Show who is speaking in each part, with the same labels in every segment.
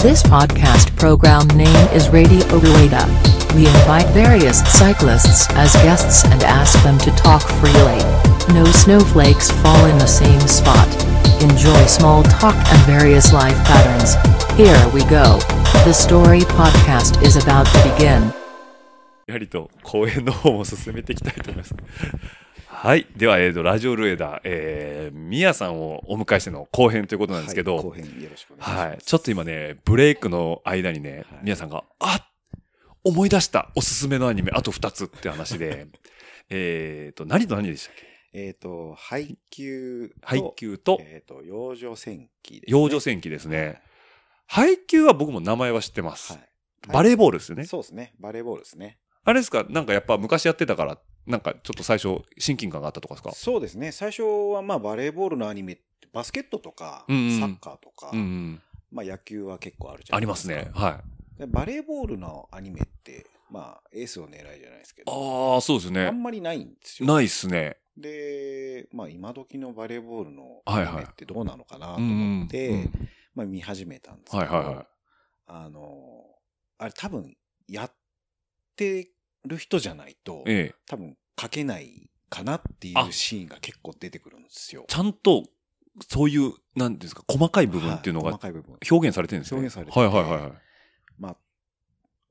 Speaker 1: This podcast program name is Radio Rueda. We invite various cyclists as guests and ask them to talk freely. No snowflakes fall in the same spot. Enjoy small talk and various life patterns. Here we go. The story podcast is about to begin.
Speaker 2: やはりと公演の方も進めていきたいと思います。はい。では、えーと、ラジオルエダ、えー、ミヤさんをお迎えしての後編ということなんですけど、
Speaker 3: はい後
Speaker 2: はい。
Speaker 3: 編よろしくお願いします。
Speaker 2: ちょっと今ね、ブレイクの間にね、
Speaker 3: はい
Speaker 2: ミヤさんが、あ思い出したおすすめのアニメ、あと2つって話 で、えっと、何と何でしたっけ
Speaker 3: えっ、と、配給と、
Speaker 2: 配給と、
Speaker 3: えっ、と、養生戦記です、ね。
Speaker 2: 幼女戦記ですね。配給は僕も名前は知ってます。
Speaker 3: はい。
Speaker 2: バレーボールですよね。
Speaker 3: そうですね。バレーボールですね。
Speaker 2: あれですかなんかやっぱ昔やってたから、なんかちょっと最初親近感があったとかですか
Speaker 3: そうですね。最初は、まあ、バレーボールのアニメって、バスケットとか、
Speaker 2: うんうん
Speaker 3: サッカーとか、
Speaker 2: うんうん。
Speaker 3: まあ、野球は結構あるじゃ
Speaker 2: あ
Speaker 3: ない
Speaker 2: り
Speaker 3: で
Speaker 2: ますす
Speaker 3: か。
Speaker 2: ね。はい。
Speaker 3: でバレーボールのアニメって、まあ、エースを狙いじゃないですけど、
Speaker 2: ああ、そうです
Speaker 3: あ
Speaker 2: ね。
Speaker 3: んまりないんですよ。
Speaker 2: ないっすね。
Speaker 3: で、まあ、今時のバレーボールの
Speaker 2: はいは
Speaker 3: ア
Speaker 2: い
Speaker 3: ニメってどうなのかなと
Speaker 2: うんうん
Speaker 3: 思って、
Speaker 2: うん
Speaker 3: まあ、見始めたんですけ
Speaker 2: は
Speaker 3: ど、
Speaker 2: いはいは
Speaker 3: あの、あれ多分、やってる人じゃないと
Speaker 2: い。、ええ。
Speaker 3: 多分書けないかなってい
Speaker 2: あ
Speaker 3: うシーンが結構出てくるんですよ。
Speaker 2: ちゃんと、そういう、なんていうんですか、細かい部分っていうの
Speaker 3: は細
Speaker 2: が
Speaker 3: かい部分。
Speaker 2: 表現されてるんですね。
Speaker 3: 表現されてて
Speaker 2: はいはいはいはい。
Speaker 3: まあ、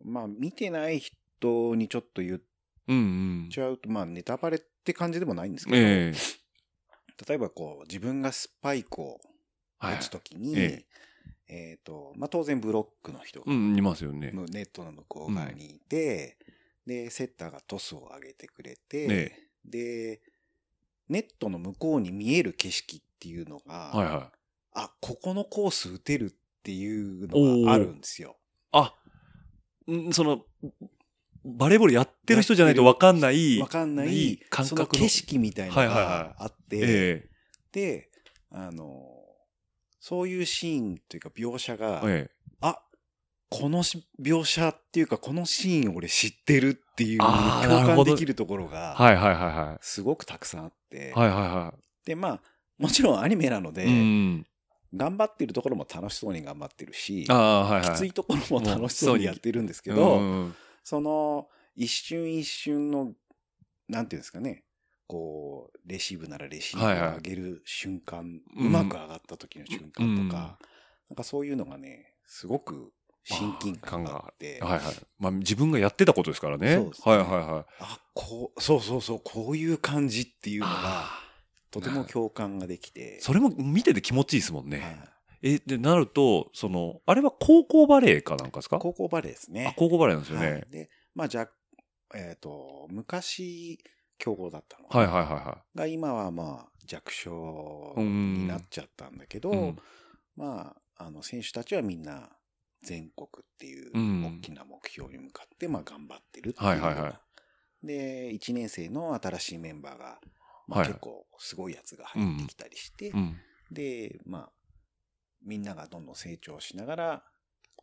Speaker 3: まあ、見てない人にちょっと言っ
Speaker 2: うんうん。
Speaker 3: ちゃうと、まあ、ネタバレって感じでもないんですけど、
Speaker 2: ええ。
Speaker 3: 例えばこう、自分がスパイクを
Speaker 2: は
Speaker 3: 打
Speaker 2: い
Speaker 3: つ。ときに、
Speaker 2: え
Speaker 3: えっ、と、まあ、当然ブロックの人が
Speaker 2: うん、いますよね。
Speaker 3: ネットの向こう側にいて、で、セッターがトスを上げてくれて、
Speaker 2: ええ。
Speaker 3: で、ネットの向こうに見える景色っていうのが、
Speaker 2: はいはい。
Speaker 3: あ、ここのコース打てるっていうのがあるんですよ。
Speaker 2: あ、んその、バレーボールやってる人じゃないとわかんない。
Speaker 3: わかんない
Speaker 2: いい感
Speaker 3: そ
Speaker 2: 覚の
Speaker 3: の景色みたいなの
Speaker 2: はいはいは
Speaker 3: があって、
Speaker 2: え
Speaker 3: で、あの、そういうシーンというか描写
Speaker 2: え
Speaker 3: が、。
Speaker 2: ええ。
Speaker 3: あ、このし描写っていうかこのシーン俺知ってるっていう共
Speaker 2: あーなるほ
Speaker 3: 感
Speaker 2: ど
Speaker 3: できるところが、
Speaker 2: はいはいはいは
Speaker 3: すごくたくさんあって、
Speaker 2: い。はいはいは
Speaker 3: で、まあ、もちろんアニメなので、
Speaker 2: い。うん。
Speaker 3: 頑張ってるところも楽しそうに頑張ってるし、
Speaker 2: ああ、はいはい。
Speaker 3: きついところも楽しそうにやってるんですけど、
Speaker 2: うんうん
Speaker 3: その一瞬一瞬の、なんていうんですかね、こう、レシーブならレシーブ
Speaker 2: はいはい
Speaker 3: を上げる瞬間、
Speaker 2: うん
Speaker 3: うまく上がった時の瞬間とか、
Speaker 2: うん
Speaker 3: なんかそういうのがね、すごく親近感があって、
Speaker 2: はいはい。まあ自分がやってたことですからね。
Speaker 3: そうですね
Speaker 2: はいはいはい。
Speaker 3: あ、こう、そうそうそう、こういう感じっていうのが、とても共感ができて、
Speaker 2: それも見てて気持ちいいですもんね。
Speaker 3: はい
Speaker 2: え、で、なると、その、あれは高校バレーかなんかですか
Speaker 3: 高校バレーですね。
Speaker 2: あ高校バレーなんですよ
Speaker 3: はい
Speaker 2: ね。
Speaker 3: で、まあ、じゃえっ、と、昔、強豪だったの
Speaker 2: はいはいはいは
Speaker 3: が、今はまあ、弱小
Speaker 2: うん
Speaker 3: になっちゃったんだけど、
Speaker 2: い。うん
Speaker 3: まあ、あの、選手たちはみんな、全国っていう
Speaker 2: うん
Speaker 3: 大きな目標に向かって、まあ、頑張ってるっていう
Speaker 2: は
Speaker 3: よ
Speaker 2: いう
Speaker 3: な。
Speaker 2: はいは
Speaker 3: で、1年生の新しいメンバーが、ま
Speaker 2: は
Speaker 3: あ、
Speaker 2: い
Speaker 3: 結構すごいやつが入ってきたりして、
Speaker 2: うん。
Speaker 3: で、まあ、みんながどんどん成長しながら、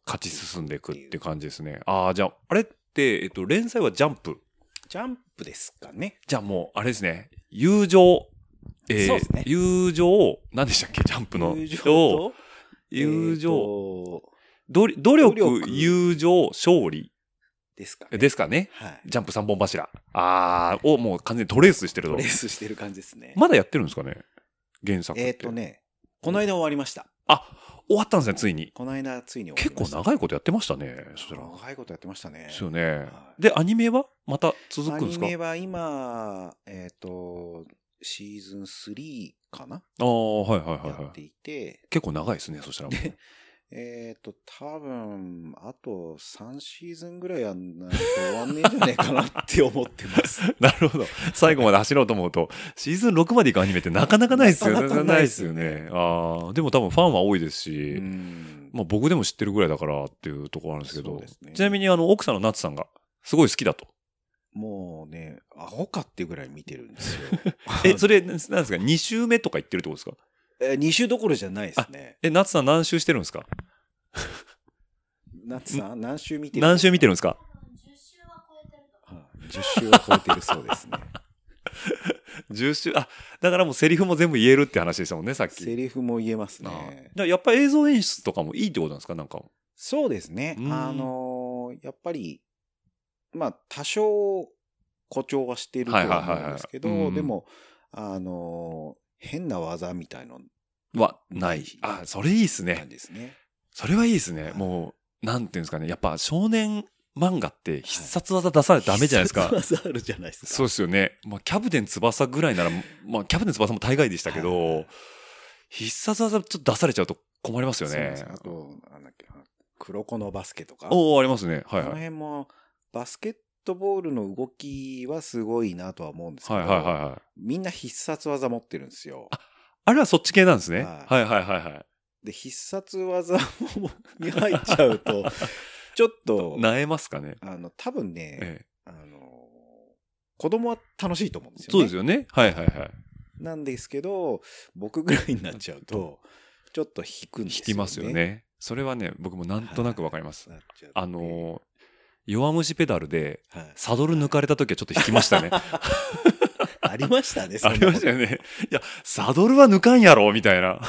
Speaker 2: 勝ち進んでいくって感じですね。ああ、じゃあ、あれって、えっと、連載はジャンプ。
Speaker 3: ジャンプですかね。
Speaker 2: じゃあもう、あれですね。友情。えー
Speaker 3: そうですね
Speaker 2: 友情、何でしたっけジャンプの。
Speaker 3: 友情と、
Speaker 2: 友情、
Speaker 3: えーと
Speaker 2: 努力、努力
Speaker 3: 努力
Speaker 2: 友情、勝利
Speaker 3: ですかね。
Speaker 2: ですかね。
Speaker 3: はい。
Speaker 2: ジャンプ3本柱。あー、をもう完全にトレースしてると
Speaker 3: レー。スしてる感じですね。
Speaker 2: まだやってるんですかね原作って。
Speaker 3: えっ、とね、この間終わりました。
Speaker 2: あ、終わったんですね、ついに。
Speaker 3: この間ついに終
Speaker 2: 結
Speaker 3: わりま
Speaker 2: 構
Speaker 3: した。
Speaker 2: 長いことやってましたね、そしたら。
Speaker 3: 長いことやってましたね。
Speaker 2: ですよね。
Speaker 3: はい
Speaker 2: で、アニメはまた続く
Speaker 3: ア
Speaker 2: んで
Speaker 3: ニ
Speaker 2: すか
Speaker 3: メは今、えっ、と、シーズン3かな、
Speaker 2: ああ、はいはいはい
Speaker 3: や
Speaker 2: は
Speaker 3: って
Speaker 2: い。
Speaker 3: いて、
Speaker 2: 結構長いですね、そしたらもう。
Speaker 3: えっ、と、多分、あと3シーズンぐらいやんないと終わんねえんじゃねえかなって思って ます。
Speaker 2: なるほど。最後まで走ろうと思うと、シーズン6まで行くアニメってなかなかないですよね。
Speaker 3: なかなかないですよね
Speaker 2: なかなかないですよねああ、でも多分ファンは多いです
Speaker 3: う
Speaker 2: し、
Speaker 3: ん
Speaker 2: まあ僕でも知ってるぐらいだからっていうところあるんですけ
Speaker 3: そ
Speaker 2: ど
Speaker 3: うです、ね
Speaker 2: ちなみにあの奥さんの夏さんがすごい好きだと。。
Speaker 3: もうね、アホかっていうぐらい見てるんですよ
Speaker 2: え、それ、なんですか ?2 週目とか行ってるってことですか
Speaker 3: えー、2週どころじゃないですね。
Speaker 2: え、夏さん何週してるんですか
Speaker 3: ナッツさん、何週見てる
Speaker 2: 何週見てるんですか
Speaker 3: はい10週は超えてるそ うですね。
Speaker 2: 10週、あ、だからもうセリフも全部言えるって話でしたもんね、さっき。
Speaker 3: セリフも言えます
Speaker 2: ああ
Speaker 3: ね
Speaker 2: だ。からやっぱ映像演出とかもいいってことなんですかなんか。
Speaker 3: そうですね。
Speaker 2: うん
Speaker 3: あのーやっぱり、まあ、多少誇張はしてると
Speaker 2: はいはいはいはい
Speaker 3: は思うんですけ
Speaker 2: う
Speaker 3: ど、
Speaker 2: ん
Speaker 3: でも、あのー変な技みたいの
Speaker 2: は、ない。あ、それいいっす
Speaker 3: な
Speaker 2: ね
Speaker 3: ん。ですね。
Speaker 2: それはいいですね。もう、なんていうんですかね。やっぱ少年漫画って必殺技出されたらダメじゃないですか。
Speaker 3: 必殺技あるじゃないですか。
Speaker 2: そうですよね。まあ、キャプテン翼ぐらいなら、まあ、キャプテン翼も大概でしたけ
Speaker 3: は
Speaker 2: ど
Speaker 3: い、
Speaker 2: 必殺技ちょっと出されちゃうと困りますよ
Speaker 3: そうなん
Speaker 2: ね
Speaker 3: です。よあと、なんだっけな、黒子のバスケとか。
Speaker 2: おお、ありますね。はい
Speaker 3: この
Speaker 2: はい。
Speaker 3: 辺も、バスケットボールの動きはすごいなとは思うんですけ
Speaker 2: は
Speaker 3: ど、
Speaker 2: いはいはいはい。
Speaker 3: みんな必殺技持ってるんですよ。
Speaker 2: あれはそっち系なんですね。は
Speaker 3: はい
Speaker 2: いはいはいは
Speaker 3: で、必殺技も に入っちゃう と、ちょっと
Speaker 2: い。、なえますかね。
Speaker 3: あの、多分ね、
Speaker 2: ええ
Speaker 3: あの、子供は楽しいと思うんですよね。
Speaker 2: そうですよね。はいはいはい。
Speaker 3: なんですけど、僕ぐらいになっちゃうと、ちょっと引くんですよね。
Speaker 2: 引きますよ。ね。それはね、僕もなんとなくわかります。
Speaker 3: なっちゃって
Speaker 2: あのー、弱虫ペダルで、
Speaker 3: はい
Speaker 2: サドル抜かれた時はちょっと引きましたね。
Speaker 3: ありましたね、
Speaker 2: ありましたよ
Speaker 3: ね。
Speaker 2: ね。いや、サドルは抜かんやろみたい な。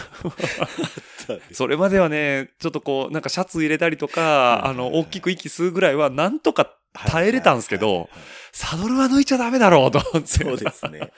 Speaker 2: それまではね、ちょっとこう、なんかシャツ入れたりとか、
Speaker 3: い
Speaker 2: あの、大きく息吸うぐらいは、なんとか耐えれたんですけ
Speaker 3: はいはい
Speaker 2: ど、サドルは抜いちゃダメだろうと思って。
Speaker 3: そうですね。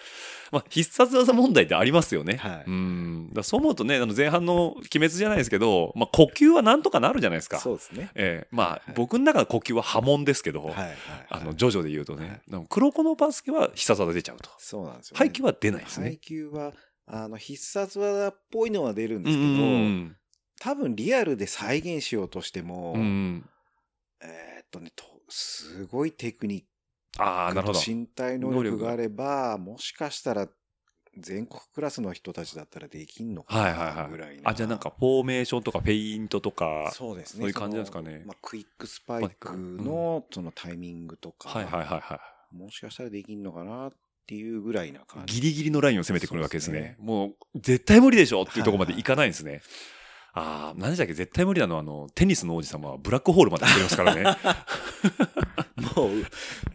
Speaker 2: まあ、必殺技問題ってありますよね。
Speaker 3: はい
Speaker 2: うん。だからそう思うとね、あの前半の鬼滅じゃないですけど、まあ、呼吸はなんとかなるじゃないですか。
Speaker 3: そうですね。
Speaker 2: ええまあ
Speaker 3: はい、
Speaker 2: 僕の中の呼吸は波紋ですけど、
Speaker 3: はいはいはい。
Speaker 2: あの、ジョジョで言うと
Speaker 3: はい
Speaker 2: ね、でも黒子のバスケは必殺技出ちゃうと。
Speaker 3: そうなんですよ、ね。
Speaker 2: 配球は出ないですね
Speaker 3: 配。給は、あの、必殺技っぽいのは出るん
Speaker 2: う
Speaker 3: で
Speaker 2: ん
Speaker 3: す
Speaker 2: う
Speaker 3: けど、
Speaker 2: ん
Speaker 3: 多分リアルで再現しようとしても、
Speaker 2: うん。うん。
Speaker 3: えーっとねと、すごいテクニッ
Speaker 2: ああ、な
Speaker 3: ク
Speaker 2: るほ
Speaker 3: と
Speaker 2: ど。
Speaker 3: 身体能力があれば、もしかしたら全国クラスの人たちだったらできんのか
Speaker 2: はいはい
Speaker 3: なぐ
Speaker 2: は
Speaker 3: らい
Speaker 2: い。
Speaker 3: な
Speaker 2: あ、じゃあなんか、フォーメーションとか、フェイントとか、
Speaker 3: そうですね。
Speaker 2: そういう感じなんですかね
Speaker 3: そのまあ、クイックスパイクのそのタイミングとか、
Speaker 2: はいはいはいは
Speaker 3: もしかしたらできんのかなっていうぐらいな
Speaker 2: い。
Speaker 3: 感じ。
Speaker 2: ギリギリのラインを攻めてくるわけですね。
Speaker 3: そうですね
Speaker 2: もう、絶対無理でしょっていうところまでいかないんですね。ああ、何でしたっけ絶対無理なのは、あの、テニスの王子様はブラックホールまで行ってますからね。
Speaker 3: もう、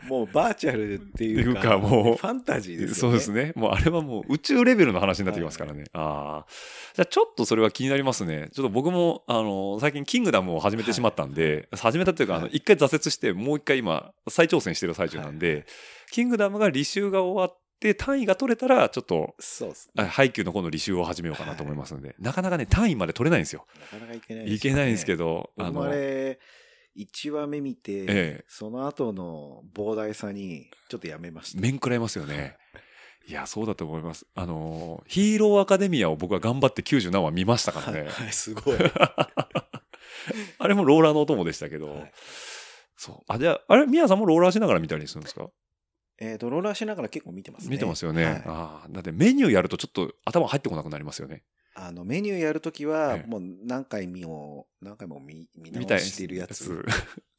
Speaker 3: もうバーチャルっていうか、
Speaker 2: っていうかもう
Speaker 3: ファンタジーです
Speaker 2: そ
Speaker 3: よ
Speaker 2: う
Speaker 3: ね。
Speaker 2: ですね。もうあれはもう宇宙レベルの話になってきますからね。ああ。じゃあちょっとそれは気になりますね。ちょっと僕も、あの、最近キングダムを始めてしまったんで、始めたというか、あの、
Speaker 3: は
Speaker 2: 一回挫折して、もう一回今、再挑戦してる最中なんで、キングダムが履修が終わって、単位が取れたら、ちょっと、
Speaker 3: そうですね。
Speaker 2: あ配給の方の履修を始めようかなと思いますので、なかなかね、単位まで取れないんですよ。
Speaker 3: なかなかいけない
Speaker 2: いけないんですけ
Speaker 3: ど。
Speaker 2: ど、あ
Speaker 3: 生
Speaker 2: の、
Speaker 3: ま
Speaker 2: え
Speaker 3: れ、1話目見て、
Speaker 2: え、
Speaker 3: その後の膨大さに、ちょっとやめました。
Speaker 2: 面食らいますよね。いや、そうだと思います。あの、ヒーローアカデミアを僕は頑張って90何話見ましたからね。
Speaker 3: はい、すごい。
Speaker 2: あれもローラーのお供でしたけど、
Speaker 3: はい
Speaker 2: そう。あ、じゃあ、あれ、ミヤさんもローラーしながら見たりするんですか
Speaker 3: えー、とローラーしながら結構見てますね。
Speaker 2: 見てますよね。
Speaker 3: はい
Speaker 2: ああ、だってメニューやるとちょっと頭入ってこなくなりますよね。
Speaker 3: あの、メニューやるときは、
Speaker 2: ええ
Speaker 3: もう何回見も、何回も見、見
Speaker 2: み
Speaker 3: 直
Speaker 2: たい
Speaker 3: してる やつ。。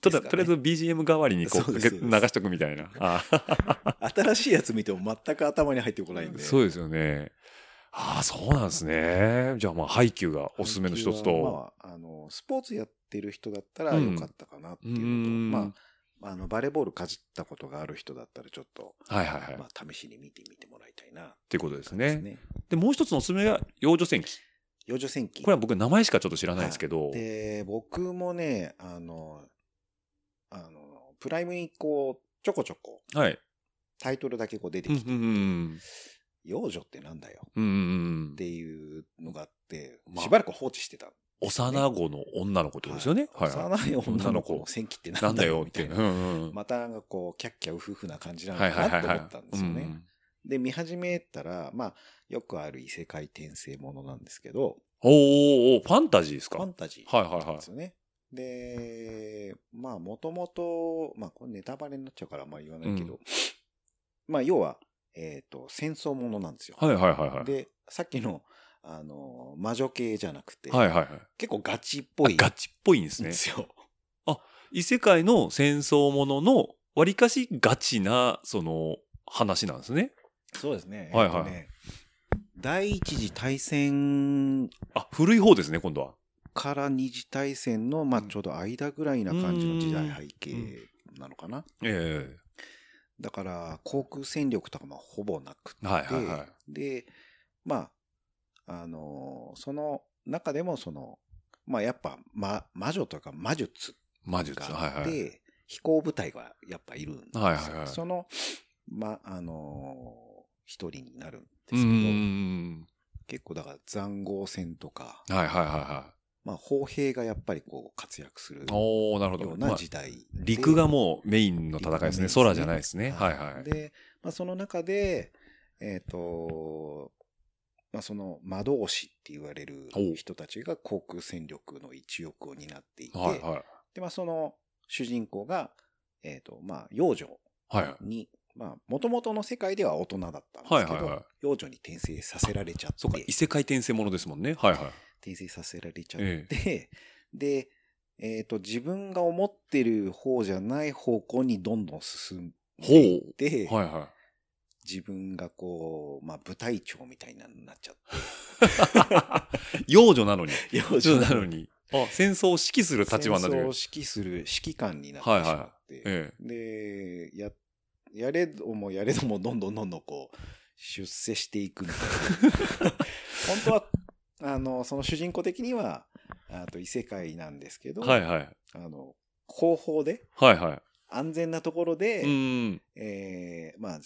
Speaker 2: ただ、
Speaker 3: ですかね
Speaker 2: とりあえず BGM 代わりにこう
Speaker 3: そう
Speaker 2: か
Speaker 3: で
Speaker 2: け
Speaker 3: す
Speaker 2: 流
Speaker 3: そうです
Speaker 2: しとくみたいな。ああ
Speaker 3: 新しいやつ見ても全く頭に入ってこないんで。
Speaker 2: そうですよね。ああ、そうなんですね。じゃあ、まあ、ハイキューがおすすめの一つ
Speaker 3: 配給
Speaker 2: と。
Speaker 3: はまあ、あの、スポーツやってる人だったらよかったかなっていうのと、
Speaker 2: うん
Speaker 3: まあ、あの、バレーボールかじったことがある人だったらちょっと、
Speaker 2: はいはいはい。
Speaker 3: ま
Speaker 2: っ
Speaker 3: あ、試しに見てみてもらいたいなって
Speaker 2: ていうことです
Speaker 3: 感じです
Speaker 2: ね。
Speaker 3: ね。
Speaker 2: で、もう一つのおすすめが、幼女戦記。
Speaker 3: 幼女戦記。
Speaker 2: これは僕、名前しかちょっと知らないですけど。
Speaker 3: で、僕もね、あの、あの、プライムにこう、ちょこちょこ、
Speaker 2: はい。
Speaker 3: タイトルだけこう出て
Speaker 2: うん
Speaker 3: き
Speaker 2: う
Speaker 3: て、
Speaker 2: んうん
Speaker 3: 幼女ってなんだよ
Speaker 2: うん。うんうんうん
Speaker 3: っ。ていうのがあって、
Speaker 2: まあ
Speaker 3: しばらく放置してた。
Speaker 2: 幼子の女の子ってことですよね。はい。はい
Speaker 3: 幼い女の子
Speaker 2: 女の
Speaker 3: の戦記ってな
Speaker 2: なんん
Speaker 3: だ
Speaker 2: だ
Speaker 3: よ
Speaker 2: よ、
Speaker 3: み
Speaker 2: み
Speaker 3: た
Speaker 2: た
Speaker 3: い
Speaker 2: い
Speaker 3: な
Speaker 2: な。。うんうん
Speaker 3: またなんかこう、キャッキャウフフな感じなの
Speaker 2: は
Speaker 3: か
Speaker 2: いはいは
Speaker 3: ないと
Speaker 2: は
Speaker 3: 思
Speaker 2: い
Speaker 3: ったんですよ
Speaker 2: う
Speaker 3: ね。
Speaker 2: ん
Speaker 3: で、見始めたら、まあ、よくある異世界転生ものなんですけど、
Speaker 2: おーおーおーファンタジーですか
Speaker 3: ファ
Speaker 2: は
Speaker 3: ンタジー
Speaker 2: いはいは
Speaker 3: なん
Speaker 2: い
Speaker 3: です。よね。で、まあ、もともと、まあ、これネタバレになっちゃうからあんまり言わないけど、まあ、要は、えっ、と、戦争ものなんですよ。
Speaker 2: はいはいはいはい。
Speaker 3: で、さっきの、あの、魔女系じゃなくて、
Speaker 2: はいはいはい。
Speaker 3: 結構ガチっぽい
Speaker 2: あガチっぽいんです
Speaker 3: ん
Speaker 2: ね
Speaker 3: で。すよ。
Speaker 2: 異世界の戦争ものの、わりかしガチな、その、話なんですね。
Speaker 3: そうですね。
Speaker 2: はいはい
Speaker 3: えっとね第一次大戦
Speaker 2: あ、古い方ですね、今度は。
Speaker 3: から二次大戦の、まあ、
Speaker 2: うん
Speaker 3: ちょうど間ぐらいな感じの時代背景
Speaker 2: うん
Speaker 3: なのかな。
Speaker 2: え
Speaker 3: だから、航空戦力とかもほぼなくて、
Speaker 2: はいはいは
Speaker 3: で、まあ、あのーその中でもその、まあやっぱ、ま、魔女というか魔術
Speaker 2: 魔術。
Speaker 3: があっ
Speaker 2: はい
Speaker 3: て、
Speaker 2: はい。
Speaker 3: 飛行部隊がやっぱいるんですよ。
Speaker 2: はいはいはい
Speaker 3: その、ま、あのー一人になるんですけ
Speaker 2: うん
Speaker 3: ど、
Speaker 2: うんうん
Speaker 3: 結構だから残壕戦とか、
Speaker 2: うん。はいはいはいは
Speaker 3: まあ砲兵がやっぱりこう活躍す
Speaker 2: い。
Speaker 3: るよ
Speaker 2: おおなるほど。
Speaker 3: う
Speaker 2: ま
Speaker 3: な
Speaker 2: あ
Speaker 3: 時代で、
Speaker 2: 陸がもうメインの戦いですね。空じゃないですね。はいはい。
Speaker 3: で、まあ、その中で、えっ、と、まあ、その魔導士って言われる
Speaker 2: お
Speaker 3: 人たちが航空戦力の一翼を担っていて、
Speaker 2: はいは
Speaker 3: で、まあ、その主人公が、えっ、と、まあ、幼女
Speaker 2: い。はい。
Speaker 3: に、まあ、元々の世界では大人だったんですけど、
Speaker 2: はいはいはい
Speaker 3: 幼女に転生させられちゃっ
Speaker 2: そうか、
Speaker 3: て
Speaker 2: 異、世界転生ものですもんね。はいはい。
Speaker 3: 転生させられちゃって、
Speaker 2: ええ。
Speaker 3: で、えっ、と、自分が思ってる方じゃない方向にどんどん進んでいって、
Speaker 2: はいは
Speaker 3: 自分がこう、まあ、部隊長みたいなのになっちゃっ
Speaker 2: い。幼女なのに。
Speaker 3: て。 幼
Speaker 2: 幼女なのに。あ、戦争を指揮する立場になってる
Speaker 3: 戦争を指。揮する指揮官になってしまって。
Speaker 2: ええ。
Speaker 3: で、や、やれどもやれどもどんどんどんどんこう、出世していくみたい な。本当は、あの、その主人公的には、あと異世界なんですけど、
Speaker 2: はいはい。
Speaker 3: あの、後方で、
Speaker 2: はいは
Speaker 3: 安全なところで、
Speaker 2: い。うん。
Speaker 3: えーまあ、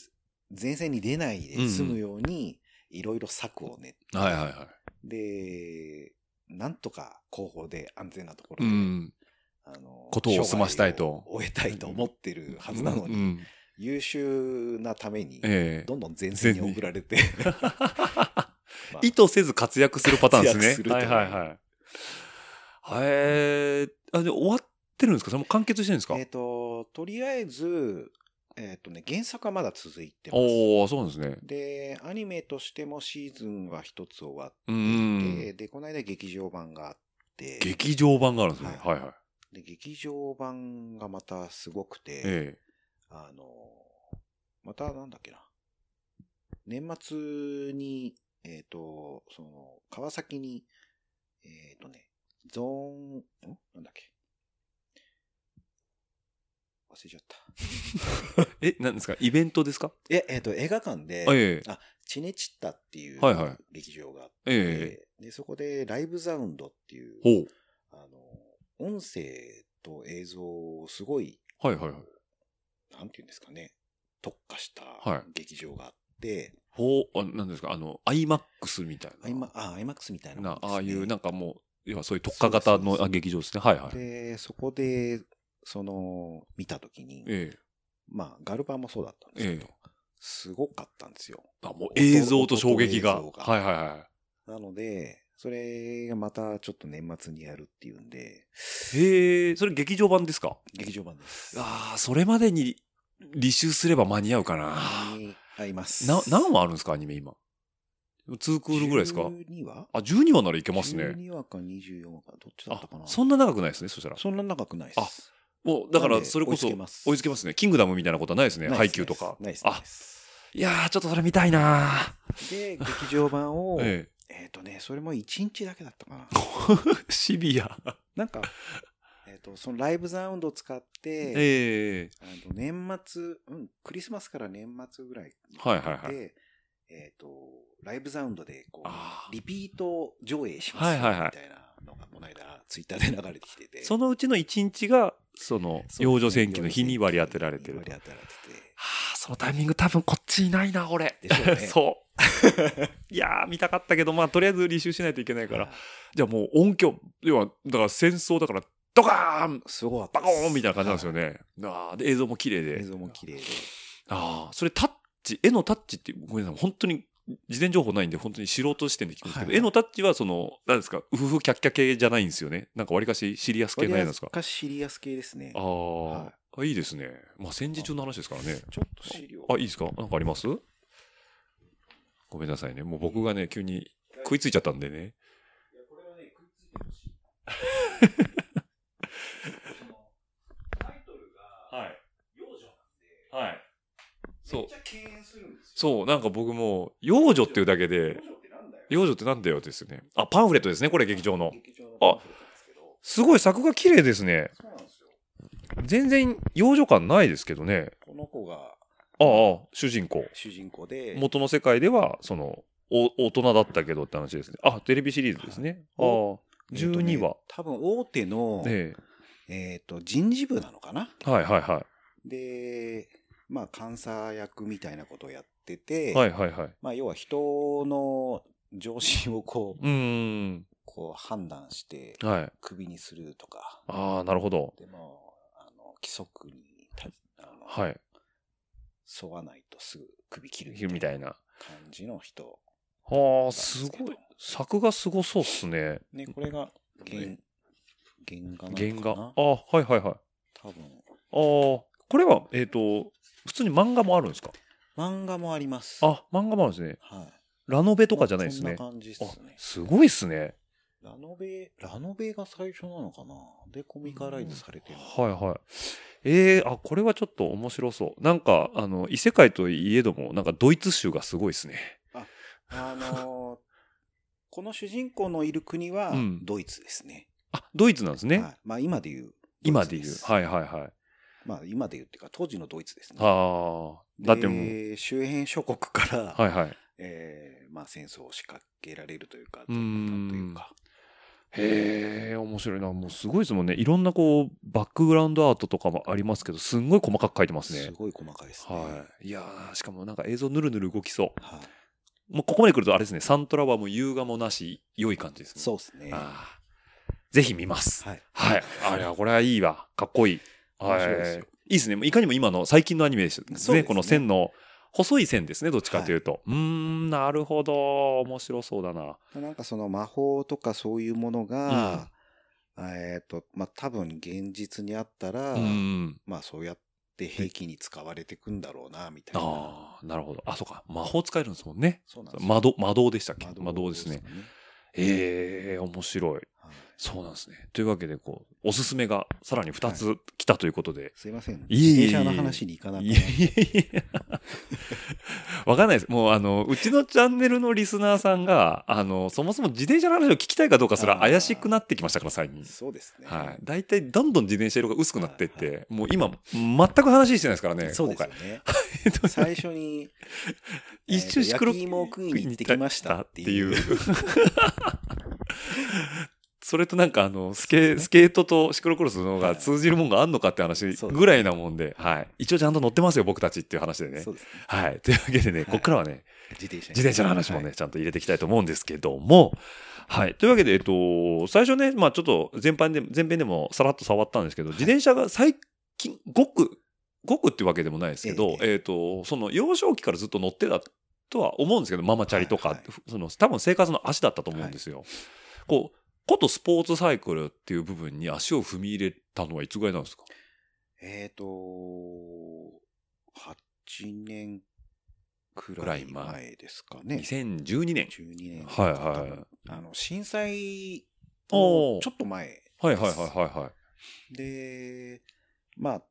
Speaker 3: 前線に出ないで済むように、いろいろ策を練って
Speaker 2: はいはいは
Speaker 3: で、なんとか後方で安全なとこ
Speaker 2: い。
Speaker 3: ろ
Speaker 2: う
Speaker 3: で、
Speaker 2: ん。
Speaker 3: あの
Speaker 2: ことを済ましたいと
Speaker 3: 生涯を終えたいと思ってるはずなのに、
Speaker 2: うん
Speaker 3: 優秀なために、
Speaker 2: ええ。
Speaker 3: どんどん前線に送られ て、まあ
Speaker 2: 意図せず活躍するパターンで
Speaker 3: 活躍
Speaker 2: すね。
Speaker 3: すると
Speaker 2: はいいうはいはい。へえ。あ、で、終わってるんですかそれもう完結してるんですか
Speaker 3: えっ、と、とりあえず、えっ、とね、原作はまだ続いてます。
Speaker 2: おおそうなんですね。
Speaker 3: で、アニメとしてもシーズンは一つ終わっ
Speaker 2: う
Speaker 3: て、
Speaker 2: ん。
Speaker 3: で、この間劇場版があって、
Speaker 2: 劇場版があるんですね。
Speaker 3: は
Speaker 2: はいはい。
Speaker 3: で劇場版がまたすごくて、
Speaker 2: ええ。
Speaker 3: あの、またなんだっけな。年末に、えっ、と、その、川崎に、えっ、とね、ゾーン、んなんだっけ。忘れちゃった。
Speaker 2: え、なんですかイベントですか
Speaker 3: え、えっ、と、映画館で、
Speaker 2: ええ。
Speaker 3: あ、チネチッタっていう
Speaker 2: はいはい
Speaker 3: 劇場があって、
Speaker 2: え
Speaker 3: で、そこでライブザウンドっていう、
Speaker 2: ほう。
Speaker 3: あの、音声と映像をすごい
Speaker 2: はいはいはい。
Speaker 3: なんていうんですかね、特化した
Speaker 2: はい
Speaker 3: 劇場があって、
Speaker 2: ほう、あ、なんですかあの、IMAX みたい
Speaker 3: ア
Speaker 2: な。
Speaker 3: イマあ、IMAX みたいなもん
Speaker 2: な
Speaker 3: ですね、
Speaker 2: ああいう、なんかもう、要はそういう特化型
Speaker 3: そうそう
Speaker 2: の
Speaker 3: そう
Speaker 2: あ劇場ですね。はいはい。
Speaker 3: で、そこで、その、見たときに、
Speaker 2: ええ。
Speaker 3: まあ、ガルパーもそうだったんですけ
Speaker 2: え
Speaker 3: ど、
Speaker 2: え。
Speaker 3: すごかったんですよ。
Speaker 2: あ、もう映像と衝撃が。
Speaker 3: 音と映像
Speaker 2: はいはいは
Speaker 3: なので、それがまたちょっと年末にやるっていうんで、
Speaker 2: い。へえ、それ劇場版ですか
Speaker 3: 劇場版です。
Speaker 2: ああ、それまでに履修すれば間に合うかな。
Speaker 3: に合います。
Speaker 2: な、何話あるんですかアニメ今。2クールぐらいですか
Speaker 3: ?12 話
Speaker 2: あ、12話ならいけますね。
Speaker 3: 12話か24話か、どっちだっ
Speaker 2: あ
Speaker 3: たか、な
Speaker 2: そんな長くないですね、そしたら。
Speaker 3: そんな長くないです。
Speaker 2: もう、だか
Speaker 3: な
Speaker 2: ら、
Speaker 3: んで
Speaker 2: それこそ、追
Speaker 3: 追
Speaker 2: い
Speaker 3: いつけます
Speaker 2: つけますね。キングダムみたいなことはないですね。
Speaker 3: ない
Speaker 2: 配
Speaker 3: です
Speaker 2: 給とか。
Speaker 3: ないです。ない
Speaker 2: あ
Speaker 3: で、す
Speaker 2: いやー、ちょっとそれ見たいな
Speaker 3: で、劇場版を、
Speaker 2: ー え
Speaker 3: えっ、とね、それも一日だけだったかな。
Speaker 2: え。シビア。
Speaker 3: なんか、えっ、と、そのライブサウンドを使って、
Speaker 2: ええ。
Speaker 3: あの年末、うん、クリスマスから年末ぐらいで、
Speaker 2: はいはいはい。
Speaker 3: えっ、と、ライブサウンドで、こ
Speaker 2: あ
Speaker 3: う、
Speaker 2: ー
Speaker 3: リピート上映しますよ
Speaker 2: はいはいはい
Speaker 3: みたいなのが、この間、ツイッターで流れてきてて。
Speaker 2: そのうちの1日が、その、
Speaker 3: そう
Speaker 2: 養
Speaker 3: で
Speaker 2: 女
Speaker 3: すね
Speaker 2: 戦記の日に割り当てられてる。
Speaker 3: 割り当てられてて。
Speaker 2: はあ、そのタイミング多分こっちいないな、俺。
Speaker 3: で しょうね
Speaker 2: そう。 いやー、見たかったけど、まあ、とりあえず履修しないといけないから。じゃあもう音響、要は、だから戦争だから、ドカーン
Speaker 3: すごかった
Speaker 2: バ
Speaker 3: で
Speaker 2: コ
Speaker 3: す。
Speaker 2: ーンみたいな感じなんですよ
Speaker 3: ね。
Speaker 2: ね。ああ、で、映像も綺麗で。
Speaker 3: 映像も綺麗で。
Speaker 2: ああ、それタッチ、絵のタッチって、ごめんなさい、本当に、事前情報ないんで、本当に素人視点で聞くんですけど、
Speaker 3: はい
Speaker 2: 絵のタッチは、その、何ですか、うふふキャッキャ系じゃないんですよね。なんか、わりかしシリアス系の絵なんですか
Speaker 3: 割。かしシリアス系ですね。
Speaker 2: あ
Speaker 3: ちょ
Speaker 2: あ、
Speaker 3: はい
Speaker 2: あいいですね。まあ、戦時中の話ですからね。
Speaker 3: っと資料。
Speaker 2: あ、いいですかなんかありますごめんなさいね。もう僕がね、急に食いついちゃったんでね。
Speaker 3: いや、これはね、食いついてほしい。 そのタイトルが、
Speaker 2: はい。
Speaker 3: 幼女な
Speaker 2: はい。そ
Speaker 3: ん
Speaker 2: う
Speaker 3: で、めっち。ゃ敬遠するんですよ。
Speaker 2: そう、なんか僕も、幼女っていうだけ
Speaker 3: 幼
Speaker 2: で、
Speaker 3: 女ってなんだよ。
Speaker 2: 幼女ってなんだよですよね。あ、パンフレットですね、これ劇場の。
Speaker 3: 劇場のパンフレットなんですけど
Speaker 2: すごい作画綺麗ですね。
Speaker 3: そうなんですよ。
Speaker 2: 全然幼女感ないですけどね。
Speaker 3: この子が
Speaker 2: ああ、主人公。
Speaker 3: 主人公で、
Speaker 2: 元の世界では、その、お大人だったけどって話ですね。あ、テレビシリーズですね。ああ。 12話。
Speaker 3: 多分大手の、えっ、
Speaker 2: え
Speaker 3: と、人事部なのかな
Speaker 2: えはいはいは
Speaker 3: で、まあ、監査役みたいなことをやってて、
Speaker 2: い。はいはいはい。
Speaker 3: まあ、要は人の常識をこう、
Speaker 2: うーん。
Speaker 3: こう判断して、
Speaker 2: はい。
Speaker 3: クビにするとか、
Speaker 2: ああ、なるほど。
Speaker 3: でも、あの、規則にたあの、
Speaker 2: はい。
Speaker 3: 沿わないとすぐ首切る
Speaker 2: みたいな。
Speaker 3: 感じの人。
Speaker 2: はあ、すごい。作画すごそうっすね。
Speaker 3: ね、これが原
Speaker 2: ね、
Speaker 3: 原画
Speaker 2: 原
Speaker 3: なのか
Speaker 2: 画
Speaker 3: な。
Speaker 2: あ、はいはいはい。ああ、
Speaker 3: 多分、
Speaker 2: これは、えっ、と、普通に漫画もあるんですか
Speaker 3: 漫画もあります。
Speaker 2: あ、漫画もあるんですね。
Speaker 3: はい。
Speaker 2: ラノベとかじゃないですね。
Speaker 3: こんな感じです
Speaker 2: あ
Speaker 3: ね、。
Speaker 2: すごいっすね。
Speaker 3: ラノベ、ラノベが最初なのかなで、コミカライズされてるのかな。
Speaker 2: はいはい。えー、あ、これはちょっと面白そう。なんか、あの、異世界といえども、なんかドイツ州がすごいですね。
Speaker 3: あのーこの主人公のいる国は
Speaker 2: うん
Speaker 3: ドイツですね。
Speaker 2: あ、ドイツなんですね。
Speaker 3: はい、まあ今で言う。
Speaker 2: 今で言う。
Speaker 3: い。
Speaker 2: はいはいはい。
Speaker 3: まあ今で言うっていうか当時のドイツですね。
Speaker 2: ああ、だってもう、
Speaker 3: で周辺諸国から、
Speaker 2: はいはい。
Speaker 3: えーまあ戦争を仕掛けられるというか、
Speaker 2: う
Speaker 3: と
Speaker 2: ーん
Speaker 3: いうか。
Speaker 2: へえ、面白いな。もうすごいですもんね。いろんなこう、バックグラウンドアートとかもありますけど、すんごい細かく書いてます
Speaker 3: す
Speaker 2: ね。
Speaker 3: ごい細かいですね。
Speaker 2: はい。いやー、しかもなんか映像ぬるぬる動きそ。
Speaker 3: はいう
Speaker 2: もうここまで来るとあれですね、サントラはもう優雅もなし、良い感じですね。
Speaker 3: そうですね。は
Speaker 2: あーぜひ見ます。
Speaker 3: い。
Speaker 2: はい。あれは、これはいいわ。かっこいい。は
Speaker 3: 面
Speaker 2: い。
Speaker 3: 白いですよ
Speaker 2: いいですね。もういかにも今の最近のアニメですね。
Speaker 3: そうですね
Speaker 2: この線の、細い線ですね。どっちかというと。うーん、なるほど。面白そうだな。
Speaker 3: なんかその魔法とかそういうものが、えっ、と、まあ多分現実にあったら、
Speaker 2: うん。
Speaker 3: まあそうやって兵器に使われていくんだろうな、みたいな。
Speaker 2: ああ、なるほど。あ、そうか。魔法使えるんですもんね。
Speaker 3: そうなんですよ
Speaker 2: 魔導、魔導でしたっけ
Speaker 3: 窓
Speaker 2: 魔導ですね。。ええ面白い。
Speaker 3: はい
Speaker 2: そうなんですね。というわけで、こう、おすすめがさらに2つ来たということで。
Speaker 3: すいません。
Speaker 2: いえいえいえ
Speaker 3: 自転車の話に行かなく
Speaker 2: いや。
Speaker 3: て
Speaker 2: いやいや。わかんないです。もう、あの、うちのチャンネルのリスナーさんが、あの、そもそも自転車の話を聞きたいかどうかすら怪しくなってきましたから、最近。
Speaker 3: そうですね。
Speaker 2: はい。大体、どんどん自転車色が薄くなってっ
Speaker 3: は
Speaker 2: て、もう今、全く話してないですからね、
Speaker 3: そう
Speaker 2: 今
Speaker 3: ですよ
Speaker 2: 回。
Speaker 3: ね。
Speaker 2: えっと
Speaker 3: 最初に、
Speaker 2: 一周
Speaker 3: えーと
Speaker 2: シクロ
Speaker 3: 焼き芋を食いに行ってきましたっていう。
Speaker 2: それとなんかあのスケスケートとシクロクロスの方が通じるもんがあんのかって話
Speaker 3: そうです
Speaker 2: ぐらいなもんで、はい、一応ちゃんと乗ってますよ僕たちっていう話でね
Speaker 3: そうですね。
Speaker 2: はい、というわけでね、ここからはね
Speaker 3: 自転車。
Speaker 2: 自転車の話もね、
Speaker 3: はい。
Speaker 2: ちゃんと入れていきたいと思うんですけども、はい、というわけで、えっと、最初ね、まあ、ちょっと全般で前編でもさらっと触ったんですけど、自転車が最近ごくごくっていうわけでもないですけど、
Speaker 3: え
Speaker 2: えっと、その幼少期からずっと乗ってたとは思うんですけどママチャリとか、
Speaker 3: はいはい
Speaker 2: その多分生活の足だったと思うんですよ。こうことスポーツサイクルっていう部分に足を踏み入れたのはいつぐらいなんですか
Speaker 3: えっと、8年く
Speaker 2: くら
Speaker 3: ら
Speaker 2: い
Speaker 3: い
Speaker 2: 前
Speaker 3: 前ですかね。
Speaker 2: 2012年。
Speaker 3: 12年。
Speaker 2: はいはい
Speaker 3: あの、震災
Speaker 2: お
Speaker 3: の
Speaker 2: ー
Speaker 3: ちょっと前
Speaker 2: はいはいはいはいはい。
Speaker 3: で、まあ、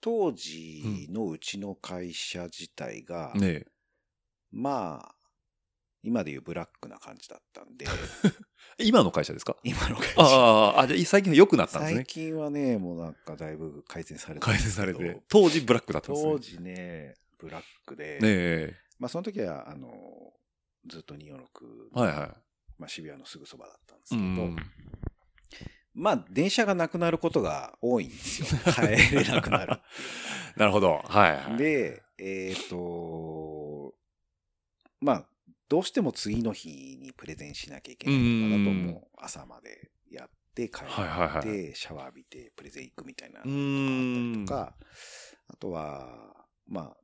Speaker 3: 当時のうちの会社自体が、
Speaker 2: ねえ
Speaker 3: まあ、今でいうブラックな感じだったんで、
Speaker 2: 今の会社ですか
Speaker 3: 今の会
Speaker 2: あ
Speaker 3: 社。
Speaker 2: あああ、じゃあ最近は良くなったんですね
Speaker 3: 最。近はね、もうなんかだいぶ改善されて
Speaker 2: 改
Speaker 3: ます
Speaker 2: 善さ
Speaker 3: け
Speaker 2: れ
Speaker 3: ど
Speaker 2: て。当時ブラックだったんですね。
Speaker 3: 当
Speaker 2: ね
Speaker 3: 時ね、ブラックで、
Speaker 2: え
Speaker 3: まあその時は、あの、ずっと246、
Speaker 2: え。はいは
Speaker 3: まあ渋谷のすぐそばだったんです
Speaker 2: い。う
Speaker 3: けど、
Speaker 2: ん。
Speaker 3: まあ電車がなくなることが多いんですよ。 帰れなくなる。
Speaker 2: なるほど。はいはい。
Speaker 3: で、えっ、と、まあ、どうしても次の日にプレゼンしなきゃいけないとかだと、
Speaker 2: うん
Speaker 3: もう朝までやって帰って、
Speaker 2: はいはいはい。
Speaker 3: シャワー浴びてプレゼン行くみたいな
Speaker 2: う
Speaker 3: のがあっ
Speaker 2: ん
Speaker 3: たりと。か、あとは、まあ、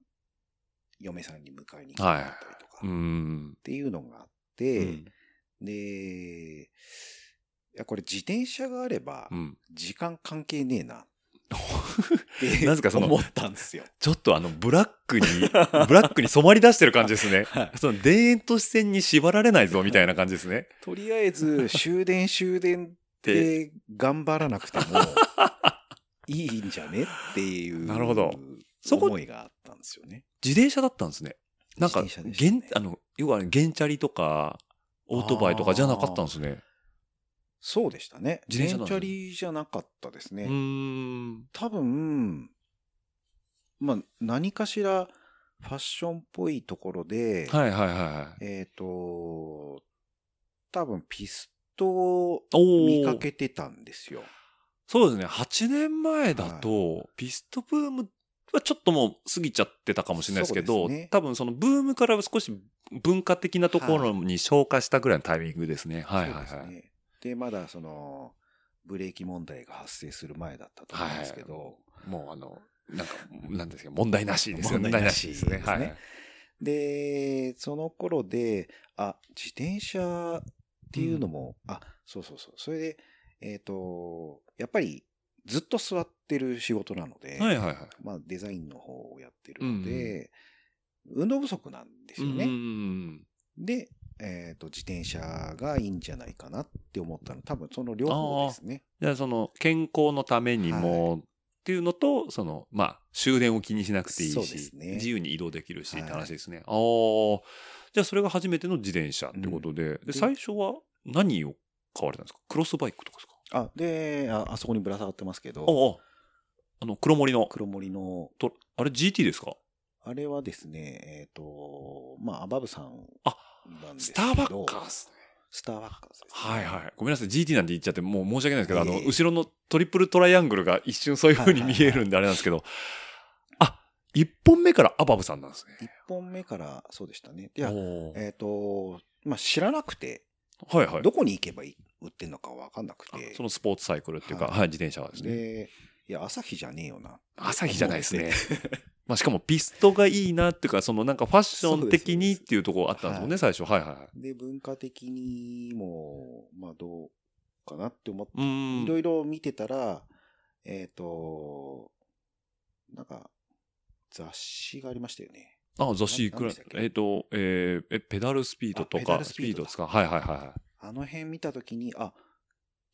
Speaker 3: 嫁さんに迎えに来てもらったりとか、
Speaker 2: う
Speaker 3: っ
Speaker 2: ん。
Speaker 3: ていうのがあっ
Speaker 2: う
Speaker 3: て、
Speaker 2: ん
Speaker 3: で、いや、これ自転車があれば
Speaker 2: う、ん。
Speaker 3: 時間関係ねえな。っ て
Speaker 2: なぜかその
Speaker 3: 思ったんです よ。
Speaker 2: ちょっとあの、ブラック に、ブラックに染まり出してる感じですね。
Speaker 3: はい
Speaker 2: その、田園都市線に縛られないぞ、みたいな感じですね。
Speaker 3: とりあえず、終電終電って頑張らな くてもいいんじゃねっていう。
Speaker 2: なるほど。そこ
Speaker 3: 思いがあったんですよね。
Speaker 2: 自転車だったんですね。なんか、
Speaker 3: 自転車でし
Speaker 2: げ
Speaker 3: たね
Speaker 2: んあの、要は、原チャリとか、オートバイとかじゃなかったんですね。
Speaker 3: そうでしたね。
Speaker 2: 自
Speaker 3: 自
Speaker 2: 転車なん
Speaker 3: 転車
Speaker 2: です
Speaker 3: チ
Speaker 2: ね
Speaker 3: ャリじゃなかったです
Speaker 2: う
Speaker 3: ね。
Speaker 2: ーん。
Speaker 3: 多分、まあ、何かしらファッションっぽいところで、
Speaker 2: はいはいはいはい。
Speaker 3: えっ、と、多分ピストを
Speaker 2: お
Speaker 3: 見
Speaker 2: ー
Speaker 3: かけてたんですよ。
Speaker 2: そうですね。8年前だと、ピストブームはちょっともう過ぎちゃってたかもしれないですけ
Speaker 3: そ
Speaker 2: ど、
Speaker 3: うですね
Speaker 2: 多分そのブームから少し文化的なところに消化したぐらいのタイミングですね。はいはい
Speaker 3: そう
Speaker 2: は
Speaker 3: です
Speaker 2: い。
Speaker 3: ね。で、まだその、ブレーキ問題が発生する前だったと思うんですけど、
Speaker 2: もうあの、なんか、なんですか、問題なしですよね。
Speaker 3: 問題なし
Speaker 2: 問題なしですね。はい。
Speaker 3: で、その頃で、あ、自転車っていうのも、あ、そうそうそう。それで、えっ、と、やっぱりずっと座ってる仕事なので、
Speaker 2: はいはいはい。
Speaker 3: まあデザインの方をやってるので、運動不足なんですよ
Speaker 2: う
Speaker 3: ね。
Speaker 2: ん
Speaker 3: で、えっ、と、自転車がいいんじゃないかなって思ったの。多分その両方ですね。
Speaker 2: じゃあその健康のためにも、っていうのと、その、まあ、終電を気にしなくていい
Speaker 3: そうです
Speaker 2: し、
Speaker 3: ね
Speaker 2: 自由に移動できるし、
Speaker 3: はい
Speaker 2: って話ですね。ああ。じゃあそれが初めての自転車ってことで、で、
Speaker 3: で
Speaker 2: 最初は何を買われたんですかクロスバイクとかですか
Speaker 3: あ、であ、あそこにぶら下がってますけ
Speaker 2: あ
Speaker 3: ど、
Speaker 2: あ。あの、黒森の、
Speaker 3: 黒森の、
Speaker 2: とあれ GT ですか
Speaker 3: あれはですね、えっ、と、まあ、アバブさん
Speaker 2: あ
Speaker 3: なんです
Speaker 2: ス
Speaker 3: けど。
Speaker 2: ターバッカーっすね。
Speaker 3: スターバッカーです、
Speaker 2: はいはい。ごめんなさい。GT なんて言っちゃって、もう申し訳ないですけど、あ
Speaker 3: いえ
Speaker 2: の、
Speaker 3: いえ
Speaker 2: 後ろのトリプルトライアングルが一瞬そういう風に見えるんであれなんですけど、あ、一本目からアバブさんなんですね。
Speaker 3: 1本目からそうでしたね。いや、
Speaker 2: おー
Speaker 3: えっ、と、まあ、知らなくて、
Speaker 2: はいはい。
Speaker 3: どこに行けばいい売ってんのかわかんなく
Speaker 2: あ
Speaker 3: て。
Speaker 2: そのスポーツサイクルっていうか、
Speaker 3: はい
Speaker 2: はい、自転車ですね。
Speaker 3: で、いや、朝日じゃねえよな。
Speaker 2: 朝日じゃないですね。 まあ、しかもピストがいいなっていうか、そのなんかファッション的にっていうところあったんですもんね、最初。はいはいはい。
Speaker 3: で、文化的にも、まあ、どうかなって思って、
Speaker 2: うー
Speaker 3: い
Speaker 2: ん。
Speaker 3: ろいろ見てたら、えっ、と、なんか、雑誌がありましたよね。
Speaker 2: あ、雑誌いくら
Speaker 3: 何でしたっ、け
Speaker 2: えっ、と、えーえ、ペダルスピードと
Speaker 3: あペダ
Speaker 2: か、
Speaker 3: ル
Speaker 2: ス
Speaker 3: ス
Speaker 2: ピ
Speaker 3: ピ
Speaker 2: ー
Speaker 3: ー
Speaker 2: ド
Speaker 3: ド
Speaker 2: で
Speaker 3: だ
Speaker 2: すか。はいはいは
Speaker 3: あの辺見たときに、あ、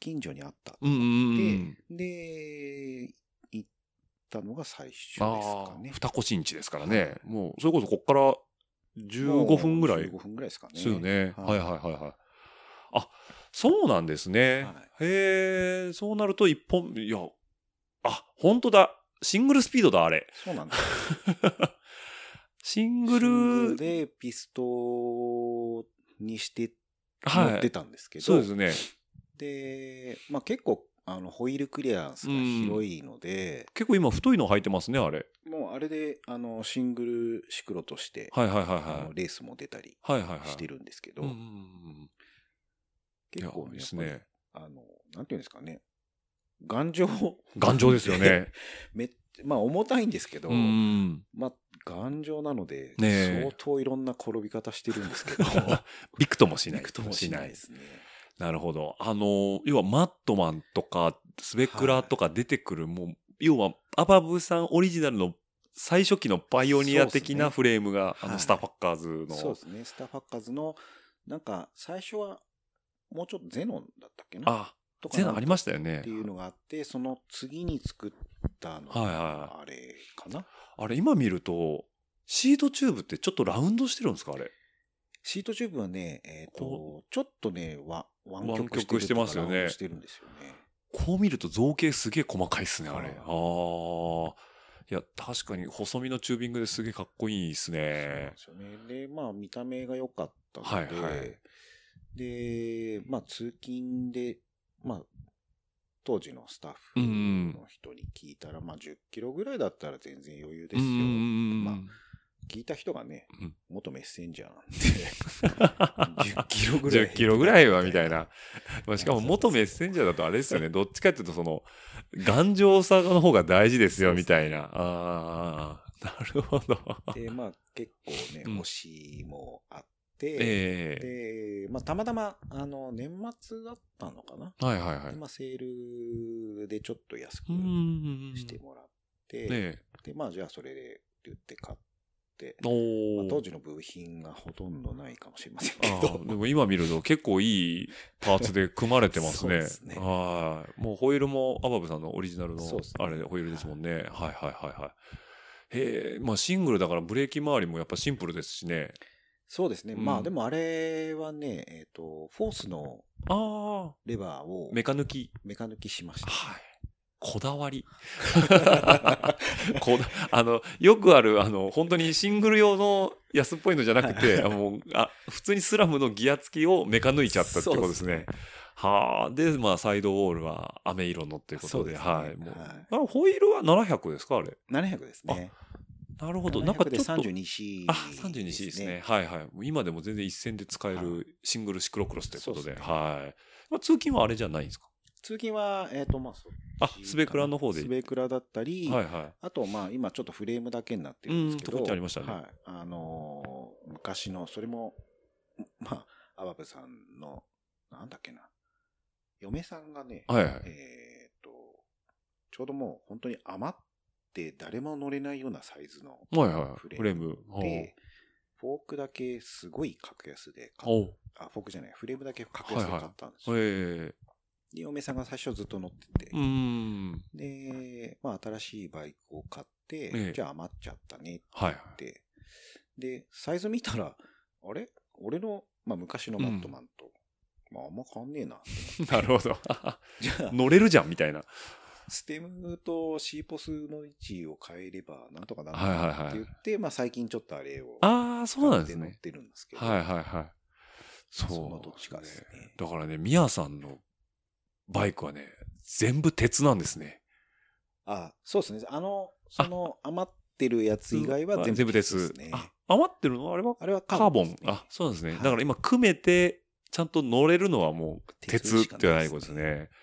Speaker 3: 近所にあった。
Speaker 2: い。うんうんうん。
Speaker 3: で、行ったのが最初です
Speaker 2: あ
Speaker 3: か
Speaker 2: あ、
Speaker 3: ね。
Speaker 2: 二子新地ですからね。もう、それこそこっから15分ぐらい
Speaker 3: 15分ぐらいですかね。
Speaker 2: ですよね。
Speaker 3: は
Speaker 2: はいはいは
Speaker 3: い
Speaker 2: いはい。あ、そうなんですね。
Speaker 3: はい
Speaker 2: へえ、そうなると一本、いや、あ、本当だ。シングルスピードだ、あれ。
Speaker 3: そうなんです。
Speaker 2: シン
Speaker 3: シ
Speaker 2: グ
Speaker 3: ングル
Speaker 2: ル、
Speaker 3: でピストにして
Speaker 2: は
Speaker 3: 乗って
Speaker 2: い。
Speaker 3: たんですけど、
Speaker 2: そうですね。
Speaker 3: でまあ結構、あの、ホイールクリアランスが広いので、
Speaker 2: 結構今太いの履いてますね、あれ。
Speaker 3: もうあれで、あの、シングルシクロとして、
Speaker 2: はいはいはい
Speaker 3: あ
Speaker 2: は
Speaker 3: のレースも出たり
Speaker 2: い。はいはいはい。
Speaker 3: してるんですけど、
Speaker 2: うんうんうん。
Speaker 3: 結構
Speaker 2: いや
Speaker 3: ね、
Speaker 2: ですね。
Speaker 3: あの、なんていうんですかね。頑丈。
Speaker 2: 頑丈ですよ。ね。
Speaker 3: めっ まあ重たいんですけど、
Speaker 2: うんうん。
Speaker 3: まあ頑丈なので、
Speaker 2: ねえ
Speaker 3: 相当いろんな転び方してるんで すけど、
Speaker 2: びくともしない。
Speaker 3: びくともしないで。すね。
Speaker 2: なるほど。あの、要はマットマンとか、スベクラとか出てくる、もう、要は、アバブさんオリジナルの最初期のパイオニア的
Speaker 3: そう
Speaker 2: な
Speaker 3: っすね
Speaker 2: フレームが、あ
Speaker 3: は
Speaker 2: の、
Speaker 3: い
Speaker 2: スターファッカーズの。
Speaker 3: そうですね。スターファッカーズの、なんか最初はもうちょっとゼノンだったっけな
Speaker 2: あ、
Speaker 3: とか
Speaker 2: ゼロありま
Speaker 3: し
Speaker 2: したよね
Speaker 3: って。いうのがあって、その次に作ったの
Speaker 2: はいは
Speaker 3: があれかな、
Speaker 2: あれ、今見ると、シートチューブってちょっとラウンドしてるんですかあれ。
Speaker 3: シートチューブはね、えっ、、
Speaker 2: こと
Speaker 3: ちょっとね、わ湾曲
Speaker 2: 湾曲してますよね
Speaker 3: 湾曲してるんですよね。
Speaker 2: こう見ると造形すげえ細かいっすね、あれ。
Speaker 3: はい
Speaker 2: ああ。いや、確かに細身のチュービングですげえかっこいいっすね。
Speaker 3: そうなんですよね。で、まあ、見た目が良かったので、
Speaker 2: はいはい
Speaker 3: で、まあ、通勤で、まあ、当時のスタッフ
Speaker 2: うんうん
Speaker 3: の人に聞いたら、まあ、10キロぐらいだったら全然余裕です
Speaker 2: う
Speaker 3: よ。
Speaker 2: ん。
Speaker 3: まあ聞いた人がね、
Speaker 2: うん
Speaker 3: 元メッセンジャーなん で、10キロぐらい。
Speaker 2: 10キロぐらいはみたい な。まあ、しかも元メッセンジャーだとあれですよね。どっちかっていうとその、頑丈さの方が大事ですよみたいな。ああ、なるほど。
Speaker 3: で、まあ、結構ね、
Speaker 2: うん
Speaker 3: 推しもあって、
Speaker 2: え
Speaker 3: で、まあ、たまたま、あの、年末だったのかな。
Speaker 2: えはいはいはい
Speaker 3: で。まあ、セールでちょっと安
Speaker 2: う
Speaker 3: く
Speaker 2: ーん。
Speaker 3: してもらって、
Speaker 2: ね
Speaker 3: で、まあじゃあそれでって言って買って、
Speaker 2: え。
Speaker 3: まあ
Speaker 2: お
Speaker 3: 当
Speaker 2: ー。
Speaker 3: 時の部品がほとんどないかもしれません
Speaker 2: あ
Speaker 3: けど
Speaker 2: ー、でも今見ると結構いいパーツで組まれてますね
Speaker 3: そうです。ね
Speaker 2: はい。もうホイールもアバブさんのオリジナルの
Speaker 3: そうですね
Speaker 2: あれでホイールですもんね。はいはいはいはい。へえ、まあシングルだからブレーキ周りもやっぱシンプルですしね。
Speaker 3: そうですね。
Speaker 2: うん
Speaker 3: まあでもあれはね、えっ、と、フォースの
Speaker 2: ああ、
Speaker 3: レバーを
Speaker 2: メカ抜き。
Speaker 3: メカ抜きしました。
Speaker 2: はい。こだわり。 こだあの、よくある、あの、本当にシングル用の安っ ぽいのじゃなくて、あもうあ、普通にスラムのギア付きをメカ抜いちゃったってことですね。はあ。で、まあ、サイドウォールは飴色のっていうことで、
Speaker 3: そうですね
Speaker 2: はい。もう、
Speaker 3: はい
Speaker 2: あホイールは700ですかあれ。
Speaker 3: 700ですね。
Speaker 2: なるほ
Speaker 3: 700
Speaker 2: ど。なんかちょっと。
Speaker 3: で 32C。
Speaker 2: あ、32C ですね。。はいはい。もう今でも全然一戦で使え
Speaker 3: は
Speaker 2: るシングルシクロクロスということで。
Speaker 3: そうですね
Speaker 2: はい。まあ、通勤はあれじゃないんですか
Speaker 3: 通勤は、えっ、と、まあ、そう
Speaker 2: あスベクラの方で
Speaker 3: スベクラだったり、
Speaker 2: はいは
Speaker 3: あと、まあ、今ちょっとフレームだけになってるんです
Speaker 2: うん
Speaker 3: け
Speaker 2: と
Speaker 3: ど、
Speaker 2: こっちありましたね
Speaker 3: はい。あのー昔の、それも、まあ、アバブさんの、なんだっけな、嫁さんがね、
Speaker 2: い。はいはい。
Speaker 3: えっ、と、ちょうどもう本当に余って誰も乗れないようなサイズの
Speaker 2: はいはい。フ
Speaker 3: フ
Speaker 2: レ
Speaker 3: レ
Speaker 2: ー
Speaker 3: ー
Speaker 2: ム。
Speaker 3: で、フォークだけすごい格安で買っ
Speaker 2: おう
Speaker 3: あ、フォークじゃない、フレームだけ格安で買ったんですよ。
Speaker 2: え
Speaker 3: で、嫁さんが最初ずっと乗ってて
Speaker 2: え、うーん。
Speaker 3: で、まあ新しいバイクを買って、
Speaker 2: ええ
Speaker 3: じゃあ余っちゃったねっ
Speaker 2: はいはい。
Speaker 3: て、で、サイズ見たら、あれ俺の、まあ昔のマットマンと、まああんま変わんねえな。
Speaker 2: なるほど。
Speaker 3: じゃあ、
Speaker 2: 乗れるじゃんみたいな。
Speaker 3: ステムとシーポスの位置を変えればなんとかなる
Speaker 2: はいはい
Speaker 3: っ
Speaker 2: は
Speaker 3: て言
Speaker 2: い
Speaker 3: っ。て、まあ最近ちょっとあれを、
Speaker 2: ああ、そうなんです
Speaker 3: 乗っ
Speaker 2: ね。
Speaker 3: てるんですけど、
Speaker 2: はいはいはい。そう。
Speaker 3: そのどっちかですね。
Speaker 2: だからね、ミヤさんのバイクはね、全部鉄なんですね。
Speaker 3: あ、そうですね。あの、その余ってるやつ以外は全
Speaker 2: 全部
Speaker 3: 部鉄
Speaker 2: 鉄
Speaker 3: ですね。。
Speaker 2: あ、余ってるのあれは
Speaker 3: あれは
Speaker 2: カーボン。
Speaker 3: ですね
Speaker 2: あ、そうなんですね。
Speaker 3: はい
Speaker 2: だから今、組めて、ちゃんと乗れるのはもう、鉄
Speaker 3: 鉄しか
Speaker 2: ではな
Speaker 3: ないい
Speaker 2: こ
Speaker 3: ことと
Speaker 2: で
Speaker 3: ですす
Speaker 2: ね。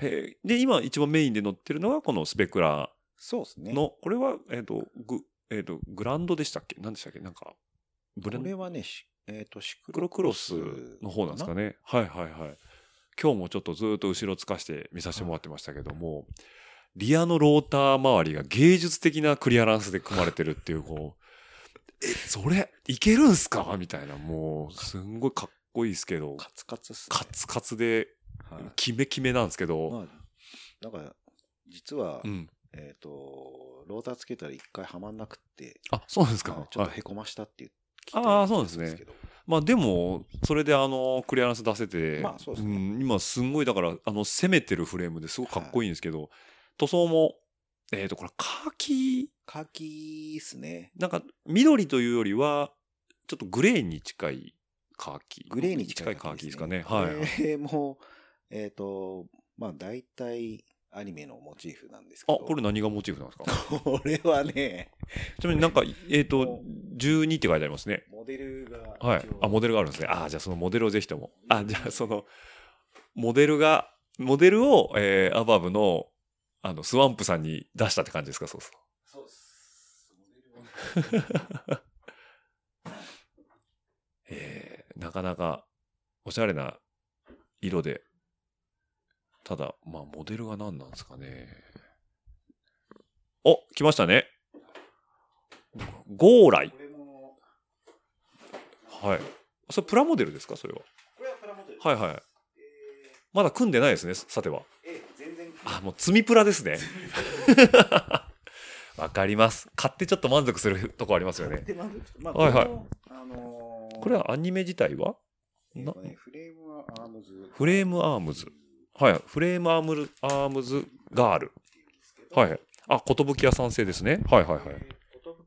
Speaker 2: へーで、今一番メインで乗ってるのが、このスペクラ
Speaker 3: そうですね。
Speaker 2: の、これは、えっ、と、グ、えっ、と、グランドでしたっけ何でしたっけなんか、ブ
Speaker 3: こ
Speaker 2: レン
Speaker 3: れはね、しえっ、と、シ
Speaker 2: クロクロスの方なんですかね。はいはいはい。今日もちょっとずっと後ろつかして見させてもらってましたけども、リアのローター周りが芸術的なクリアランスで組まれてるっていう、こ う、え、それ、いけるんすかみたいな、もう、すんごいかっこいいですけど、
Speaker 3: カツカツっすね。
Speaker 2: カツカツで、
Speaker 3: はい
Speaker 2: キメキメなんですけど、
Speaker 3: まあ、なんか、実は、
Speaker 2: うん。
Speaker 3: えっ、と、ローターつけたら一回はまんなくって、
Speaker 2: あ、そうなんですか。
Speaker 3: はいちょっと
Speaker 2: はい
Speaker 3: へこましたっていう。
Speaker 2: あーそうですね
Speaker 3: けど
Speaker 2: まあでも、それであの、クリアランス出せて、
Speaker 3: まあそうですね
Speaker 2: ん、今すんごい、だから、あの、攻めてるフレームですごくかっこいいんですけど、塗装も、えっ、と、これ、カーキ
Speaker 3: カーキーっすね。
Speaker 2: なんか、緑というよりは、ちょっとグレーに近いカーキ
Speaker 3: グレーに
Speaker 2: 近いカーキですかね。
Speaker 3: カ
Speaker 2: はい、
Speaker 3: ーキですねこれもう、えっ、と、まあ、大体、アニメのモチーフなんですけ
Speaker 2: あ、
Speaker 3: ど。
Speaker 2: これ何がモチーフなんですか
Speaker 3: これはね、
Speaker 2: ちなみになんか、えっ、と、12って書いてありますね。
Speaker 3: モデルが。
Speaker 2: はい。あ、モデルがあるんですね。あー、じゃあそのモデルをぜひとも。あ、じゃあその、モデルが、モデルを、えー、アバブの、あの、スワンプさんに出したって感じですか、そうそう。
Speaker 3: そうっす。モデルは
Speaker 2: えーなかなかおしゃれな色で、ただ、まあ、モデルが何なんですかね。お、来ましたね。ゴーライ
Speaker 3: こ。れも、
Speaker 2: はい。それプラモデルですかそれは。
Speaker 3: これはプラモデル。
Speaker 2: はいはい。まだ組んでないですね、さては。
Speaker 3: ええ、全然。
Speaker 2: あ、もう積みプラですね。 わかります。買ってちょっと満足するとこありますよね。
Speaker 3: で、まず、まあ、
Speaker 2: はいはい
Speaker 3: このあのー
Speaker 2: これ、はアニメ自体は
Speaker 3: え
Speaker 2: な
Speaker 3: ーとね、フレームはアームズ。
Speaker 2: フレームアームズ。はい。フレームアームルアームズガール。はい。あ、寿屋さん製ですね。はいはいはい。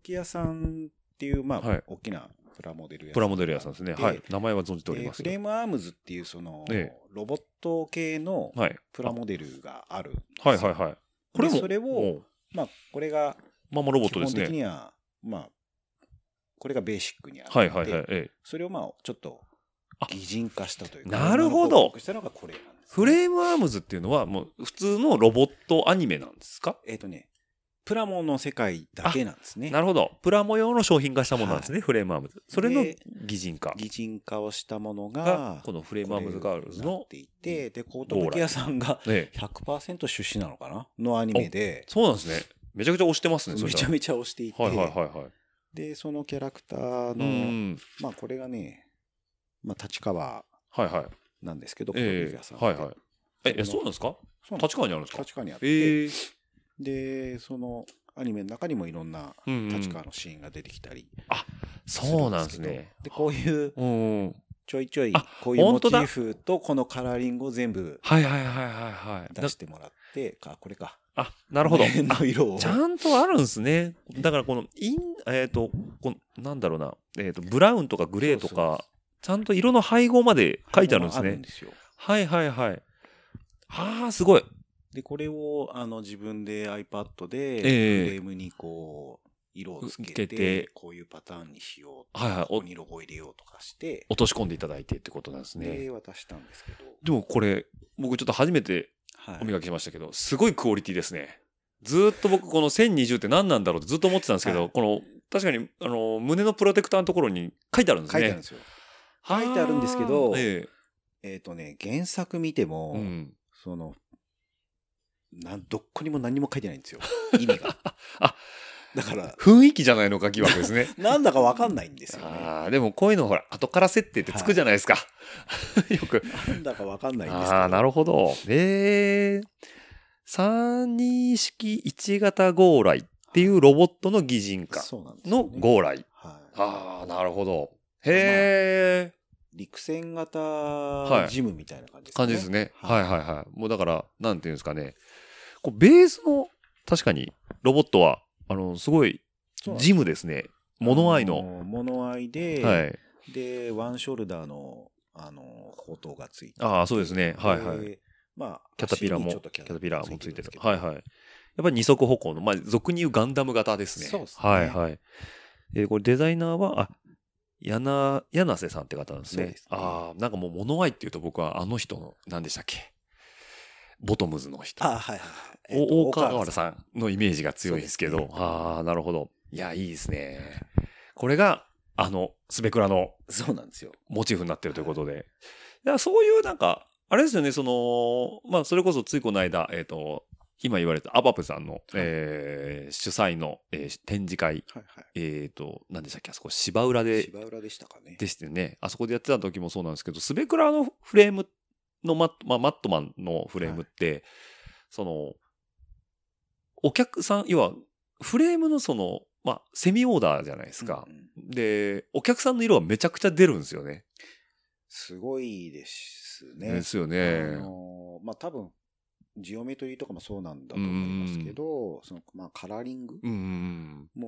Speaker 3: 寿屋さんっていう、まあ、
Speaker 2: はい
Speaker 3: 大きなプラモデル屋さん。
Speaker 2: プラモデル屋さんですね。はい
Speaker 3: で。
Speaker 2: 名前は存じており
Speaker 3: で
Speaker 2: ます。
Speaker 3: フレームアームズっていう、その、
Speaker 2: ええ
Speaker 3: ロボット系の
Speaker 2: はい。
Speaker 3: プラモデルがあるんですよ。
Speaker 2: はいはいはい。こ
Speaker 3: で
Speaker 2: れも、
Speaker 3: それを
Speaker 2: おう
Speaker 3: まあ、これが、
Speaker 2: まあまあロボッ
Speaker 3: 基
Speaker 2: トで
Speaker 3: 本
Speaker 2: す
Speaker 3: 的
Speaker 2: ね。
Speaker 3: には、まあ、これがベーシックにあるの
Speaker 2: は
Speaker 3: で。
Speaker 2: いはいはい。ええ
Speaker 3: それをまあ、ちょっと
Speaker 2: あ、
Speaker 3: 擬人化したというか。
Speaker 2: なるほど
Speaker 3: 女の子を克服したのがこれなんですね、
Speaker 2: フレームアームズっていうのは、もう普通のロボットアニメなんですか
Speaker 3: えっ、とね、プラモの世界だけなんですね。
Speaker 2: なるほど。プラモ用の商品化したものなんですね、フレームアームズ。それの
Speaker 3: で
Speaker 2: 擬人化
Speaker 3: 擬人化をしたもの
Speaker 2: が
Speaker 3: が、、
Speaker 2: このフレームアームズガールズ
Speaker 3: にな
Speaker 2: の
Speaker 3: っ、ていて、で、コー
Speaker 2: ゴー
Speaker 3: ト
Speaker 2: ライ
Speaker 3: 屋さんが
Speaker 2: ええ
Speaker 3: 100%出資なのかなのアニメで、
Speaker 2: そうなんですね。めちゃくちゃ推してますね、そ
Speaker 3: め
Speaker 2: れ
Speaker 3: ちゃめちゃ推していて、
Speaker 2: はいはいはいはい。
Speaker 3: で、そのキャラクター
Speaker 2: う
Speaker 3: の、
Speaker 2: ん。
Speaker 3: まあこれがね、まあ立川
Speaker 2: はいはい。
Speaker 3: なんですけど、
Speaker 2: え
Speaker 3: コ
Speaker 2: え
Speaker 3: ート屋さんって
Speaker 2: はいはい。え、え
Speaker 3: そ
Speaker 2: そう
Speaker 3: の
Speaker 2: なんですか
Speaker 3: そうなんです
Speaker 2: 立川にあるんですか
Speaker 3: 立川にあって、
Speaker 2: ええ
Speaker 3: で、そのアニメの中にもいろんな
Speaker 2: うんうん
Speaker 3: 立川のシーンが出てきたりする
Speaker 2: そうなんですね。
Speaker 3: けどで、こういう、
Speaker 2: うん。はい
Speaker 3: ちょいちょい
Speaker 2: あ、
Speaker 3: こういう
Speaker 2: 本
Speaker 3: モ
Speaker 2: 当
Speaker 3: チ
Speaker 2: だ
Speaker 3: ーフとこのカラーリングを全部
Speaker 2: はいはいはいはい。だ
Speaker 3: 出してもらって、か、これか。
Speaker 2: あ、なる ほど。
Speaker 3: この辺
Speaker 2: あ
Speaker 3: の色を。
Speaker 2: ちゃんとあるんですね。だからこの、イン、えっ、と、このなんだろうな、えっ、と、ブラウンとかグレーと
Speaker 3: そうそうそ
Speaker 2: か、ちゃんと色の配合まで書いてあるんです
Speaker 3: あ
Speaker 2: ね。
Speaker 3: よ
Speaker 2: はいはいはい。はあ、すごい。
Speaker 3: で、これを、あの、自分で iPad で、フ
Speaker 2: ええ
Speaker 3: レームにこう、色をつけて
Speaker 2: つけて
Speaker 3: こういうパターンにしようとか、
Speaker 2: はいはい
Speaker 3: ここにロゴ入れようとかして、
Speaker 2: 落とし込んでいただいてってことなんですね。
Speaker 3: で、渡したんですけど、
Speaker 2: でもこれ、僕ちょっと初めて
Speaker 3: は
Speaker 2: お見かけしましたけど、すごいクオリティですね。ずーっと僕、この1020って何なんだろうってずっと思ってたんですけど、
Speaker 3: はい
Speaker 2: この、確かに、あの、胸のプロテクターのところに書いてあるんです
Speaker 3: 書
Speaker 2: ね。
Speaker 3: いてあるんですよ。
Speaker 2: は
Speaker 3: 書いてあるんですけど
Speaker 2: え
Speaker 3: えっ、とね、原作見ても
Speaker 2: え、うん。
Speaker 3: その、なん、どっこにも何にも書いてないんですよ。意味が。
Speaker 2: あ
Speaker 3: だから、
Speaker 2: 雰囲気じゃないのか疑惑です ね。
Speaker 3: なんだかわかんないんですよね。
Speaker 2: ああ、でもこういうのほら、後から設定ってつくじゃないですか。 よく。
Speaker 3: なんだかわかんないんですけど。
Speaker 2: ああ、なるほど。ええ三二式一型号来っていうロボットの擬人化
Speaker 3: そうなんですよ
Speaker 2: の
Speaker 3: ね
Speaker 2: 号来。
Speaker 3: はい。
Speaker 2: ああ、なるほど。へえ、
Speaker 3: 陸戦型ジムみたいな感じですね。
Speaker 2: 感じですね。
Speaker 3: は
Speaker 2: はいいはいはい。もうだから、なんていうんですかね。こうベースの、確かに、ロボットは、あの、すごい、
Speaker 3: そうなんです
Speaker 2: ジムですね。物合いの。。
Speaker 3: あ物合いで、
Speaker 2: はい。
Speaker 3: で、ワンショルダーの、あの、砲塔がついてて。
Speaker 2: ああ、そうですね。はいはい。
Speaker 3: で。まあ、
Speaker 2: キャタピラ
Speaker 3: 足に
Speaker 2: も、
Speaker 3: ち
Speaker 2: キ
Speaker 3: ょっ
Speaker 2: ャ
Speaker 3: と
Speaker 2: タピラーもついてる
Speaker 3: んです。けど
Speaker 2: はいはい。やっぱり二足歩行の、まあ、俗に言うガンダム型ですね。
Speaker 3: そうですね
Speaker 2: はいはい。えーこれデザイナーは、あ、柳、柳瀬さんって方なんですね。
Speaker 3: そうですね
Speaker 2: ああ、なんかもう物合いっていうと僕はあの人の、何でしたっけボトムズの人。
Speaker 3: あ、はいはいはい。えっと
Speaker 2: お大川原さんのイメージが強いですけど。
Speaker 3: そうですね
Speaker 2: ああ、なるほど。いや、いいですね。これが、あの、スベクラの
Speaker 3: そうなんですよ。
Speaker 2: モチーフになってるということで。いや、そういうなんか、あれですよね、その、まあ、それこそついこの間、えっ、と、今言われたアパプさんの、えー主催の、えー展示会、
Speaker 3: はいはい。
Speaker 2: えっ、と、何でしたっけ、あそこ芝浦で、
Speaker 3: 芝浦でしたかね。
Speaker 2: でしてね、あそこでやってた時もそうなんですけど、スベクラのフレームのマッ,、まあ、マットマンのフレームって、その、お客さん、要は、フレームのその、まあ、セミオーダーじゃないですか
Speaker 3: う。んうん
Speaker 2: で、お客さんの色はめちゃくちゃ出るんですよね。
Speaker 3: すごいですね。
Speaker 2: ですよ
Speaker 3: あ
Speaker 2: ね。
Speaker 3: のーまあ多分、ジオメトリーとかもそうなんだと思いますけど、その、まあカラーリング
Speaker 2: うんうんうん。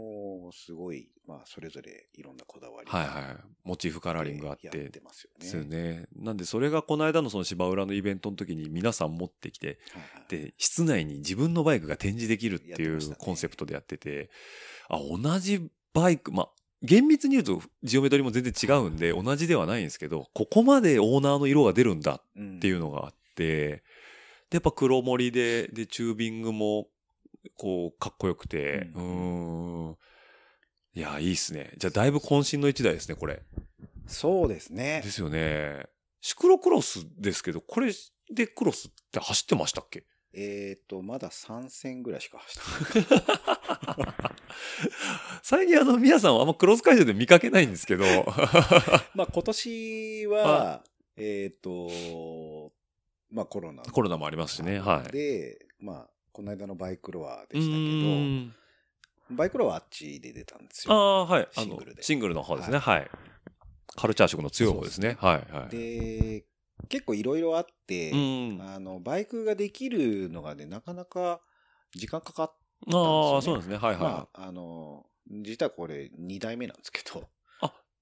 Speaker 3: もすごい、まあそれぞれいろんなこだわり
Speaker 2: はいはい。モチーフカ
Speaker 3: カ
Speaker 2: ラーリングがあって。
Speaker 3: やってますよね。
Speaker 2: ですよね。なんで、それがこの間のその芝浦のイベントの時に皆さん持ってきて、
Speaker 3: はいはい
Speaker 2: で、室内に自分のバイクが展示できるってい
Speaker 3: やってました
Speaker 2: う
Speaker 3: ね
Speaker 2: コンセプトでやってて、あ、同じバイク、まあ、厳密に言うとジオメトリも全然違うんで、同じではないんですけど、ここまでオーナーの色が出るんだ
Speaker 3: うん
Speaker 2: っていうのがあって、で、やっぱ黒森で、で、チュービングも、こう、かっこよくて、
Speaker 3: う
Speaker 2: うんーん。いや、いいっすね。じゃあ、だいぶ渾身の一台ですね、これ。
Speaker 3: そうですね
Speaker 2: で。すよね。シクロクロスですけど、これでクロスって走ってましたっけ
Speaker 3: えっ、と、まだ3戦ぐらいしか走ってない。
Speaker 2: 最近あの、皆さんはあんまクロス会場で見かけないんです けど、
Speaker 3: まあ今年は、えっ、と、まあコロナ
Speaker 2: コロナもありますしね、はい。
Speaker 3: で、まあ、この間のバイクロアで
Speaker 2: う
Speaker 3: したけ
Speaker 2: ーん
Speaker 3: ど、バイクロアはあっちで出たんです
Speaker 2: あ
Speaker 3: よ。
Speaker 2: あ、はい。あ
Speaker 3: シン
Speaker 2: の
Speaker 3: グルで
Speaker 2: シングルの方ですね、はい。カルチャー色の強い方ですね、はい、はい。
Speaker 3: で、結構いろいろあって、
Speaker 2: うん。
Speaker 3: あの、バイクができるのがね、なかなか時間かかっ
Speaker 2: ああ、
Speaker 3: そ
Speaker 2: そうう
Speaker 3: な
Speaker 2: なんんですね。はい
Speaker 3: た。
Speaker 2: はい。
Speaker 3: まあ、あの、実はこれ2代目なんですけど、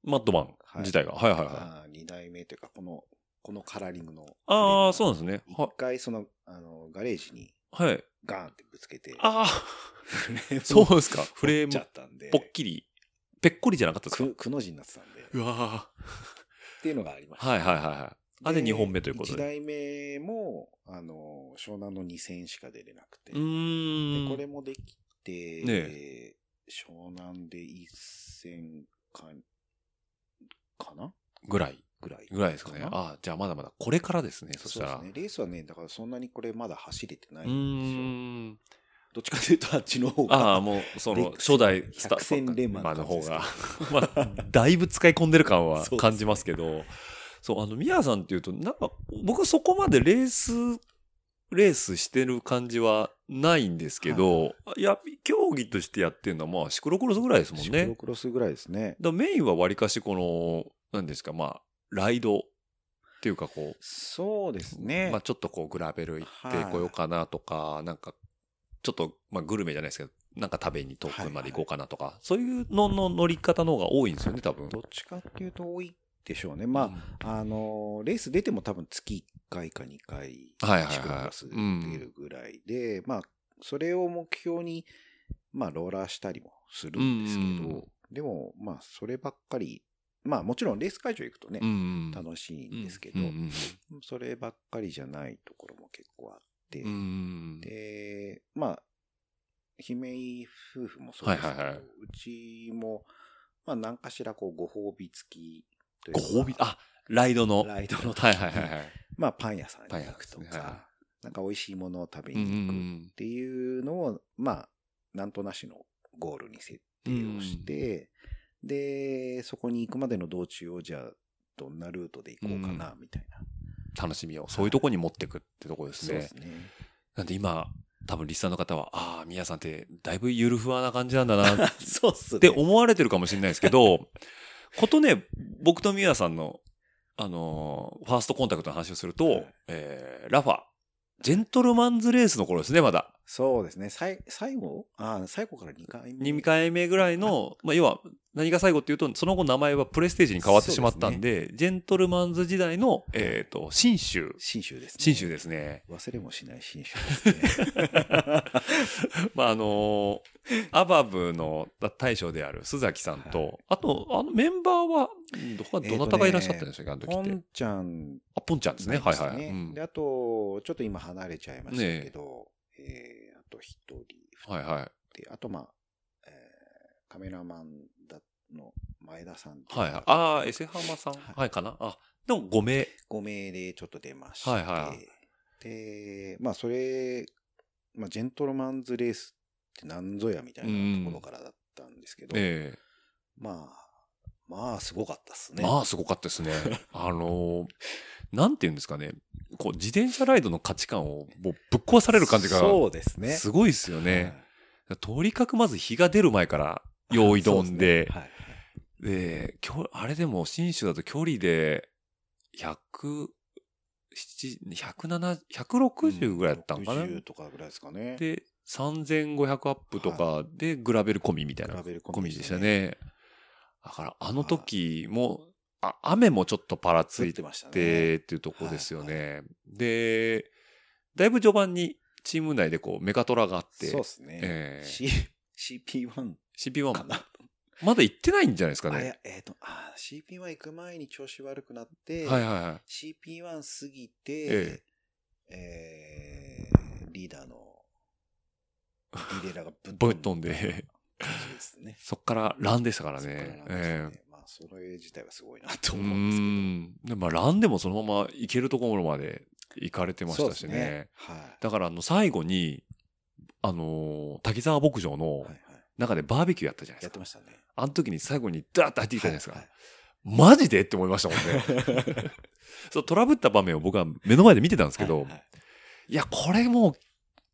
Speaker 2: マットマン自体が。はいはいはい。
Speaker 3: 2代目というか、この、このカラーリングの。
Speaker 2: ああ、そうなんですね。
Speaker 3: 一
Speaker 2: は
Speaker 3: 回その、あの、ガレージに
Speaker 2: はい。
Speaker 3: ガーンってぶつけて、
Speaker 2: ああ、
Speaker 3: フレーム
Speaker 2: そう
Speaker 3: を
Speaker 2: ですか。フレー
Speaker 3: 折っちゃ
Speaker 2: ム
Speaker 3: っ、たんで、
Speaker 2: ぽっきり、ぺっこりじゃなかったですか
Speaker 3: くくの字になってたんで、っ
Speaker 2: うわ
Speaker 3: ていうのがありました。
Speaker 2: ーはいはいはいはい。あれ2本目ということ
Speaker 3: 1
Speaker 2: で。
Speaker 3: 代目も、あの、湘南の2戦しか出れなくて、
Speaker 2: う
Speaker 3: で
Speaker 2: ーん。
Speaker 3: これもできて、
Speaker 2: ね
Speaker 3: 湘南で1戦か、かな
Speaker 2: ぐらい。
Speaker 3: ぐらい。
Speaker 2: ぐらいですかね。
Speaker 3: な
Speaker 2: ああ、じゃあまだまだこれからですね。そし
Speaker 3: そ
Speaker 2: た
Speaker 3: うで
Speaker 2: ら。
Speaker 3: すね。レースはね、だからそんなにこれまだ走れてな
Speaker 2: う
Speaker 3: いんですよ。
Speaker 2: ーん。
Speaker 3: どっちかというとあっちの方が。
Speaker 2: ああ、もう、そ
Speaker 3: レッ
Speaker 2: の、
Speaker 3: クス
Speaker 2: 初代スタ
Speaker 3: 百戦錬磨
Speaker 2: まあの
Speaker 3: 感じ
Speaker 2: 方
Speaker 3: ですけど
Speaker 2: が、 まあ、だいぶ使い込んでる感は
Speaker 3: そうですね
Speaker 2: 感じますけど、そう、あの、ミヤさんっていうと、なんか、僕そこまでレース、レースしてる感じはないんですけど、いや、競技としてやってるのは、まあ、シクロクロスぐらいですもん
Speaker 3: シ
Speaker 2: ね。
Speaker 3: クロクロスぐらいです
Speaker 2: だ
Speaker 3: ね。
Speaker 2: からメインはわりかしこの、なんですか、まあ、ライドっていうかこ
Speaker 3: そうです
Speaker 2: う、
Speaker 3: ね。
Speaker 2: まあちょっとこうグラベル行っ
Speaker 3: はい
Speaker 2: てこようかなとか、なんか、ちょっと、まあグルメじゃないですけど、なんか食べに遠くまで行こうかなとか、そういうのの乗り方の方が多いんですよね、多分。
Speaker 3: どっちかっていうと多いでしょうね。まあ、あのーレース出ても多分月1回か2回、
Speaker 2: はいはいはい
Speaker 3: シクロクロス出るぐらいで、まあ、それを目標に、まあ、ローラーしたりもするんですけど、
Speaker 2: うんうん
Speaker 3: でも、まあ、そればっかり、まあ、もちろんレース会場行くとね、
Speaker 2: うんうん、
Speaker 3: 楽しいんですけど、
Speaker 2: うんうん
Speaker 3: そればっかりじゃないところも結構あって、
Speaker 2: うんうん、
Speaker 3: で、まあ、姫井夫婦もそうですけど、
Speaker 2: はいはいはいう
Speaker 3: ちも、まあ、何かしらこうご褒美付きというか
Speaker 2: ご褒美、あ、ライドの。
Speaker 3: ライドの時
Speaker 2: はいはいはい はい。
Speaker 3: まあ、パン屋さんに
Speaker 2: パン屋
Speaker 3: 行
Speaker 2: さん
Speaker 3: くと
Speaker 2: ですね
Speaker 3: か、
Speaker 2: は
Speaker 3: なんか美味しいものを食べ
Speaker 2: うんう
Speaker 3: に行くっ
Speaker 2: ん
Speaker 3: ていうのを、まあ、なんとなしのゴールに設定をして、で、そこに行くまでの道中を、じゃあ、どんなルートで行こうかな、みたいな。
Speaker 2: 楽しみを、そういうとこに持ってくってとこですね。
Speaker 3: ね。
Speaker 2: なんで今、多分リスナーの方は、ああ、宮さんってだいぶゆるふわな感じなんだなっ
Speaker 3: そうっすね。
Speaker 2: て思われてるかもしれないですけど、 ことね、僕と宮さんの、あのーファーストコンタクトの話をすると、
Speaker 3: はい
Speaker 2: えーラファ、ジェントルマンズレースの頃ですね、まだ。
Speaker 3: そうですね。さい最後あー最後から2回目。
Speaker 2: 2回目ぐらいの、まあ、要は何が最後っていうとその後名前はプレステージに変わってしまったんでジェントルマンズ時代の、えー、と新州
Speaker 3: 新州ですね。
Speaker 2: 新州です ね
Speaker 3: 忘れもしない新州ですね。
Speaker 2: まああのーアバブの大将である須崎さんと、
Speaker 3: はい
Speaker 2: あとあのメンバーはどどなたがいらっしゃったんでしょうか、あ
Speaker 3: ポ
Speaker 2: の時って
Speaker 3: ンちゃん
Speaker 2: あポンちゃんですね
Speaker 3: なん
Speaker 2: はいはい、うん
Speaker 3: で、あと、ちょっと今離れちゃいましたけど、えー、あと一人、二人、
Speaker 2: はいはい
Speaker 3: であとまあ、えー、カメラマンだの前田さんってう
Speaker 2: はいはいああエセハマさん、
Speaker 3: はい
Speaker 2: はいかなあでも5名
Speaker 3: 5名でちょっと出まして、
Speaker 2: はいは
Speaker 3: で、まあそれ、まあジェントルマンズレースって何ぞやみたいなところからだったんですけど、
Speaker 2: ええ
Speaker 3: まあ、まあすごかったっすね。
Speaker 2: まあすごかったです ね。あのーなんていうんですかね、こう自転車ライドの価値観をもうぶっ壊される感じが
Speaker 3: そうですね。
Speaker 2: すごいですよね。とにかくまず日が出る前から
Speaker 3: はい。
Speaker 2: 用意どんで、
Speaker 3: そうすねはい
Speaker 2: で、きょあれでも新州だと距離で100、107、160ぐらいだったんかな、
Speaker 3: 60とかぐらいですかね。
Speaker 2: で、3500アップとかでグラベル込みみたいな
Speaker 3: グラベル込み
Speaker 2: 込みでしたね。だからあの時も、あ雨もちょっとパラつ
Speaker 3: つい
Speaker 2: い
Speaker 3: て
Speaker 2: て
Speaker 3: ましたね。
Speaker 2: ってっていうところですよね。で、だいぶ序盤にチーム内でこうメカトラがあって、
Speaker 3: そうですね。
Speaker 2: ええ
Speaker 3: C、CP1
Speaker 2: CP1
Speaker 3: かな。
Speaker 2: まだ行ってないんじゃないですか
Speaker 3: あい
Speaker 2: ね
Speaker 3: や。えっ、と、あー CP1 行く前に調子悪くなって、
Speaker 2: はいはいはい。
Speaker 3: CP1 過ぎ
Speaker 2: え
Speaker 3: て、えーリーダーの、 リレラがぶっ
Speaker 2: ぶっ飛んで、。
Speaker 3: 感じですね
Speaker 2: そっからランでしたから
Speaker 3: そっからな
Speaker 2: ね
Speaker 3: んです。
Speaker 2: ええ
Speaker 3: ねまあ、それ自体はすごいなと
Speaker 2: うー
Speaker 3: 思うんですけど。
Speaker 2: ん。でまあランでもそのまま行けるところまで行かれてましたし
Speaker 3: そうです
Speaker 2: ね。。
Speaker 3: はい。
Speaker 2: だからあの最後に、あのー滝沢牧場の
Speaker 3: はいはい。
Speaker 2: 中でバーベキューやったじゃないで
Speaker 3: や
Speaker 2: す
Speaker 3: っ
Speaker 2: か
Speaker 3: て。ましたね。
Speaker 2: あの時に最後にダーッと入ってきたじゃないですか
Speaker 3: は。
Speaker 2: マジでって思いましたもんね。 そう、トラブった場面を僕は目の前で見てたんですけど、
Speaker 3: は
Speaker 2: い
Speaker 3: いはい
Speaker 2: や、これもう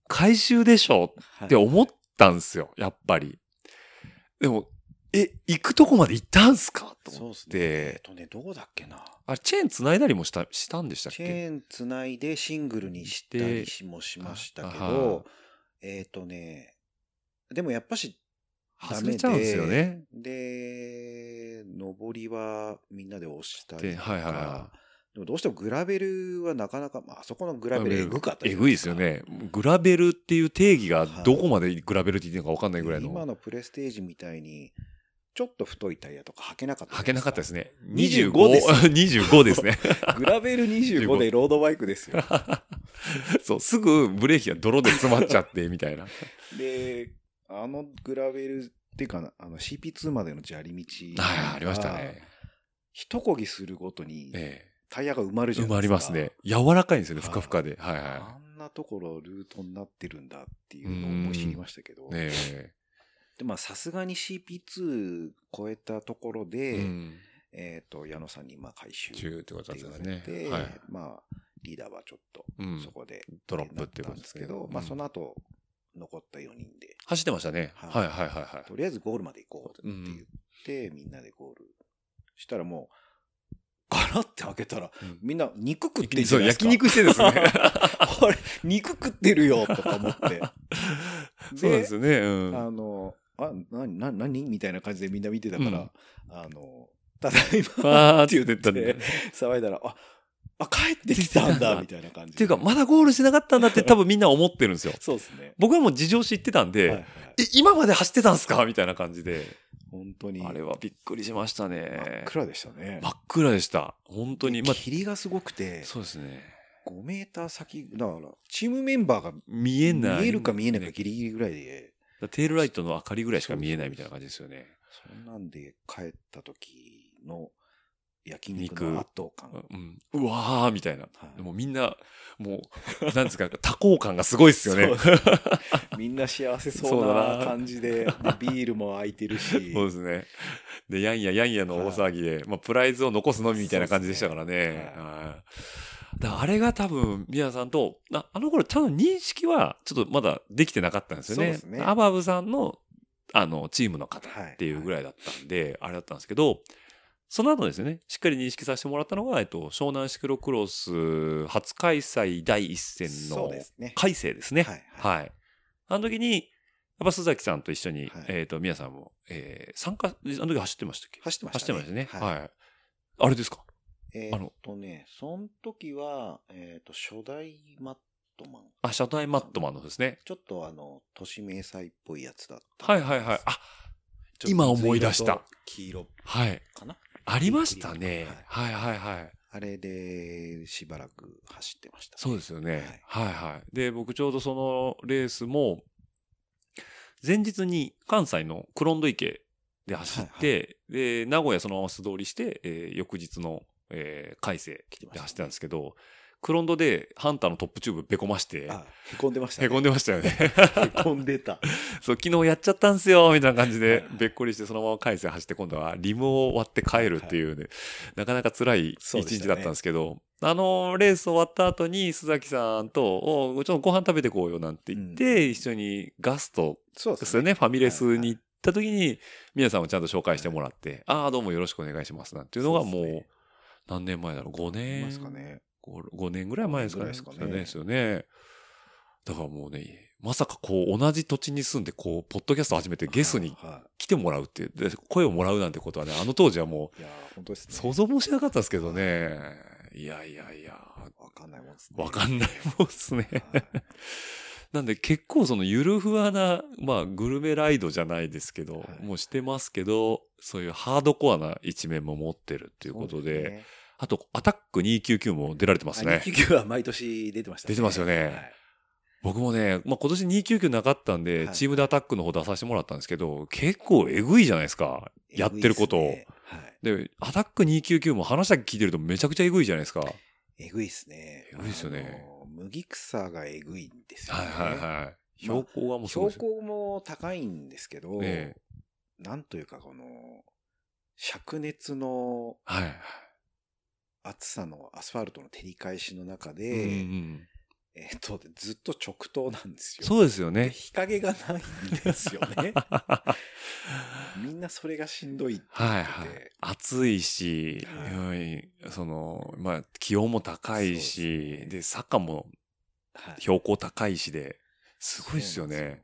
Speaker 2: 回収でしょって思ったんですよ、やっぱり。でも、え、行くとこまで行ったんすかと
Speaker 3: そう
Speaker 2: 思
Speaker 3: で
Speaker 2: っ。
Speaker 3: すね。えってとね、どこだっけな。
Speaker 2: あれ、チェーン繋いだりもした、したんでしたっ
Speaker 3: チ
Speaker 2: け
Speaker 3: ェーンつないでシングルにしたりしもしましたけど、えっ、とね、でもやっぱし、ダ
Speaker 2: 外
Speaker 3: メ
Speaker 2: れ
Speaker 3: で
Speaker 2: ちゃうんですよね。
Speaker 3: で、上りはみんなで押したり
Speaker 2: で、
Speaker 3: とか、
Speaker 2: はいはいは
Speaker 3: でもどうしてもグラベルはなかなか、まああそこのグラベルエグかった
Speaker 2: えぐいですよ。ね。グラベルっていう定義がどこまでグラベルって言ってるのか分かんないぐらいの。
Speaker 3: 今のプレステージみたいに、ちょっと太いタイヤとか履けなかった。
Speaker 2: 履けなかったです。ね。
Speaker 3: 25
Speaker 2: 25ですね。
Speaker 3: グラベル25でロードバイクですよ。
Speaker 2: そう、すぐブレーキが泥で詰まっちゃって、み たいな。
Speaker 3: で、あのグラベルっていうかな、あの CP2 までの砂利道。
Speaker 2: はい、ありましたね。。
Speaker 3: 一漕ぎするごとに
Speaker 2: え
Speaker 3: タイヤが埋ま
Speaker 2: え。
Speaker 3: るじゃ
Speaker 2: 埋
Speaker 3: な
Speaker 2: ま
Speaker 3: いで
Speaker 2: り
Speaker 3: すか。
Speaker 2: ますね。柔らかいんですよね、
Speaker 3: は
Speaker 2: ふ
Speaker 3: い
Speaker 2: かふかで。はい
Speaker 3: あ
Speaker 2: は
Speaker 3: んなところルートになってるんだっていうのを思い知りましたけど
Speaker 2: い。。ねえ。
Speaker 3: で、まあさすがに CP2 超えたところで、
Speaker 2: うん。
Speaker 3: えっ、と、矢野さんにまあ回収って
Speaker 2: 中ってことだった
Speaker 3: 言わ
Speaker 2: ん
Speaker 3: れ
Speaker 2: で
Speaker 3: て、
Speaker 2: すね。はい。
Speaker 3: まあリーダーはちょっと
Speaker 2: うん
Speaker 3: そこで、
Speaker 2: ドロップっていうこと
Speaker 3: なったん
Speaker 2: で
Speaker 3: です
Speaker 2: す
Speaker 3: け
Speaker 2: け
Speaker 3: ど、
Speaker 2: ど。
Speaker 3: まあその
Speaker 2: うん
Speaker 3: 後残った4人で、
Speaker 2: 走ってましたね。
Speaker 3: は
Speaker 2: は
Speaker 3: い
Speaker 2: いはいはいは
Speaker 3: と
Speaker 2: い。
Speaker 3: りあえずゴールまで行こうって言って、みんなでゴールしたらもう、ガラって開けたら、
Speaker 2: うん
Speaker 3: みんな肉食ってんじ
Speaker 2: そ
Speaker 3: ゃ
Speaker 2: う、
Speaker 3: ないですか。
Speaker 2: 焼肉して ですね。
Speaker 3: あれ、肉食ってるよとか思って。
Speaker 2: そうなんですよね。うん。
Speaker 3: あの、あ、な、な、何みたいな感じでみんな見てたから、
Speaker 2: うん
Speaker 3: あの、ただい
Speaker 2: あ
Speaker 3: ま
Speaker 2: ー
Speaker 3: っ
Speaker 2: って
Speaker 3: て
Speaker 2: 言っ
Speaker 3: 言ってて
Speaker 2: たんだ。
Speaker 3: 騒いだら、あ、あ、帰ってきた
Speaker 2: 帰っ
Speaker 3: ん
Speaker 2: てきたん
Speaker 3: だ、
Speaker 2: だ
Speaker 3: みたいな感じ。
Speaker 2: っていうか、まだゴールしなかったんだって多分みんな思ってるんですよ。
Speaker 3: そうですね。
Speaker 2: 僕はもう事情知ってたんで、
Speaker 3: はいはい
Speaker 2: え、今まで走ってたんすかみたいな感じで。
Speaker 3: 本当に。
Speaker 2: あれはびっくりしましたね
Speaker 3: 真っ。暗でしたね。
Speaker 2: 真っ暗でした。本当に。まあ、
Speaker 3: 霧がすごくて、
Speaker 2: そうですね。
Speaker 3: 5メーター先、だから、チームメンバーが
Speaker 2: 見
Speaker 3: 見
Speaker 2: えない。
Speaker 3: えるか見えないかギリギリぐらいで、
Speaker 2: だテールライトの明かりぐらいしか見えないみたいな感じですよね。
Speaker 3: そんなんで帰った時の焼肉の圧倒感。
Speaker 2: うん、うわーみたいな。
Speaker 3: はい
Speaker 2: でもみんな、もう、なんですか、多幸感がすごいっすよ ね。
Speaker 3: そう みんな幸せそう
Speaker 2: そうだ
Speaker 3: な
Speaker 2: な
Speaker 3: 感じで、でビールも空いてるし。
Speaker 2: そうですね。で、やんややんやの大騒ぎで、まあ、プライズを残すのみみたいな感じでしたからね。
Speaker 3: そう
Speaker 2: はい。だからあれが多分、宮さんと、ああの頃、ちゃんと認識は、ちょっとまだできてなかったんですよ
Speaker 3: そう
Speaker 2: ね。
Speaker 3: ですね
Speaker 2: アバブさんの、あの、チームの方
Speaker 3: はい
Speaker 2: っていうぐらいだったんで、あれだったんですけど、その後ですね、しっかり認識させてもらったのが、えっと、湘南シクロクロス初開催第一戦
Speaker 3: そ
Speaker 2: の
Speaker 3: うですね。
Speaker 2: 改正ですね。
Speaker 3: はいは
Speaker 2: はい。あの時に、やっぱ須崎さんと一緒に、
Speaker 3: はい
Speaker 2: えっ、と、宮さんも、えー、参加、あの時走ってましたっけ
Speaker 3: 走ってまし
Speaker 2: 走ったて
Speaker 3: ね。
Speaker 2: ましたね。
Speaker 3: はい
Speaker 2: はい。あれですか
Speaker 3: え
Speaker 2: あ
Speaker 3: ーっ
Speaker 2: の
Speaker 3: とね、その時は、えーっと、初代マットマン。
Speaker 2: あ、車体マットマンのですね。
Speaker 3: ちょっとあの、都市迷彩っぽいやつだった。
Speaker 2: はいはいはい。あ、今思い出した。
Speaker 3: 黄色
Speaker 2: はい。
Speaker 3: かな
Speaker 2: ありましたね。
Speaker 3: は
Speaker 2: はいはいはい。
Speaker 3: あれで、しばらく走ってました、
Speaker 2: そうですよね。はいはい。で、僕ちょうどそのレースも、前日に関西のクロンド池で走って、で、名古屋そのまま素通りして、えー翌日の、えー、海星で走ってたんですけど、クロンドでハンターのトップチューブべこまして、
Speaker 3: あ、へこんでましたね。
Speaker 2: へこんでましたよね。
Speaker 3: へこんでた。
Speaker 2: そう、昨日やっちゃったんすよ、みたいな感じ
Speaker 3: はい
Speaker 2: で、べっこりして、そのまま回線走って、今度はリムを割って帰るっていうね、なかなか辛い一
Speaker 3: そうでし
Speaker 2: 日
Speaker 3: たね
Speaker 2: だったんですけど、あの、レース終わった後に、須崎さんと、おうちょっとご飯食べてこうよなんて言って、一緒にガスト
Speaker 3: そう
Speaker 2: ですよね、ファミレスに行った時に、皆さんもちゃんと紹介してもらって、ああ、どうもよろしくお願いしますなんていうのが
Speaker 3: そう
Speaker 2: も
Speaker 3: ですね
Speaker 2: う、何年前だろう、5
Speaker 3: い
Speaker 2: 年。
Speaker 3: ますかね。
Speaker 2: 5, 年ぐらい前ですかね。
Speaker 3: 五年ぐらいですかね
Speaker 2: ですよね。だからもうね、まさかこう同じ土地に住んで、こう、ポッドキャスト始めてゲスに
Speaker 3: は
Speaker 2: 来てもらうっていう、で声をもらうなんてことはね、あの当時はも
Speaker 3: い。いやー、本当です
Speaker 2: う
Speaker 3: ね。
Speaker 2: 想像もしなかったですけどね。いやいやいや、
Speaker 3: わかんないもんですね。
Speaker 2: わか
Speaker 3: ない。
Speaker 2: んないもんっすね。なんで結構そのゆるふわな、まあグルメライドじゃないですけど、
Speaker 3: はい
Speaker 2: もうしてますけど、そういうハードコアな一面も持ってるっていうことで、
Speaker 3: そうすね。
Speaker 2: あとアタック299も出られてますね。
Speaker 3: あ299は毎年出てました、
Speaker 2: 出てますよね
Speaker 3: はい
Speaker 2: 僕もね、まあ、今年299なかったんで、
Speaker 3: はい
Speaker 2: チームでアタックの方出させてもらったんですけど、結構えぐいじゃないですか。やってることを
Speaker 3: えぐいっすねはい。
Speaker 2: で、アタック299も話だけ聞いてるとめちゃくちゃえぐいじゃないですか。はい
Speaker 3: えぐいですね。
Speaker 2: えぐいですよね
Speaker 3: あの。麦草がえぐいんですよね。
Speaker 2: はいはい。標高がもうすごい
Speaker 3: 標
Speaker 2: ですよ。
Speaker 3: 高も高いんですけど、
Speaker 2: ええ
Speaker 3: なんというかこの、灼熱の
Speaker 2: はい。
Speaker 3: 暑さのアスファルトの照り返しの中
Speaker 2: う
Speaker 3: で、
Speaker 2: んうん
Speaker 3: えっと、ずっと直投なんですよ。
Speaker 2: そうですよ
Speaker 3: で
Speaker 2: ね。。
Speaker 3: 日陰がないんですよ ね
Speaker 2: は
Speaker 3: みんなそれがしんどいって言ってて
Speaker 2: いはい。暑いし、
Speaker 3: は
Speaker 2: うんその、まあ、気温も高い
Speaker 3: そう
Speaker 2: し、
Speaker 3: です
Speaker 2: で
Speaker 3: ね
Speaker 2: 坂も
Speaker 3: はい
Speaker 2: 標高高いしで、すごいですよ
Speaker 3: そうなんで
Speaker 2: ね。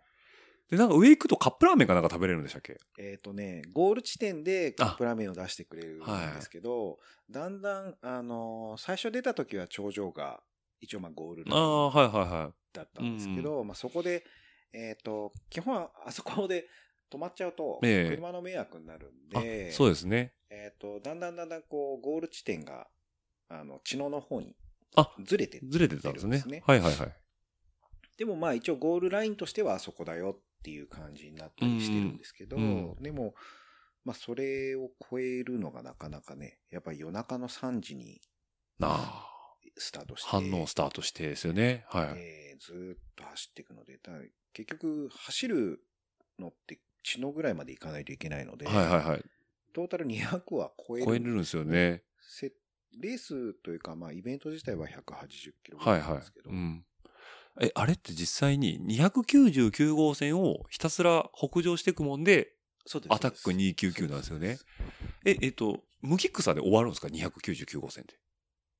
Speaker 2: で、なんか上行くとカップラーメンかなんか食べれるんでしたっけ
Speaker 3: えっ、とね、ゴール地点でカップラーメンを出してくれるん
Speaker 2: はい
Speaker 3: ですけど、だんだん、あのー最初出た時は頂上が、一応まあゴールライ
Speaker 2: あ
Speaker 3: ン
Speaker 2: あ、はいはいはい。
Speaker 3: だったんですけど、まあそこで、えっ、と、基本はあそこで止まっちゃうと、
Speaker 2: ええ
Speaker 3: 車の迷惑になるん
Speaker 2: あ
Speaker 3: で、
Speaker 2: そうですね。
Speaker 3: えっ、と、だんだんだんだんこう、ゴール地点が、あの、地のの方に
Speaker 2: あ、
Speaker 3: ずれて
Speaker 2: ずれてたんですね。
Speaker 3: ずれてるんですね
Speaker 2: はいはいはい。
Speaker 3: でもまあ一応ゴールラインとしてはあそこだよっていう感じになったりしてるんですけど、
Speaker 2: うんうん
Speaker 3: でも、まあそれを超えるのがなかなかね、やっぱり夜中の3時に
Speaker 2: なあ。
Speaker 3: スタートして、
Speaker 2: 反応スタートしてですよね。はい。
Speaker 3: えーずーっと走っていくので、だ結局走るのって地のぐらいまで行かないといけないので、
Speaker 2: はいはいはい。
Speaker 3: トータル200は超える
Speaker 2: 超えるんですよね。
Speaker 3: せレースというか、まあイベント自体は180キロぐら
Speaker 2: はいい
Speaker 3: な
Speaker 2: は
Speaker 3: ん
Speaker 2: い
Speaker 3: ですけ。ど、
Speaker 2: うん。え、あれって実際に299号線をひたすら北上していくもんで、
Speaker 3: そうです
Speaker 2: アタック299なんですよね。。え、えっと、無キックさで終わるんですか ?299 号線って。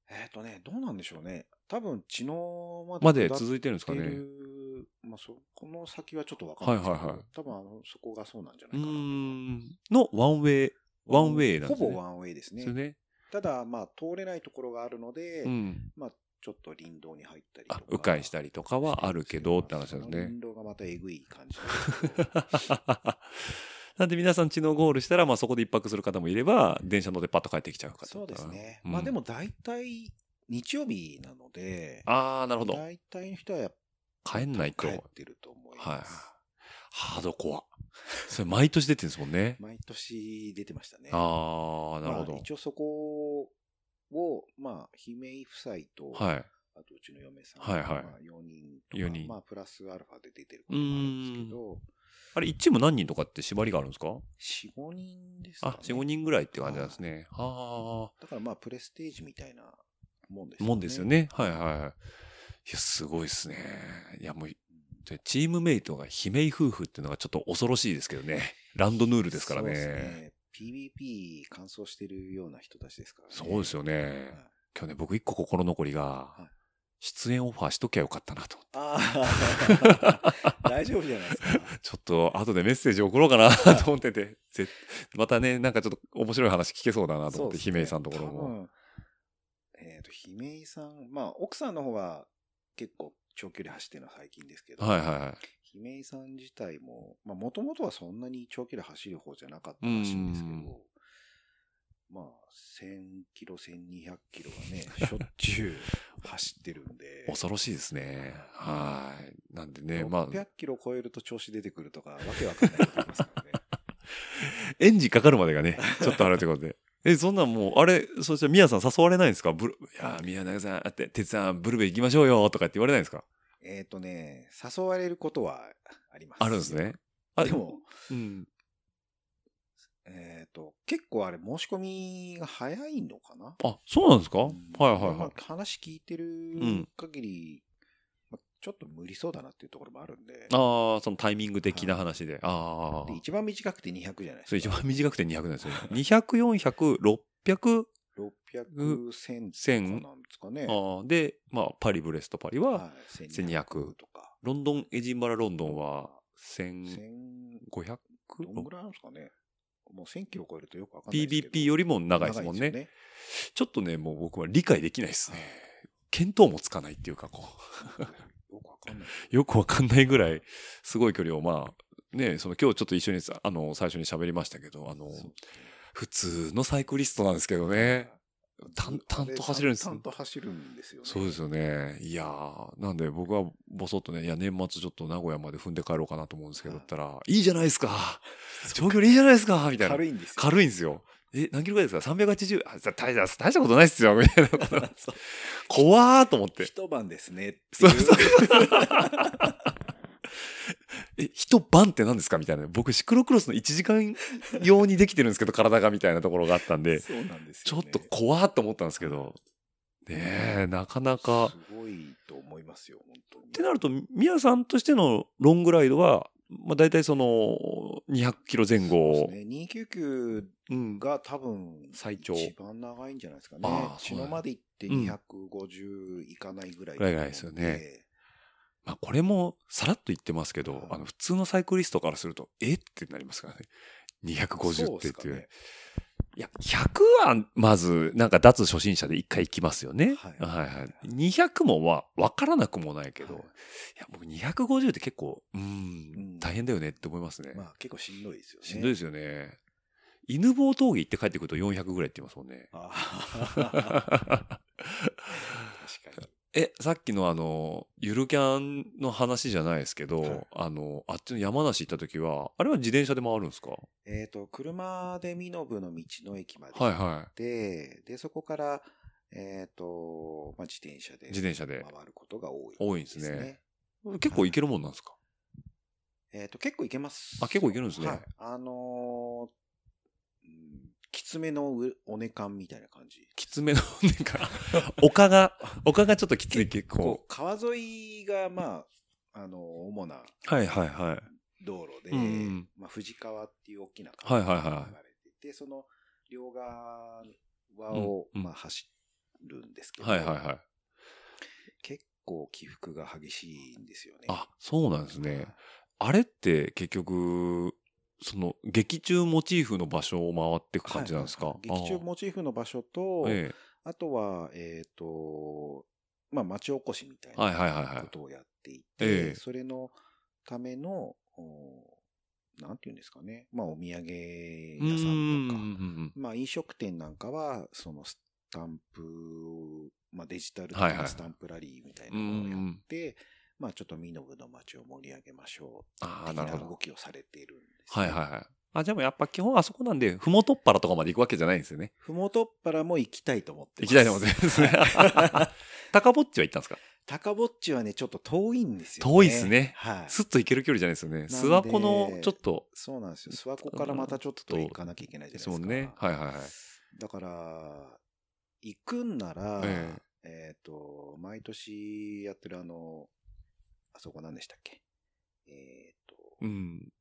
Speaker 3: えっ、とね、どうなんでしょうね。多分、知能ま
Speaker 2: ま
Speaker 3: で
Speaker 2: で
Speaker 3: 下って
Speaker 2: 続いてるんですかね。
Speaker 3: る、まあ、そこの先はちょっとわかんないですけど、
Speaker 2: はいはいはい
Speaker 3: 多分あの、そこがそうなんじゃ
Speaker 2: う
Speaker 3: な
Speaker 2: ー
Speaker 3: いか
Speaker 2: ん。
Speaker 3: な。
Speaker 2: のワンウェイワンウェイなんです
Speaker 3: ほ
Speaker 2: ね。
Speaker 3: ぼ
Speaker 2: ン
Speaker 3: ワンウェイです
Speaker 2: ウ
Speaker 3: ね
Speaker 2: です。よね。
Speaker 3: ただ、まあ、通れないところがあるので、
Speaker 2: うん。
Speaker 3: まあ、ちょっと林道に入ったりと
Speaker 2: あ
Speaker 3: か。、
Speaker 2: 迂回したりとかはあるけどって話なんですね。
Speaker 3: その林道がまたえぐい感じなん ですけど
Speaker 2: なんで皆さん知能ゴールしたら、まあそこで一泊する方もいれば、電車乗ってパッと帰ってきちゃう方
Speaker 3: そうですね。
Speaker 2: うん
Speaker 3: まあでも大体日曜日なので、
Speaker 2: ああ、なるほど。
Speaker 3: 大体の人はやっぱ
Speaker 2: 帰んないと。
Speaker 3: 帰
Speaker 2: はい
Speaker 3: っ。てると思います。
Speaker 2: ハードコア。それ毎年出てるんですもんね。
Speaker 3: 毎年出て ましたね。
Speaker 2: ああ、なるほ
Speaker 3: まあ
Speaker 2: ど。
Speaker 3: 一応そこを、まあ、姫井夫妻と、
Speaker 2: はい。
Speaker 3: あとうちの嫁さん、
Speaker 2: はいはい
Speaker 3: まあ、4人と
Speaker 2: 四
Speaker 3: か
Speaker 2: 人
Speaker 3: まあ、プラスアルファで出てることもあるんですけど、
Speaker 2: あれ、一チーム何人とかって縛りがあるんですか
Speaker 3: 4、5人ですかね
Speaker 2: あ、4、5人ぐらいって感じなんですね。あ
Speaker 3: だからまあ、プレステージみたいなもんです
Speaker 2: あ、もんですよ。ね。はいはいはい。いや、すごいですね。いや、もう、でチームメイトが姫井夫婦っていうのがちょっと恐ろしいですけどね。ランドヌールですから
Speaker 3: そう
Speaker 2: ね。。
Speaker 3: PVP 完走してるような人たちですからね。
Speaker 2: そうですよね
Speaker 3: はい
Speaker 2: 去年僕一個心残りが
Speaker 3: い、
Speaker 2: 出演オファーしときゃよかったなと。
Speaker 3: ああ、 大丈夫じゃないですか。
Speaker 2: ちょっと後でメッセージ送ろうかなと思ってて、ぜまたね、なんかちょっと面白い話聞けそうだなと思って、
Speaker 3: そうですね
Speaker 2: 姫井さんのところ
Speaker 3: 多
Speaker 2: も。
Speaker 3: 分えっ、と、姫井さん、まあ、奥さんの方は結構長距離走ってるのは最近ですけど、
Speaker 2: はいはいはい。
Speaker 3: 姫井さん自体も、まあ、もともとはそんなに長距離走る方じゃなかったらしいんですけ
Speaker 2: うん
Speaker 3: ど、まあ、1000キロ、1200キロはね、しょっちゅう走ってる んで、
Speaker 2: 恐ろしいですね。はい。なんでね、まあ
Speaker 3: 600、キロ超えると調子出てくるとか、わけわかんないことありますからね。
Speaker 2: エンジンかかるまでがね、ちょっとあるということで。え、そんなんもう、あれ、そしたら宮さん誘われないんですかブル、いやー、宮永さん、あって、哲さん、ブルベ行きましょうよとかって言われないんですか
Speaker 3: えっとね、誘われることはあります。
Speaker 2: あるんですね。。あ、
Speaker 3: で、も、
Speaker 2: うん。
Speaker 3: えっ、と、結構あれ、申し込みが早いのかな
Speaker 2: あ、そうなんですか、
Speaker 3: うん
Speaker 2: はいはい
Speaker 3: ま
Speaker 2: は
Speaker 3: あ
Speaker 2: い。
Speaker 3: 話聞いて
Speaker 2: ん
Speaker 3: る限り、まあちょっと無理そうだなっていうところもあるんで、
Speaker 2: ああ、そのタイミング的な話で。ああ
Speaker 3: で。一番短くて200じゃないですか。
Speaker 2: それ一番短くて200なんですよ。200、400、600
Speaker 3: 600、1000
Speaker 2: 千
Speaker 3: なんですかね。
Speaker 2: あーで、まあ、パリ、ブレスト、パリは、
Speaker 3: はい、
Speaker 2: 1200
Speaker 3: とか。
Speaker 2: ロンドン、エジンバラ、ロンドンは、1500?
Speaker 3: 1000、どんぐらいなんですかね。もう1000キロ超えるとよくわかんないですけど。
Speaker 2: PBP よりも長いですもん
Speaker 3: 長
Speaker 2: ね
Speaker 3: いですよ
Speaker 2: ちょっとね、もう僕は理解できないですね。見当もつかないっていうか、 こ
Speaker 3: よくわかんない。
Speaker 2: う、よくわかんないぐらい、すごい距離を、まあ、ね、その今日ちょっと一緒にさ、あの、最初に喋りましたけど、あの、
Speaker 3: そう
Speaker 2: 普通のサイクリストなんですけどね。淡々と走れるんです
Speaker 3: 淡々と走るんですよね。
Speaker 2: そうですよね。いやー、なんで僕はぼそっとね、いや、年末ちょっと名古屋まで踏んで帰ろうかなと思うんですけど、
Speaker 3: はい
Speaker 2: 言ったら、いいじゃないですか長距離いいじゃないですかみたいな。
Speaker 3: 軽いんですよ。
Speaker 2: 軽いんですよ。え、何キロぐらいですか ?380? あ、さ大した、大したことないっすよ。みたいな ことなんですよ。怖ーと思って。
Speaker 3: 一晩ですねってい。
Speaker 2: そうう そう。え、一晩って何ですかみたいな。僕、シクロクロスの1時間用にできてるんですけど、体がみたいなところがあったんで、
Speaker 3: そうなんです
Speaker 2: ち
Speaker 3: よ
Speaker 2: ょ
Speaker 3: ね、
Speaker 2: っと怖ーと思ったんですけど、ねえ、なかなか。
Speaker 3: すごいと思いますよ、本当に。っ
Speaker 2: ってなると、宮さんとしてのロングライドは、まあ、大体その、200キロ前後。
Speaker 3: ね、299
Speaker 2: うん。
Speaker 3: が多分、
Speaker 2: 最長
Speaker 3: 一番長いんじゃないですかね
Speaker 2: ああ。そうなん
Speaker 3: 血
Speaker 2: だ
Speaker 3: のまで行って250いかないぐらい、
Speaker 2: ぐらいですよね。まあ、これもさらっと言ってますけど、あの、普通のサイクリストからすると、えってなりますからね。250ってっていう。いや、100は、まず、なんか、脱初心者で一回行きますよね。は
Speaker 3: はいい、
Speaker 2: はい、200も、まあ、わからなくもないけど、
Speaker 3: はい
Speaker 2: い、や、僕、250って結構、うーん、
Speaker 3: うん
Speaker 2: 大変だよねって思いますね。
Speaker 3: まあ結構しんどいですよね。。
Speaker 2: しんどいですよね。犬坊峠行って帰ってくると400ぐらいって言いますもんね
Speaker 3: あ あ確かに。
Speaker 2: え、さっきのあの、ゆるキャンの話じゃないですけど、
Speaker 3: はい
Speaker 2: あの、あっちの山梨行った時は、あれは自転車で回るんですかは
Speaker 3: えっ、と、車で身延の道の駅まで
Speaker 2: いは
Speaker 3: で、で、そこから、えっ、と、まあ、自転車で。
Speaker 2: い。自転車で。
Speaker 3: 回ることが多い、
Speaker 2: 多いんですね。結構行けるもんなんですか
Speaker 3: えっ、と、結構いけます。
Speaker 2: あ結構いけるんですね
Speaker 3: はい。あのーうんきつめのうおねかんみたいな感じ。
Speaker 2: きつめの、なん か、丘が、丘がちょっときつい結構
Speaker 3: こ。う川沿いが、まあ、あの、主な
Speaker 2: はいはいはい。
Speaker 3: 道路で、
Speaker 2: うんうん
Speaker 3: まあ、富士川っていう大きな川
Speaker 2: はいはいは
Speaker 3: が
Speaker 2: い
Speaker 3: 流れてて、その両側を、
Speaker 2: うんうん
Speaker 3: まあ、走るんですけど、
Speaker 2: はいはいはい。
Speaker 3: 結構起伏が激しいんですよね。
Speaker 2: あ、そうなんですね。あれって結局、その、劇中モチーフの場所を回っていく感じなんですか、
Speaker 3: はいはいはい劇中モチーフの場所と
Speaker 2: あ、ーえ
Speaker 3: あとは、えっ、と、まあ、町おこしみたい
Speaker 2: はいはいはい
Speaker 3: な
Speaker 2: はい
Speaker 3: ことをやっていて、
Speaker 2: ええ
Speaker 3: それのための、おなんていうんですかね、まあ、お土産
Speaker 2: え
Speaker 3: 屋さ
Speaker 2: うん
Speaker 3: と
Speaker 2: んう
Speaker 3: か、
Speaker 2: ん
Speaker 3: まあ、飲食店なんかは、そのスタンプ、まあ、デジタル的
Speaker 2: はいは
Speaker 3: ないスタンプラリーみたいなのをやって、まあ、ちょっと身延の町を盛り上げましょう。
Speaker 2: あーなるほど
Speaker 3: 動きをされているんです、
Speaker 2: はいはいはい。あ、でもやっぱ基本あそこなんで、ふもとっぱらとかまで行くわけじゃないんですよね。
Speaker 3: ふもとっぱらも行きたいと思ってま
Speaker 2: 行
Speaker 3: す。
Speaker 2: きたいと思ってです ね。高ぼっちは行ったんですか
Speaker 3: 高ぼっちはね、ちょっと遠いんですよね。
Speaker 2: 遠いっすね
Speaker 3: はい。
Speaker 2: スッと行ける距離じゃないですよね。
Speaker 3: んで
Speaker 2: 諏訪湖のちょっと、
Speaker 3: そうなんですよ。諏訪湖からまたちょっと行かなきゃいけないじゃない
Speaker 2: そ
Speaker 3: で
Speaker 2: う
Speaker 3: すか。
Speaker 2: ね。はいはいはい。
Speaker 3: だから、行くんなら、
Speaker 2: ええ
Speaker 3: えっ、と、毎年やってるあの、あそこ何でしたっけえっ、と、
Speaker 2: うん。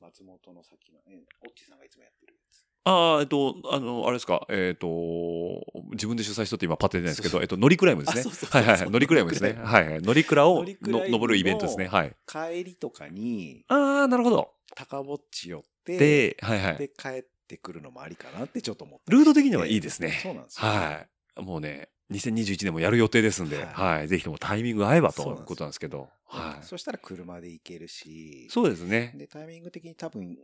Speaker 3: 松本の先の、えオッチさんがいつもやってるやつ。
Speaker 2: ああ、えっと、あの、あれですか、えっ、と、自分で主催しとって今パッと出ないですけ
Speaker 3: そうそ
Speaker 2: ど、
Speaker 3: う
Speaker 2: えっと、乗りクライムですね。
Speaker 3: あそうそうそう
Speaker 2: はいはいはい。乗りクライムですね。
Speaker 3: 乗り
Speaker 2: はいはい。乗りクラを
Speaker 3: 乗りクライ
Speaker 2: の
Speaker 3: ムの
Speaker 2: 登るイベントですね。はい。
Speaker 3: 帰りとかに、
Speaker 2: ああ、なるほど。
Speaker 3: 高ぼっち寄って、
Speaker 2: で、はいはい。
Speaker 3: で帰ってくるのもありかなってちょっと思って。
Speaker 2: ルート的にはいいですね。
Speaker 3: そうなんですよ。
Speaker 2: はい。もうね、2021年もやる予定ですんで、
Speaker 3: は
Speaker 2: はい。ぜひともタイミング合えばと
Speaker 3: そう
Speaker 2: い
Speaker 3: なん
Speaker 2: う
Speaker 3: です
Speaker 2: ことなんですけど、はい。
Speaker 3: そしたら車で行けるし、
Speaker 2: そうですね。
Speaker 3: で、タイミング的に多分、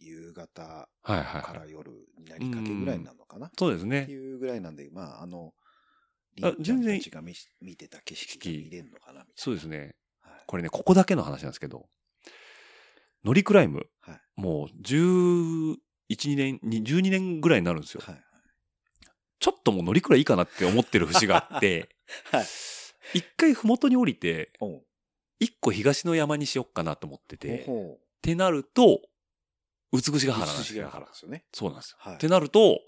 Speaker 3: 夕方
Speaker 2: はい
Speaker 3: か
Speaker 2: はい。
Speaker 3: ら夜になりかけぐらいになるのかな、
Speaker 2: そうです
Speaker 3: って
Speaker 2: ね。
Speaker 3: いうぐらいなんで、まあ、あの、り
Speaker 2: あ
Speaker 3: んちゃ
Speaker 2: 全
Speaker 3: ん
Speaker 2: 然
Speaker 3: たちが見し見てた景色が見れるのかな、みたいな。
Speaker 2: そうですね。
Speaker 3: はい
Speaker 2: これね、ここだけの話なんですけど、乗りクライム、
Speaker 3: はい
Speaker 2: もう11、2年、に12年ぐらいになるんですよ。
Speaker 3: はい。
Speaker 2: ちょっともう乗りクラいいかなって思ってる節があ って、
Speaker 3: はい。
Speaker 2: 一回麓に降りて、
Speaker 3: おう
Speaker 2: 一個東の山にしよっかなと思ってて、っ
Speaker 3: ほ
Speaker 2: てなると、美し
Speaker 3: う。
Speaker 2: が原なん
Speaker 3: 美
Speaker 2: で
Speaker 3: し
Speaker 2: す
Speaker 3: が
Speaker 2: よ
Speaker 3: 原。ですよね。
Speaker 2: そうなんですよ。
Speaker 3: はい
Speaker 2: ってなると、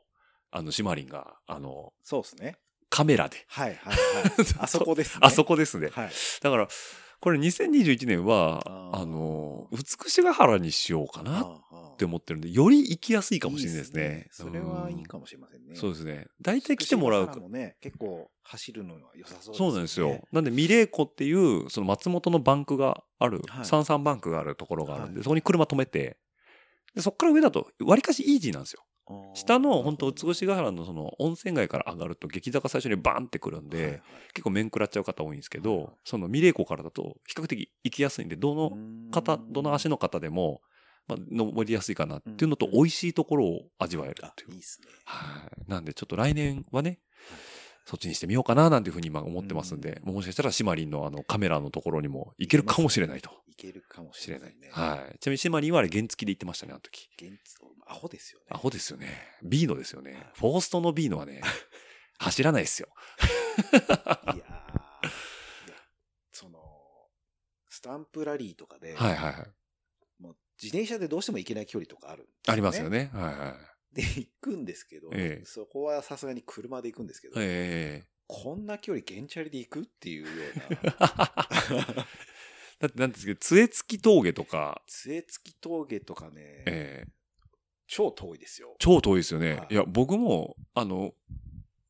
Speaker 2: あの、シマリンが、あの、
Speaker 3: そうですね。
Speaker 2: カメラで、
Speaker 3: はいはいはい。あそこですね。
Speaker 2: あそこですね。
Speaker 3: はい。
Speaker 2: だから、これ2021年は、
Speaker 3: あ
Speaker 2: あ
Speaker 3: ー
Speaker 2: の、美しが原にしようかなっ
Speaker 3: ああ
Speaker 2: て思ってるんで、より行きやすいかもしれないですね。
Speaker 3: っそれはいいか
Speaker 2: も、
Speaker 3: もしれませんね。。
Speaker 2: そうですすね。大体来てもらうか
Speaker 3: もね、結構走るのは良さそう
Speaker 2: そうなんです
Speaker 3: ね
Speaker 2: よ。。なんで、ミレー湖っていう、その松本のバンクがある、
Speaker 3: はい
Speaker 2: 三々バンクがあるところがあるんで、
Speaker 3: はい
Speaker 2: そこに車止めて、でそこから上だと、わりかしイージーなんですよ。
Speaker 3: あー
Speaker 2: 下の本当美しが原のその温泉街から上がると激坂最初にバーンってくるんで、
Speaker 3: はいはい
Speaker 2: 結構面食らっちゃう方多いんですけど、
Speaker 3: はいはい
Speaker 2: そのミレー湖からだと比較的行きやすいんでど
Speaker 3: うー
Speaker 2: の
Speaker 3: ん
Speaker 2: 方どの足の方でも、まあ、登りやすいかなっていうのと
Speaker 3: うん
Speaker 2: 美味しいところを味わえる
Speaker 3: あ
Speaker 2: っていう、
Speaker 3: いいですね。
Speaker 2: はいなんでちょっと来年はねそっちにしてみようかななんていうふうに今思ってますんで、もしかしたらシマリンのあのカメラのところにも行けるかもしれないと。
Speaker 3: いけるかもし
Speaker 2: し
Speaker 3: れ
Speaker 2: れ
Speaker 3: な
Speaker 2: ないい
Speaker 3: ね。。
Speaker 2: はい。ちなみにシマリンはあれ原付きで行ってましたね、あの時。
Speaker 3: 現実アホですよね。
Speaker 2: アホですよね。ビーノですよね
Speaker 3: はい。
Speaker 2: フォーストのビーノは ね、走らないですよ。
Speaker 3: いやーいやその、スタンプラリーとかで、
Speaker 2: はいはいはい。
Speaker 3: もう自転車でどうしても行けない距離とかあるんで
Speaker 2: ありますよ。ね。はいはい。
Speaker 3: で、行くんですけど、
Speaker 2: ええ
Speaker 3: そこはさすがに車で行くんですけど、
Speaker 2: え
Speaker 3: こんな距離、ゲンチャリで行くっていうよ
Speaker 2: え。
Speaker 3: うな
Speaker 2: だってなんですけど、杖付き峠とか、
Speaker 3: 杖付き峠とかね、
Speaker 2: ええ
Speaker 3: 超遠いですよ。
Speaker 2: 超遠いですよね。
Speaker 3: はい
Speaker 2: い、や、僕も、あの、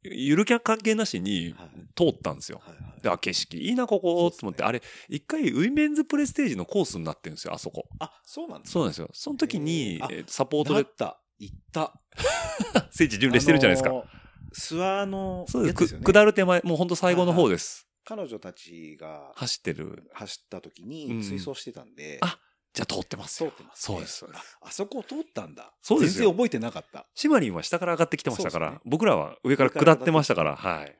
Speaker 2: ゆるキャン関係なしに
Speaker 3: はい
Speaker 2: 通ったんですよ。
Speaker 3: はいはい
Speaker 2: であ、景色いいな、ここ、と思って、
Speaker 3: そ
Speaker 2: あれ、一回ウィメンズプレステージのコースになってるんですよ、あそこ。
Speaker 3: あ、そうなんですか
Speaker 2: そうなんですよ。その時
Speaker 3: へ
Speaker 2: に
Speaker 3: えあ、
Speaker 2: えーサポート
Speaker 3: な
Speaker 2: で
Speaker 3: った。行った。
Speaker 2: 聖地巡礼してるじゃないですか。
Speaker 3: あのー。諏訪の
Speaker 2: そうで
Speaker 3: や
Speaker 2: す
Speaker 3: つですよね。
Speaker 2: く下る手前、もうほんと最後の方です。
Speaker 3: 彼女たちが
Speaker 2: 走ってる。
Speaker 3: 走った時
Speaker 2: う
Speaker 3: に
Speaker 2: ん
Speaker 3: 追走してたんで、
Speaker 2: あじゃあ通ってます
Speaker 3: 通っ
Speaker 2: よ。
Speaker 3: てます、
Speaker 2: そうです。そうです
Speaker 3: ああそこを通ったんだ。
Speaker 2: そうですよ
Speaker 3: 全然覚えてなかった。
Speaker 2: シマリンは下から上がってきてましたか
Speaker 3: そう
Speaker 2: ら
Speaker 3: で、
Speaker 2: 僕らは上から下ってましたから、はい。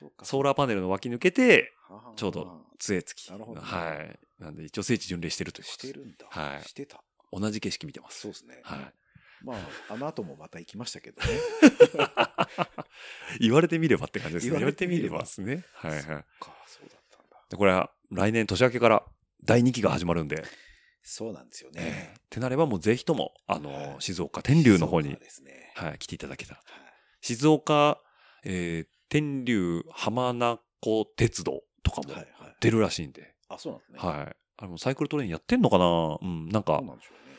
Speaker 3: そうか
Speaker 2: ソーラーパネルの脇抜けて、
Speaker 3: はあ
Speaker 2: ちょうど杖付き。
Speaker 3: なるほど
Speaker 2: はい。なんで一応聖地巡礼してるというこ
Speaker 3: し
Speaker 2: とで
Speaker 3: て
Speaker 2: す
Speaker 3: るんだ。
Speaker 2: はい
Speaker 3: してた。
Speaker 2: 同じ景色見てます。
Speaker 3: そうですね。
Speaker 2: は
Speaker 3: まあ、あの後もまた行きましたけど ね。
Speaker 2: い。言われてみればって感じですね。
Speaker 3: 言
Speaker 2: 言わ
Speaker 3: われ
Speaker 2: れ
Speaker 3: て
Speaker 2: て
Speaker 3: み
Speaker 2: み
Speaker 3: れ
Speaker 2: れ
Speaker 3: ば
Speaker 2: ばですね。はい
Speaker 3: そっ
Speaker 2: はい。
Speaker 3: か、そうだったんだ。
Speaker 2: でこれは来年年明けから第2期が始まるんで、
Speaker 3: そうなんですよ
Speaker 2: え
Speaker 3: ね
Speaker 2: えっ。てなればもうぜひとも、あの
Speaker 3: は、い
Speaker 2: 静岡天竜の方
Speaker 3: そう
Speaker 2: に
Speaker 3: か、ですね。
Speaker 2: はい、来ていただけたら。
Speaker 3: はい
Speaker 2: 静岡、えー天竜浜名湖鉄道とかも
Speaker 3: はいはい
Speaker 2: 出るらしいんで、
Speaker 3: あ、そうなんですね。
Speaker 2: はい。あれもサイクルトレインやってんのかなうん、なんか
Speaker 3: そう、なんでしょうね。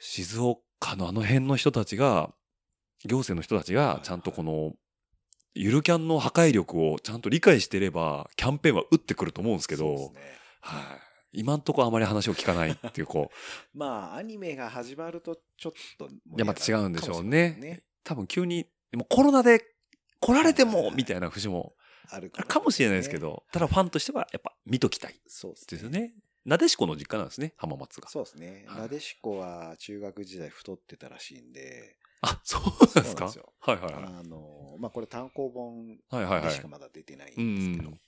Speaker 2: 静岡のあの辺の人たちが、行政の人たち
Speaker 3: はいは
Speaker 2: が
Speaker 3: い、
Speaker 2: ちゃんとこの、ゆるキャンの破壊力をちゃんと理解してれば、キャンペーンは打ってくると思うんですけ
Speaker 3: そうです
Speaker 2: ど、
Speaker 3: ね
Speaker 2: はい。今んとこあまり話を聞かないっていう、こ
Speaker 3: まあ、アニメが始まると、ちょっと盛
Speaker 2: う、い
Speaker 3: り
Speaker 2: や、
Speaker 3: 上が
Speaker 2: ま
Speaker 3: る
Speaker 2: た違うんでしょう
Speaker 3: かもれない
Speaker 2: ね。多分急に、もうコロナで来られても、みたいな節も、
Speaker 3: ある
Speaker 2: あかもしれないですけ。ど、ただファンとしては、やっぱ見ときたい
Speaker 3: そうですね。
Speaker 2: ですよね。なでしこの実家なんですね、浜松が。
Speaker 3: そうですね。
Speaker 2: はい
Speaker 3: なでしこは中学時代太ってたらしいんで、
Speaker 2: あ、そうなんです
Speaker 3: そうなん
Speaker 2: か
Speaker 3: ですよ
Speaker 2: はいはいは
Speaker 3: あの、まあ、これ単行本
Speaker 2: い。はいはいは
Speaker 3: でしか
Speaker 2: い。
Speaker 3: まだ出てない
Speaker 2: うん
Speaker 3: ですけ
Speaker 2: ん
Speaker 3: ど、。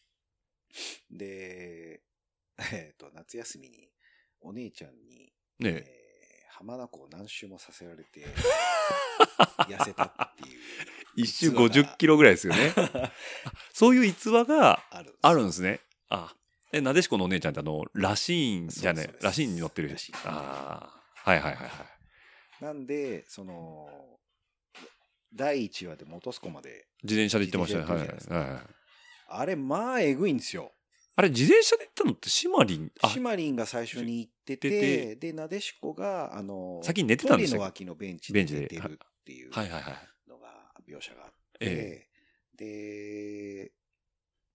Speaker 3: で、 えっ、と、夏休みにお姉ちゃんに、
Speaker 2: ね
Speaker 3: え
Speaker 2: え
Speaker 3: ー浜名湖を何周もさせら れて、痩せたっていう。
Speaker 2: 一周
Speaker 3: 実は
Speaker 2: 50キロぐらいですよ ね。あそういう逸話が
Speaker 3: ある。
Speaker 2: あるんですね。あ、え、なでしこのお姉ちゃんってあの、らしいんじゃね
Speaker 3: そうです
Speaker 2: らしいに乗ってる
Speaker 3: らしい。
Speaker 2: ああ。はいはいはいはい。
Speaker 3: なんで、その、第1話でも落とす子まで、
Speaker 2: 自転車で行ってましたね。
Speaker 3: 自
Speaker 2: はい
Speaker 3: 転車で行っ
Speaker 2: はい
Speaker 3: てたじゃ
Speaker 2: はい。
Speaker 3: あれ、まあ、えぐいんですよ。
Speaker 2: あれ、自転車で行ったのってシマリン、あ、
Speaker 3: シマリンが最初に行ってて、
Speaker 2: 行って
Speaker 3: で、なでしこが、あの、
Speaker 2: 先に寝てたんでした
Speaker 3: ト
Speaker 2: っ
Speaker 3: イレ
Speaker 2: け
Speaker 3: の脇のベンチ
Speaker 2: ベ
Speaker 3: で
Speaker 2: ンチで
Speaker 3: 寝てるっていう
Speaker 2: はいはいはい。
Speaker 3: のが、描写があって
Speaker 2: え、
Speaker 3: で、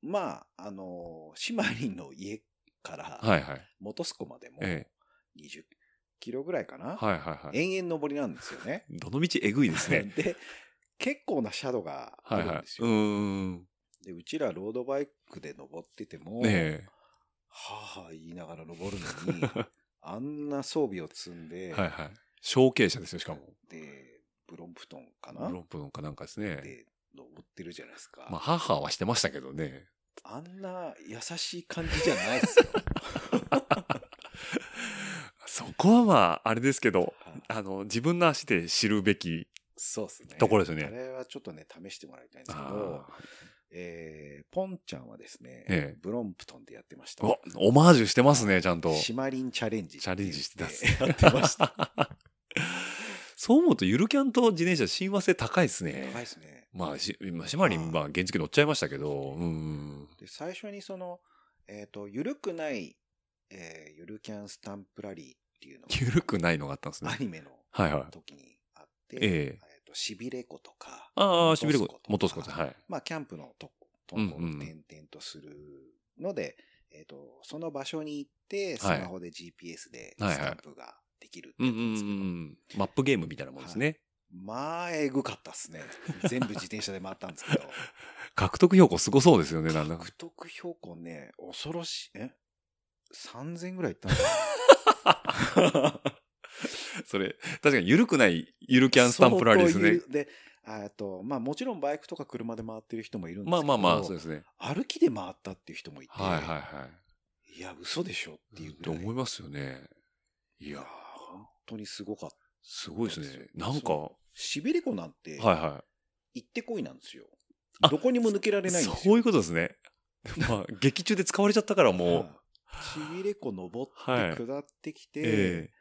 Speaker 3: まあ、あの、シマリンの家から、
Speaker 2: はいはい。
Speaker 3: 元栖湖までも、
Speaker 2: ええ。
Speaker 3: 20キロぐらいかな、
Speaker 2: はいはいはい。
Speaker 3: 延々登りなんですよね。
Speaker 2: どの道えぐいですね。
Speaker 3: で、結構な斜度があ
Speaker 2: はい
Speaker 3: る
Speaker 2: は
Speaker 3: ん
Speaker 2: い
Speaker 3: です。
Speaker 2: う
Speaker 3: よ。
Speaker 2: ーん。
Speaker 3: で、うちらロードバイクで登ってても、
Speaker 2: ねえ。
Speaker 3: はあはあ言いながら登るのに、 あんな装備を積んで、
Speaker 2: はいはい。承継者ですよ、しかも。
Speaker 3: で、ブロンプトンか
Speaker 2: ブ
Speaker 3: な
Speaker 2: ロップンかなんかですね。
Speaker 3: で、登ってるじゃないですか。
Speaker 2: まあ、母はしてましたけどね。
Speaker 3: あんな優しい感じじゃないですよ。
Speaker 2: そこはまあ、あれですけど、
Speaker 3: はい
Speaker 2: あの、自分の足で知るべき。
Speaker 3: そうですね。
Speaker 2: ところですよね
Speaker 3: あれはちょっとね、試してもらいたいんですけど
Speaker 2: あ、
Speaker 3: えー、ポンちゃんはですね、
Speaker 2: ええ
Speaker 3: ブロンプトンでやってました。
Speaker 2: ーお、オマージュしてますね、ちゃんと。
Speaker 3: シマリンチャレンジって
Speaker 2: チャ
Speaker 3: 言
Speaker 2: レ
Speaker 3: っ。
Speaker 2: ンジしてたっす
Speaker 3: やってました。
Speaker 2: そう思うと、ゆるキャンと自転車、親和性高いですね。
Speaker 3: 高いですね。
Speaker 2: まあ、し、まあシマリン、まあ、原付乗っちゃいましたけど、うん。
Speaker 3: で、最初にその、えっ、と、ゆるくない、えー、ゆるキャンスタンプラリーっていうの
Speaker 2: ゆるくないのがあったんです
Speaker 3: が、ア
Speaker 2: ね。
Speaker 3: ニメの
Speaker 2: はいはい。
Speaker 3: 時にあって、
Speaker 2: ええ
Speaker 3: と、しびれ子とか、
Speaker 2: あ
Speaker 3: 元
Speaker 2: あ、
Speaker 3: 栖
Speaker 2: しびれ
Speaker 3: 湖
Speaker 2: こと
Speaker 3: か、
Speaker 2: 元すこと、はい。
Speaker 3: まあ、キャンプのととこ
Speaker 2: うん
Speaker 3: ろ
Speaker 2: うん
Speaker 3: 点々とするので、えっ、と、その場所に行って、ス
Speaker 2: はい
Speaker 3: マホで GPS で
Speaker 2: はいはい
Speaker 3: スタンプができるって
Speaker 2: うん
Speaker 3: や
Speaker 2: う
Speaker 3: つ
Speaker 2: ん
Speaker 3: なん
Speaker 2: う
Speaker 3: ですけど、
Speaker 2: ん。マップゲームみたいなもんですね。
Speaker 3: まあ、えぐかったっすね。全部自転車で回ったんですけど、
Speaker 2: 獲得標高すごそうですよね、なんだか
Speaker 3: 獲得標高ね、恐ろしい、え ?3000 ぐらい行ったんだよ
Speaker 2: それ、確かに緩くない、ゆ るキャンスタンプラリーです
Speaker 3: 相
Speaker 2: ね
Speaker 3: 当。ゆるで、あえっと、まあもちろんバイクとか車で回ってる人もいるんですけ
Speaker 2: まあ
Speaker 3: ど、
Speaker 2: まあまあ、そうですね。
Speaker 3: 歩きで回ったっていう人もいて、、
Speaker 2: はいはいはい
Speaker 3: や、嘘でしょっ
Speaker 2: い。
Speaker 3: ていう
Speaker 2: と
Speaker 3: ぐらい。
Speaker 2: 思いますよね。い
Speaker 3: いや
Speaker 2: や
Speaker 3: ー、、本当にすごかった。
Speaker 2: すごいですね。
Speaker 3: そう
Speaker 2: なんか、は
Speaker 3: しびれ子なん
Speaker 2: い
Speaker 3: て、
Speaker 2: は
Speaker 3: 行ってこいなんですよ。
Speaker 2: あ
Speaker 3: どこにも抜けられ
Speaker 2: い。
Speaker 3: ないんです
Speaker 2: そ
Speaker 3: よ。
Speaker 2: ういうことですね。 まあ、劇中で使われちゃったからもう、
Speaker 3: はいしびれ湖登
Speaker 2: は
Speaker 3: っ
Speaker 2: い
Speaker 3: て下ってきて、
Speaker 2: え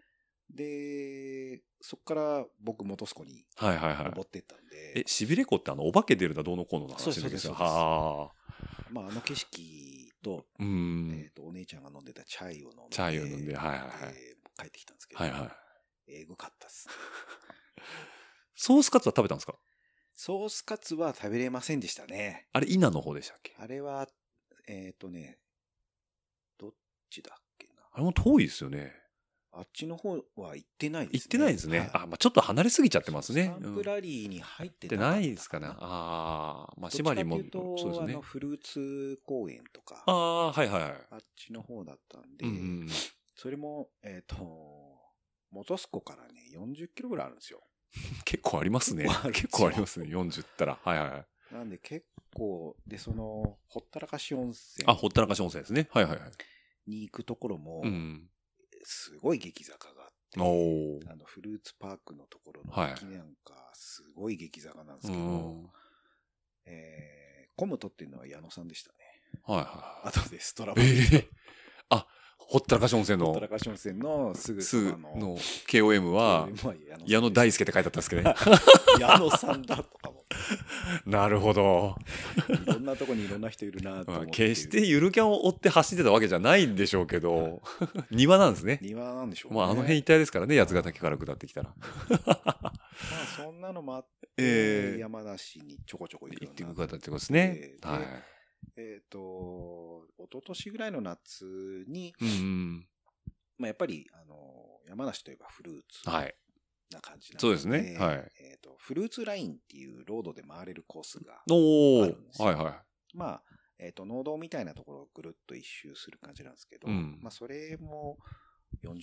Speaker 3: で、そっから僕、元栖湖に
Speaker 2: えはいはいはい。
Speaker 3: 登ってったんで、
Speaker 2: え、しびれ子ってあの、お化け出るだどうのこうのの
Speaker 3: そう
Speaker 2: 話
Speaker 3: です
Speaker 2: なんですよ。
Speaker 3: そうです
Speaker 2: は
Speaker 3: まあ、あの景色と、
Speaker 2: あ。う
Speaker 3: え
Speaker 2: ん
Speaker 3: っ。と、お姉ちゃんが飲んでたチャイを飲んで、
Speaker 2: チャイを飲んではいはいはい
Speaker 3: で帰ってきたんですけど、
Speaker 2: はいはい。
Speaker 3: えぐかったっす。
Speaker 2: ソースカツは食べたんですか
Speaker 3: ソースカツは食べれませんでしたね。
Speaker 2: あれ、稲の方でしたっけ
Speaker 3: あれは、えっ、とね、どっちだっけな。
Speaker 2: あれも遠いですよね。
Speaker 3: あっちの方は行ってないですね。
Speaker 2: 行ってないですね。
Speaker 3: はい
Speaker 2: あ、まあちょっと離れすぎちゃってますね。
Speaker 3: スタンプラリーに入っ
Speaker 2: ってて
Speaker 3: かった
Speaker 2: ないですかね。ああ、まあ、シマリンも
Speaker 3: どっちかっていう、と
Speaker 2: そうです
Speaker 3: あ
Speaker 2: ね
Speaker 3: の、。フルーツ公園とか、
Speaker 2: あ
Speaker 3: あ
Speaker 2: あ、はいはいはい。
Speaker 3: っちの方だったんで、
Speaker 2: うん うん、
Speaker 3: それも、えっ、と、元栖湖からね、40キロぐらいあるんですよ。
Speaker 2: 結構ありますね
Speaker 3: 結構ある。
Speaker 2: 結構ありますね。40ったら。はいはいはい。
Speaker 3: なんで結構、で、その、ほったらかし温泉
Speaker 2: あ、ほったらかし温泉ですね。はいはいはい。
Speaker 3: に行くところも
Speaker 2: う、ん。
Speaker 3: すごい激坂があって、
Speaker 2: おお。
Speaker 3: あの、フルーツパークのところの
Speaker 2: はい
Speaker 3: 駅なんか、すごい激坂なんです
Speaker 2: う
Speaker 3: けど、
Speaker 2: ん。
Speaker 3: えー、コムトっていうのは矢野さんでしたね。
Speaker 2: はいは
Speaker 3: あとでストラ
Speaker 2: い。
Speaker 3: バ
Speaker 2: ええあ、ほったらかし温泉
Speaker 3: ほったら
Speaker 2: の、
Speaker 3: かし温泉のすぐ
Speaker 2: す
Speaker 3: そばの
Speaker 2: の KOM は、矢野大
Speaker 3: 好
Speaker 2: 輔って書いてあったんですけど ね。
Speaker 3: き。矢野さんだとかも。
Speaker 2: なるほど。
Speaker 3: いろんなとこにいろんな人いるなと
Speaker 2: ま
Speaker 3: 思っ
Speaker 2: あ
Speaker 3: て。
Speaker 2: 決してゆるキャンを追って走ってたわけじゃないんでしょうけ ど、庭なんですね。
Speaker 3: 庭なんでしょうね。
Speaker 2: まあ、あの辺一体ですからね、八ヶ岳から下ってきたら。
Speaker 3: まあそんなのもあって、
Speaker 2: ええ
Speaker 3: 山梨にちょこちょこ行くよう
Speaker 2: 行
Speaker 3: に
Speaker 2: っ
Speaker 3: なって
Speaker 2: てく方ってことですね
Speaker 3: で。
Speaker 2: はい。
Speaker 3: えっ、と、一昨年ぐらいの夏に、
Speaker 2: うんうん。
Speaker 3: まあ、やっぱり、あの、山梨といえばフルーツ
Speaker 2: はい。
Speaker 3: な感じなの
Speaker 2: そうですねはい
Speaker 3: えっ、と、フルーツラインっていうロードで回れるコースが、
Speaker 2: お
Speaker 3: あ
Speaker 2: ー
Speaker 3: るんで。すよ
Speaker 2: はいは
Speaker 3: まあ、えっ、と、農道みたいなところをぐるっと一周する感じなんですけど、
Speaker 2: うん
Speaker 3: まあ、それも、40、ん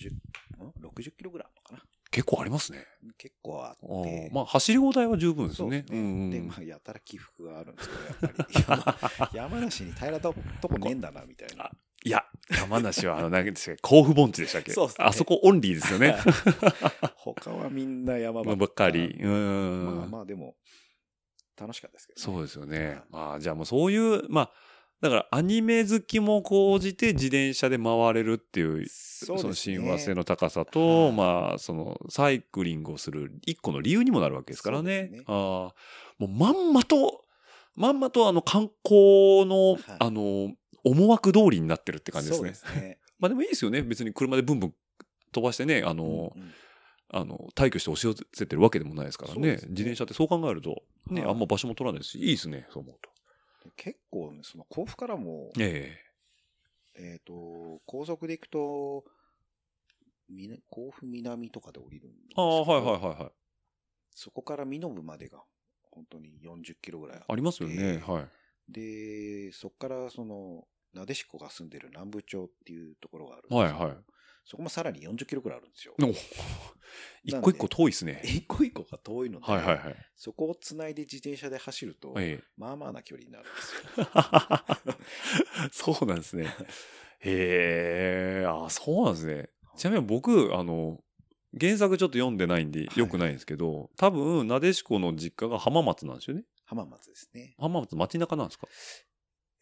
Speaker 3: ?60 キロぐらいあるのか
Speaker 2: い。結構ありますね。
Speaker 3: な結構あっ
Speaker 2: お
Speaker 3: て
Speaker 2: ー。まあ、走り応えは十分です
Speaker 3: そうで
Speaker 2: ね
Speaker 3: す。
Speaker 2: うんうん
Speaker 3: ね。で、まあ、やたら起伏があるんですけど、やっぱり。 山梨に平らなとこねえんだな、みたいな。
Speaker 2: いや、山梨は、あの、何でしたっけ、甲府盆地でしたっけ
Speaker 3: そうっすね
Speaker 2: あそこオンリーですよね。
Speaker 3: 他はみんな山
Speaker 2: ばっかり。。う
Speaker 3: まあ
Speaker 2: ん。
Speaker 3: まあ、でも、楽しかったですけど、。
Speaker 2: そうですすよね。まあ、じゃあもうそういう、まあ、だからアニメ好きも講じて自転車で回れるっていう、
Speaker 3: そうです
Speaker 2: の
Speaker 3: ね
Speaker 2: 親和性の高さと、
Speaker 3: はい
Speaker 2: まあ、そのサイクリングをする一個の理由にもなるわけですからね。
Speaker 3: そうですね
Speaker 2: ああ、もうまんまと、まんまとあの観光の、
Speaker 3: はい
Speaker 2: あの、思惑通りになってるって感じですね。
Speaker 3: そうですね。
Speaker 2: まあでもいいですよね。別に車でブンブン飛ばして ね、あの、
Speaker 3: うんうん
Speaker 2: あの、退去して押し寄せてるわけでもないですから
Speaker 3: そう
Speaker 2: ね。
Speaker 3: ですね
Speaker 2: 自転車ってそう考えると、ね、
Speaker 3: はい
Speaker 2: あんま場所も取らないし、いいですね、そう思うと。
Speaker 3: 結構ね、その甲府からも、
Speaker 2: え
Speaker 3: えっ、と、高速で行くと、みな甲府南とかで降りるんです
Speaker 2: え
Speaker 3: け
Speaker 2: あ
Speaker 3: ど
Speaker 2: あ、はいはいはいはい。
Speaker 3: そこから身延までが、本当に40キロぐらいあ
Speaker 2: ありますよね、はい。
Speaker 3: で、そこからその、なでしこが住んでる南部町っていうところがあるんです
Speaker 2: はい
Speaker 3: けど
Speaker 2: はい。
Speaker 3: そこもさらに40キロくらいあるんです よ。
Speaker 2: でも一個一個遠いですね。
Speaker 3: 一個一個が遠いので、
Speaker 2: はいはいはい。
Speaker 3: そこをつないで自転車で走ると、
Speaker 2: え
Speaker 3: まあまあな距離になるんですよ。
Speaker 2: え そうなんですね。へえ、あ、そうなんですね。ちなみに僕、あの、原作ちょっと読んでないんで、
Speaker 3: はい
Speaker 2: よくないんですけど、多分、なでしこの実家が浜松なんですよね。
Speaker 3: 浜松ですね。
Speaker 2: 浜松町中なんですか、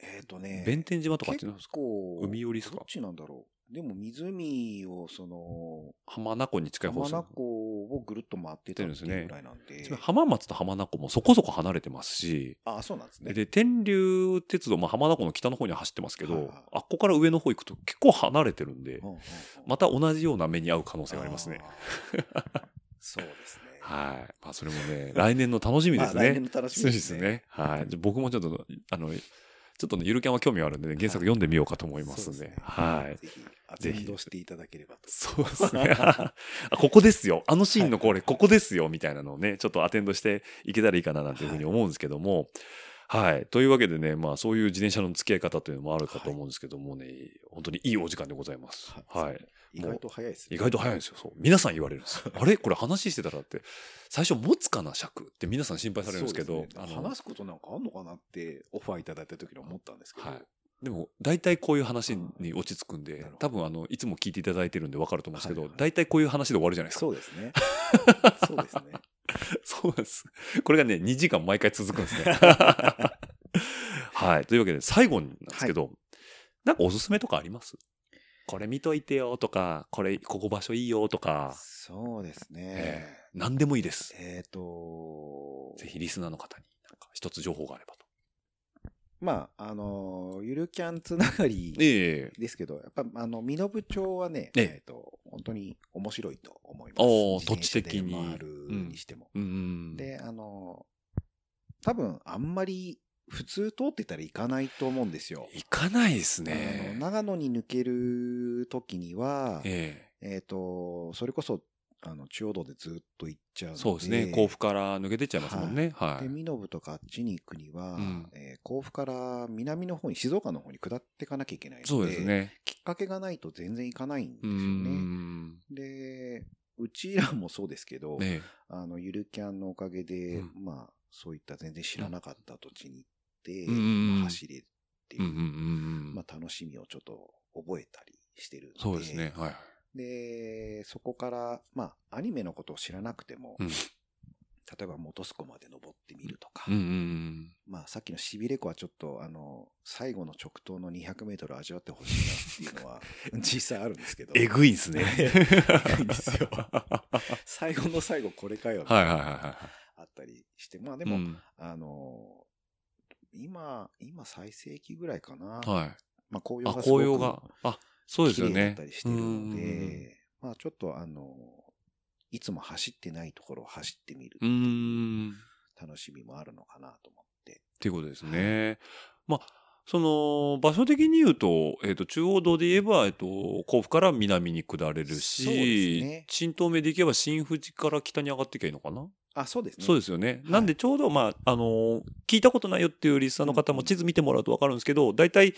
Speaker 3: えっ、とね、
Speaker 2: 弁天島とかあっちなんで
Speaker 3: 結
Speaker 2: すか
Speaker 3: 構、
Speaker 2: 海寄りですか
Speaker 3: どっちなんだろう。でも湖をその、
Speaker 2: 浜名湖に近い方
Speaker 3: 浜
Speaker 2: ですよ
Speaker 3: 名
Speaker 2: ね
Speaker 3: 湖をぐるっと回ってたっていうぐらいなんで。
Speaker 2: ちなみに浜松と浜名湖もそこそこ離れてますし、
Speaker 3: あそうなんですね。
Speaker 2: で、天竜鉄道、まあ、浜名湖の北の方には走ってますけど、
Speaker 3: はいはい
Speaker 2: あっこから上の方行くと結構離れてるんで
Speaker 3: うん、うんうん
Speaker 2: また同じような目に遭う可能性がありますね。
Speaker 3: あー。そうです ね。
Speaker 2: はい。まあ、それもね、来年の楽しみです
Speaker 3: まあ来年
Speaker 2: ね。
Speaker 3: の楽しみ
Speaker 2: そう
Speaker 3: で
Speaker 2: ですす
Speaker 3: ね。
Speaker 2: ね。はい。 じゃあ僕もちょっと、あの、ちょっとね、ゆるキャンは興味があるんでね、原作読んでみようかと思いますんで。はい。
Speaker 3: ぜひ、
Speaker 2: ぜ
Speaker 3: ぜ
Speaker 2: ひ
Speaker 3: ひ、運動していただければと。
Speaker 2: そうですね。 あ、ここですよ。あのシーンのこれ、ここですよ。みたいなのをね、ちょっとアテンドしていけたらいいかななんていうふうに思うんですけども。はい、というわけでね、まあそういう自転車の付き合い方というのもあるかと思うんですけどもね、本当にいいお時間でございます。はい。
Speaker 3: 意外と早いですね。
Speaker 2: 意外と早いんですよ。そう。皆さん言われるんですよ。あれこれ話してたらって、最初持つかな尺って皆さん心配されるんですけど、
Speaker 3: そうね
Speaker 2: あの
Speaker 3: 話すことなんかあんのかなって、オファーいただいた時に思ったんですけど。
Speaker 2: はいでも、大体こういう話に落ち着くん
Speaker 3: うん
Speaker 2: で
Speaker 3: なる、ほど
Speaker 2: 多分あの、いつも聞いていただいてるんで分かると思うんですけ
Speaker 3: は
Speaker 2: ど
Speaker 3: いは、い
Speaker 2: 大体こういう話で終わるじゃないですか。
Speaker 3: そうです ね。そうですね。
Speaker 2: そうなんです。これがね、2時間毎回続くんで すね。はい。というわけで、最後になんですけど、なんかおすすめとかありますこれ見といてよとか、これ、ここ場所いいよとか、
Speaker 3: そうですね
Speaker 2: え。ー何でもいいです。
Speaker 3: えっと、
Speaker 2: ぜひリスナーの方に、なんか一つ情報があればと。
Speaker 3: まあ、あの、ゆるキャンつながり
Speaker 2: ええ
Speaker 3: ですけど、やっぱ、あの、身延町はね、
Speaker 2: ええ
Speaker 3: えっと、本当に面白いと思います。
Speaker 2: おー
Speaker 3: 自転車で
Speaker 2: 土地的に
Speaker 3: 回るにしても。
Speaker 2: うん。
Speaker 3: で、あの、多分あんまり普通通ってたら行かないと思うんですよ。
Speaker 2: 行かないです
Speaker 3: あ
Speaker 2: ね
Speaker 3: の。長野に抜ける時には、えっ、
Speaker 2: え
Speaker 3: と、それこそ、あの、中央道でずっと行っちゃ
Speaker 2: え
Speaker 3: うので。
Speaker 2: そうですね。甲府から抜けてっちゃいますもんね。はい。
Speaker 3: で、身延とかあっちに行くには、
Speaker 2: うん
Speaker 3: えー甲府から南の方に、静岡の方に下っていかなきゃいけないので、
Speaker 2: そうですね。
Speaker 3: きっかけがないと全然行かないんです
Speaker 2: う
Speaker 3: よね。
Speaker 2: ん。
Speaker 3: で、うちらもそうですけど、
Speaker 2: ね
Speaker 3: あの、ゆるキャンのおかげで、
Speaker 2: うん
Speaker 3: まあ、そういった全然知らなかった土地に行って、
Speaker 2: うんうんうん
Speaker 3: まあ走れるってい
Speaker 2: うん
Speaker 3: う、
Speaker 2: うんうん。
Speaker 3: まあ、楽しみをちょっと覚えたりしてるんで。
Speaker 2: そうですね。はい。
Speaker 3: で、そこから、まあ、アニメのことを知らなくても、
Speaker 2: うん
Speaker 3: 例えば元栖湖まで登ってみるとか、
Speaker 2: うんうんうん。
Speaker 3: まあ、さっきのしびれ湖はちょっと、あの、最後の直投の200メートル味わってほしいなっていう のは、実際あるんですけど、
Speaker 2: えぐいんすね。
Speaker 3: えぐいんす よ 最後の最後これかよ、
Speaker 2: はいはいはいは
Speaker 3: あったりして、まあ
Speaker 2: い。
Speaker 3: でも、
Speaker 2: うん
Speaker 3: あのー今、今最盛期ぐらいか
Speaker 2: は
Speaker 3: な。
Speaker 2: い。
Speaker 3: まあ紅
Speaker 2: あ、
Speaker 3: 葉がすごく
Speaker 2: 紅葉が。あ、そうですよ
Speaker 3: 綺麗だ
Speaker 2: ね
Speaker 3: った。りしてるの
Speaker 2: うんうんうん
Speaker 3: で、まあちょっとあのーいつも走ってないところを走ってみる
Speaker 2: うーん。っ
Speaker 3: 楽しみもあるのかなと思って。
Speaker 2: ていうことですね。まあ、その、場所的に言うと、えっ、と、中央道で言えば、えっ、と、甲府から南に下れる
Speaker 3: そう
Speaker 2: し、
Speaker 3: ですね
Speaker 2: 新東名で行けば新富士から北に上がっていけばいいのかな、
Speaker 3: あ、そうですね。
Speaker 2: そう
Speaker 3: う
Speaker 2: ですよね。
Speaker 3: はい
Speaker 2: なんでちょうど、まあ、あのー聞いたことないよっていうリスナーの方も地図見てもらうとわかるんですけど、大体、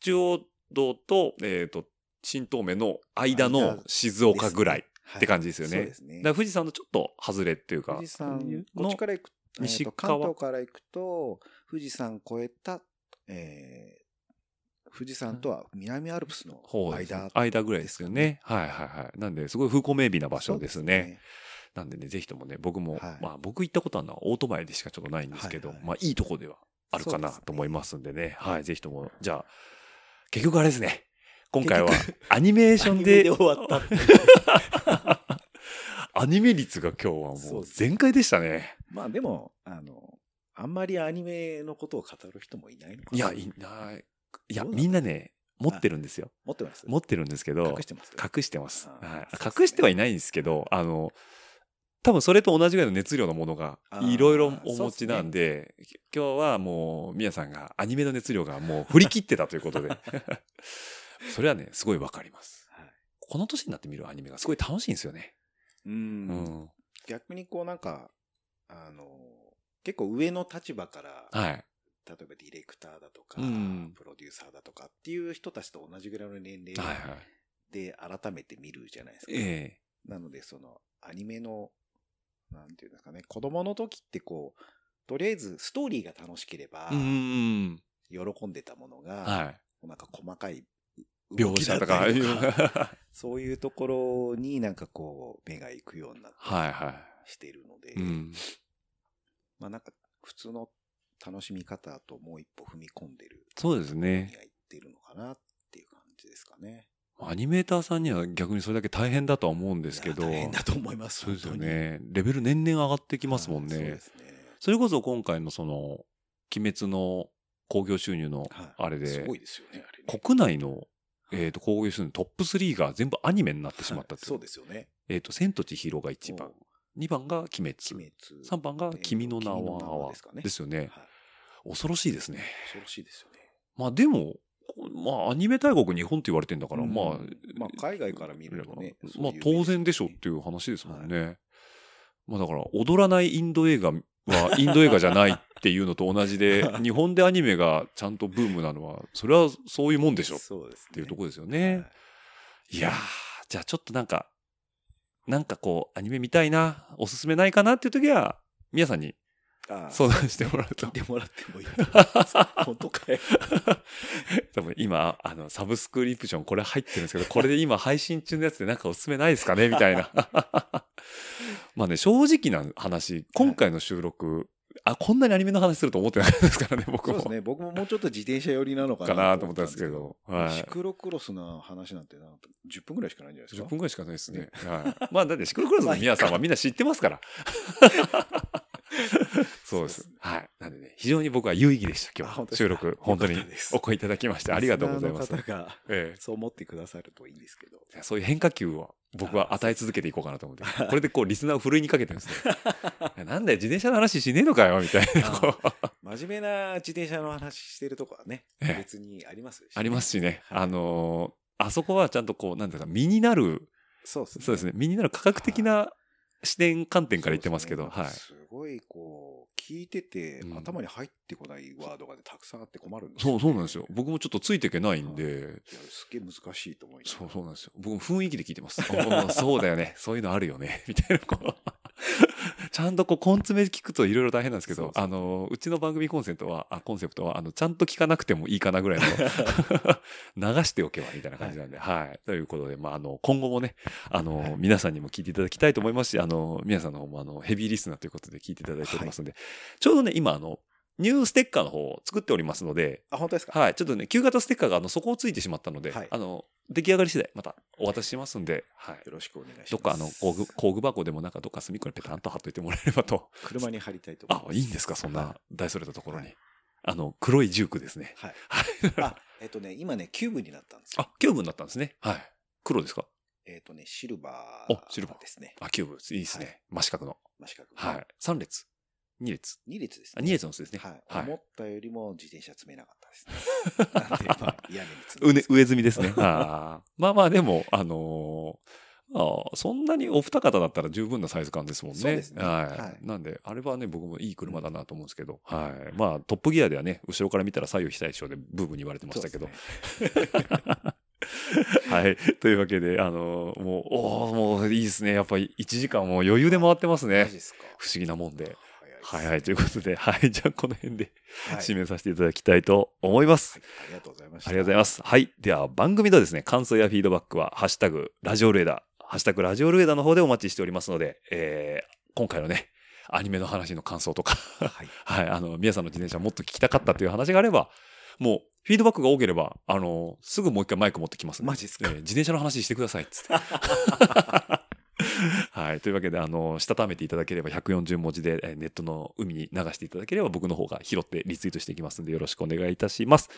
Speaker 2: 中央道と、えっ、と、新東名の間の
Speaker 3: 間
Speaker 2: 静岡ぐらいって感じですよね。
Speaker 3: そうですね
Speaker 2: だから。富士山のちょっと外れっていうか。
Speaker 3: 富士山、こっ
Speaker 2: の
Speaker 3: ちから行く、えーと
Speaker 2: 西側
Speaker 3: 関東から行くと、富士山越えた、えー富士山とは南アルプスの
Speaker 2: 方です
Speaker 3: 間。
Speaker 2: 間ぐらいですよね。はいはいはい。なんで、すごい風光明媚な場所ですね。
Speaker 3: そうで
Speaker 2: なんでね、ぜひともね、僕も、
Speaker 3: はい
Speaker 2: まあ僕行ったことあるのはオートバイでしかちょっとないんですけど、
Speaker 3: はいはい
Speaker 2: まあいいとこではあるかな
Speaker 3: そうですね
Speaker 2: と思いますんでね。はい、ぜひとも、じゃあ、結局あれですね。今回は アニメーションで。。
Speaker 3: アニメで終わった
Speaker 2: アニメ率が今日はも
Speaker 3: そう
Speaker 2: う
Speaker 3: です
Speaker 2: 全開でしたね。
Speaker 3: まあでも、あの、あんまりアニメのことを語る人もいないのかな。
Speaker 2: いや、いない。いや、
Speaker 3: どうなの
Speaker 2: みんなね、持ってるんですよ。
Speaker 3: 持ってます
Speaker 2: 持ってるんですけど、
Speaker 3: 隠してます
Speaker 2: 隠してます。
Speaker 3: あー
Speaker 2: はい
Speaker 3: そうですね
Speaker 2: 隠してはいないんですけど、あの、多分それと同じぐらいの熱量のものが
Speaker 3: あー
Speaker 2: いろいろお持ちなんで、き今日はもう、みやさんがアニメの熱量がもう振り切ってたという ことで、それはね、すごいわかります。
Speaker 3: はい
Speaker 2: この年になって見るアニメがすごい楽しいんですよね。
Speaker 3: う。
Speaker 2: うんん。
Speaker 3: 逆にこうなんか、あの、結構上の立場から、
Speaker 2: はい。
Speaker 3: 例えばディレクターだとか、
Speaker 2: うん
Speaker 3: プロデューサーだとかっていう人たちと同じぐらいの年齢
Speaker 2: はいはい。
Speaker 3: で改めて見るじゃないですか。
Speaker 2: え
Speaker 3: なので、その、アニメの、なんていうんですかね、子供の時ってこう、とりあえずストーリーが楽しければ
Speaker 2: え。う、ん。
Speaker 3: 喜んでたものが、
Speaker 2: は
Speaker 3: なんか細かい
Speaker 2: い。
Speaker 3: 動
Speaker 2: 描
Speaker 3: き
Speaker 2: 写
Speaker 3: だっ
Speaker 2: と
Speaker 3: た
Speaker 2: か。
Speaker 3: りとか、
Speaker 2: は
Speaker 3: そういうところになんかこう、目が行くようになって
Speaker 2: いは
Speaker 3: してるので、
Speaker 2: い。うん。
Speaker 3: まあなんか普通の楽しみ方ともう一歩踏み込んでる
Speaker 2: そうですね
Speaker 3: に。は行ってるのかなっていう感じですかね。
Speaker 2: アニメーターさんには逆にそれだけ大変だとは思うんですけど。
Speaker 3: いや大変だと思います。
Speaker 2: そうですよ
Speaker 3: 本当に。
Speaker 2: ね。レベル年々上がってきますもんね。
Speaker 3: はいそ
Speaker 2: そ
Speaker 3: うですね。
Speaker 2: れこそ今回のその、鬼滅の興行収入の
Speaker 3: はい
Speaker 2: あれで、
Speaker 3: すごいですよね、あれね
Speaker 2: 国内の、えー、と興行収入のトップ3が全部アニメになってしまったっていう。
Speaker 3: そうですよね。
Speaker 2: えっ、と、千と千尋が1番
Speaker 3: も、
Speaker 2: 2番が鬼滅、
Speaker 3: う鬼
Speaker 2: 3番が君の名
Speaker 3: 君の名
Speaker 2: は
Speaker 3: はですかね
Speaker 2: ですよ
Speaker 3: 滅。
Speaker 2: ね。
Speaker 3: はい
Speaker 2: 恐ろしいですね。
Speaker 3: 恐ろしいですよね。
Speaker 2: まあでも、こまあアニメ大国日本って言われてんだから、
Speaker 3: うん
Speaker 2: まあ、
Speaker 3: まあ海外から見るとね
Speaker 2: まあ
Speaker 3: そういうイメージ
Speaker 2: 当然でしょっていう話ですもんね。まあだから、踊らないインド映画はインド映画じゃないっていうのと同じ で、日本でアニメがちゃんとブームなのは、それはそういうもんでしょっ
Speaker 3: そうですね。って
Speaker 2: いうところですよね。い、やー、じゃあちょっとなんか、なんかこう、アニメ見たいな、おすすめないかなっていう時は、皆さんに
Speaker 3: はい。ああ
Speaker 2: 相談してもらうと
Speaker 3: 聞い。てもらってもいいと思 います。本当かよ。
Speaker 2: 多分今、あの、サブスクリプションこれ入ってるんですけど、これで今配信中のやつでなんかおすすめないですかねみたいな。 まあね、正直な話、今回の収録、あ、こんなにアニメの話すると思ってないですからね、僕
Speaker 3: そう
Speaker 2: も。
Speaker 3: ですね。僕ももうちょっと自転車寄りなのかな
Speaker 2: かなと思ったんですけ。ど。はい。
Speaker 3: シクロクロスの話なんてなんか10分ぐらいしかないんじゃないです
Speaker 2: 10
Speaker 3: か。
Speaker 2: 分ぐらいしかないですね。はい。まあ、だってシクロクロスの皆さんはみんな知ってます から。そうです。はい。なんでね、非常に僕は有意義でした、今
Speaker 3: あ本当
Speaker 2: 日。
Speaker 3: ですか
Speaker 2: 収録、本当に
Speaker 3: よかったです
Speaker 2: お声いただきまして、ありがとうございます。
Speaker 3: リスナーの方が
Speaker 2: ええ
Speaker 3: そう思ってくださるといいんですけど。
Speaker 2: そういう変化球を僕は与え続けていこうかなと思 って。これでこう、リスナーをふるいにかけてるんです ね。なんだよ、自転車の話 しねえのかよ、みたいな。こう
Speaker 3: 真面目な自転車の話してるとこはね、
Speaker 2: ええ
Speaker 3: 別にありますし、
Speaker 2: ありますしね。
Speaker 3: はい
Speaker 2: あのーあそこはちゃんとこう、なんていうか、身になる、
Speaker 3: そうですね。
Speaker 2: そうですね、身になる科学的な視点、観点から言ってますけど、
Speaker 3: そう
Speaker 2: は
Speaker 3: で
Speaker 2: い。
Speaker 3: すねなんかすごいこう、聞いてて、
Speaker 2: うん
Speaker 3: 頭に入ってこないワードがね、たくさんあって困るんですよ
Speaker 2: そう、そ
Speaker 3: ね
Speaker 2: うなんですよ。僕もちょっとついていけないんで、
Speaker 3: いやすっげえ難しいと思いなが
Speaker 2: そ
Speaker 3: ら
Speaker 2: うそうなんですよ。僕も雰囲気で聞いてます。ああそうだよ ね。そういうのあるよね。みたいな、こう。ちゃんとこう、コン詰め聞くといろいろ大変なんですけ
Speaker 3: そう
Speaker 2: ど、
Speaker 3: そう
Speaker 2: あの、うちの番組コンセントは、あコンセプトは、あの、ちゃんと聞かなくてもいいかなぐらい の、流しておけばみたいな感じなんで、はい、ということで、まあ、あの、今後もね、あの、皆さんにも聞いていただきたいと思いますし、あの、皆さんの方も、あの、ヘビーリスナーということで聞いていただいておりますので、ちょうどね、今、あの、ニューステッカーの方を作っておりますので、
Speaker 3: あ、本当ですか
Speaker 2: はい、ちょっとね、旧型ステッカーがあの底をついてしまったので、
Speaker 3: はい
Speaker 2: あの出来上がり次第またお渡ししますんで、はい、
Speaker 3: よろしくお願いします。
Speaker 2: どっかあの工具工具箱でもなんかどっか隅っこにペタンと貼っといてもらえればと。
Speaker 3: 車に貼りたいと思い
Speaker 2: あ
Speaker 3: ます。、
Speaker 2: いいんですか、そんな
Speaker 3: は
Speaker 2: 大それたところに。
Speaker 3: はい
Speaker 2: あの黒いジュークですね。
Speaker 3: はい。
Speaker 2: はい
Speaker 3: あ、えっとね、今ね、キューブになったんですよ。
Speaker 2: あ、キューブになったんですね。はい。黒ですか。
Speaker 3: えっとね、シルバー
Speaker 2: おシルバー
Speaker 3: ですね。
Speaker 2: あ、キューブ、いいですね。真四角の。
Speaker 3: 真四角の。
Speaker 2: はい。三列。 2列。
Speaker 3: 2列です
Speaker 2: あ、2列の巣ですね。
Speaker 3: はい。
Speaker 2: はい
Speaker 3: 思ったよりも自転車積めなか ったですね。なんで、まあ、屋根に積
Speaker 2: う
Speaker 3: むんで
Speaker 2: ね
Speaker 3: す、けど
Speaker 2: 上積みですね。 あーまあまあ、でも、あのーまあ、そんなにお二方だったら十分なサイズ感ですもんね。
Speaker 3: そうですね
Speaker 2: はい。
Speaker 3: はい
Speaker 2: なんで、あれはね、僕もいい車だなと思うんですけど、はい。まあ、トップギアではね、後ろから見たら左右非対称でブーブーに言われてましたけど。はい。 というわけで、あのーもう、おーもういいですね。やっぱり1時間もう余裕で回ってます
Speaker 3: マ
Speaker 2: ね
Speaker 3: ジ。ですか。
Speaker 2: 不思議なもんで。はい
Speaker 3: は
Speaker 2: はい。ということで、はい。じゃあ、この辺で
Speaker 3: いはい
Speaker 2: 締めさせていただきたいと思います。
Speaker 3: ありがとうございまし
Speaker 2: あ
Speaker 3: た。
Speaker 2: りがとうございます。はい。では番組のですね、感想やフィードバックは、ハッシュタグ、ラジオルエダ、ハッシュタグ、ラジオルエダの方でお待ちしておりますので、えー、今回のね、アニメの話の感想とか、
Speaker 3: はい。
Speaker 2: はい、あの、皆さんの自転車もっと聞きたかったという話があれば、もう、フィードバックが多ければ、あの、すぐもう一回マイク持ってきますん
Speaker 3: マジっすか
Speaker 2: えー自転車の話してください、つ って。はい。というわけで、あの、したためていただければ140文字で、えーネットの海に流していただければ、僕の方が拾ってリツイートしていきますんで、よろしくお願いいたします。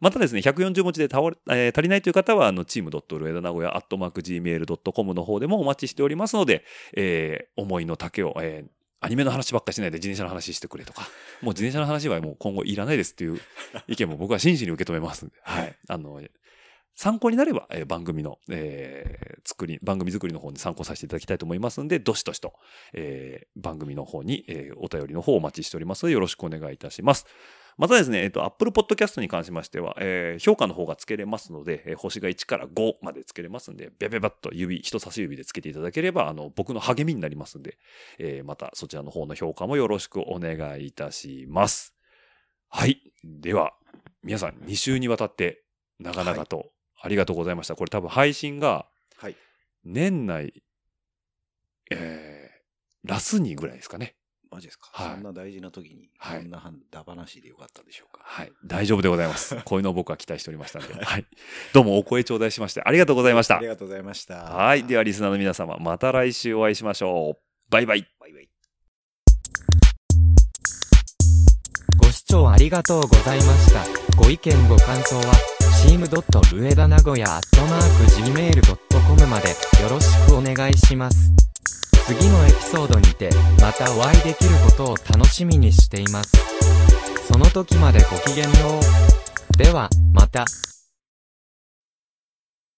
Speaker 2: またですね、140文字で倒れ、えー足りないという方は、あの、チームルエダ名古屋、アットマーク Gmail.com の方でもお待ちしておりますので、えー思いの丈を、えーアニメの話ばっかしないで自転車の話してくれとか、もう自転車の話はもう今後いらないですっていう意見も僕は真摯に受け止めますんで、はい。あの、参考になれば、えー番組の、えー作り、番組作りの方に参考させていただきたいと思いますんで、どしどしと、えー番組の方に、えーお便りの方をお待ちしておりますので、よろしくお願いいたします。またですね、えっと、Apple Podcast に関しましては、えー評価の方がつけれますので、えー星が1から5までつけれますんで、ビャビャビャっと指、人差し指でつけていただければ、あの、僕の励みになりますんで、えーまたそちらの方の評価もよろしくお願いいたします。はい。では、皆さん2週にわたって長々とありがとうございました。これ多分配信が
Speaker 3: はい。
Speaker 2: 年内、えー、ラス2ぐらいですかね。
Speaker 3: マジですか。
Speaker 2: はい
Speaker 3: そんな大事な時に、
Speaker 2: はい
Speaker 3: こんなはんだ話でよかったでしょうか。
Speaker 2: はい。大丈夫でござい ます。こういうのを僕は期待しておりましたんで。はい。どうもお声頂戴しましてありがとうございました
Speaker 3: あり。がとうございました。
Speaker 2: はい。ではリスナーの皆様、また来週お会いしましょう。バイバイ。
Speaker 3: バイバイ。
Speaker 4: ご視聴ありがとうございました。ご意見ご感想は、チームドットルエダ名古屋アットマーク Gmail.com までよろしくお願いします。次のエピソードにて、またお会いできることを楽しみにしています。その時までごきげんよう。では、また。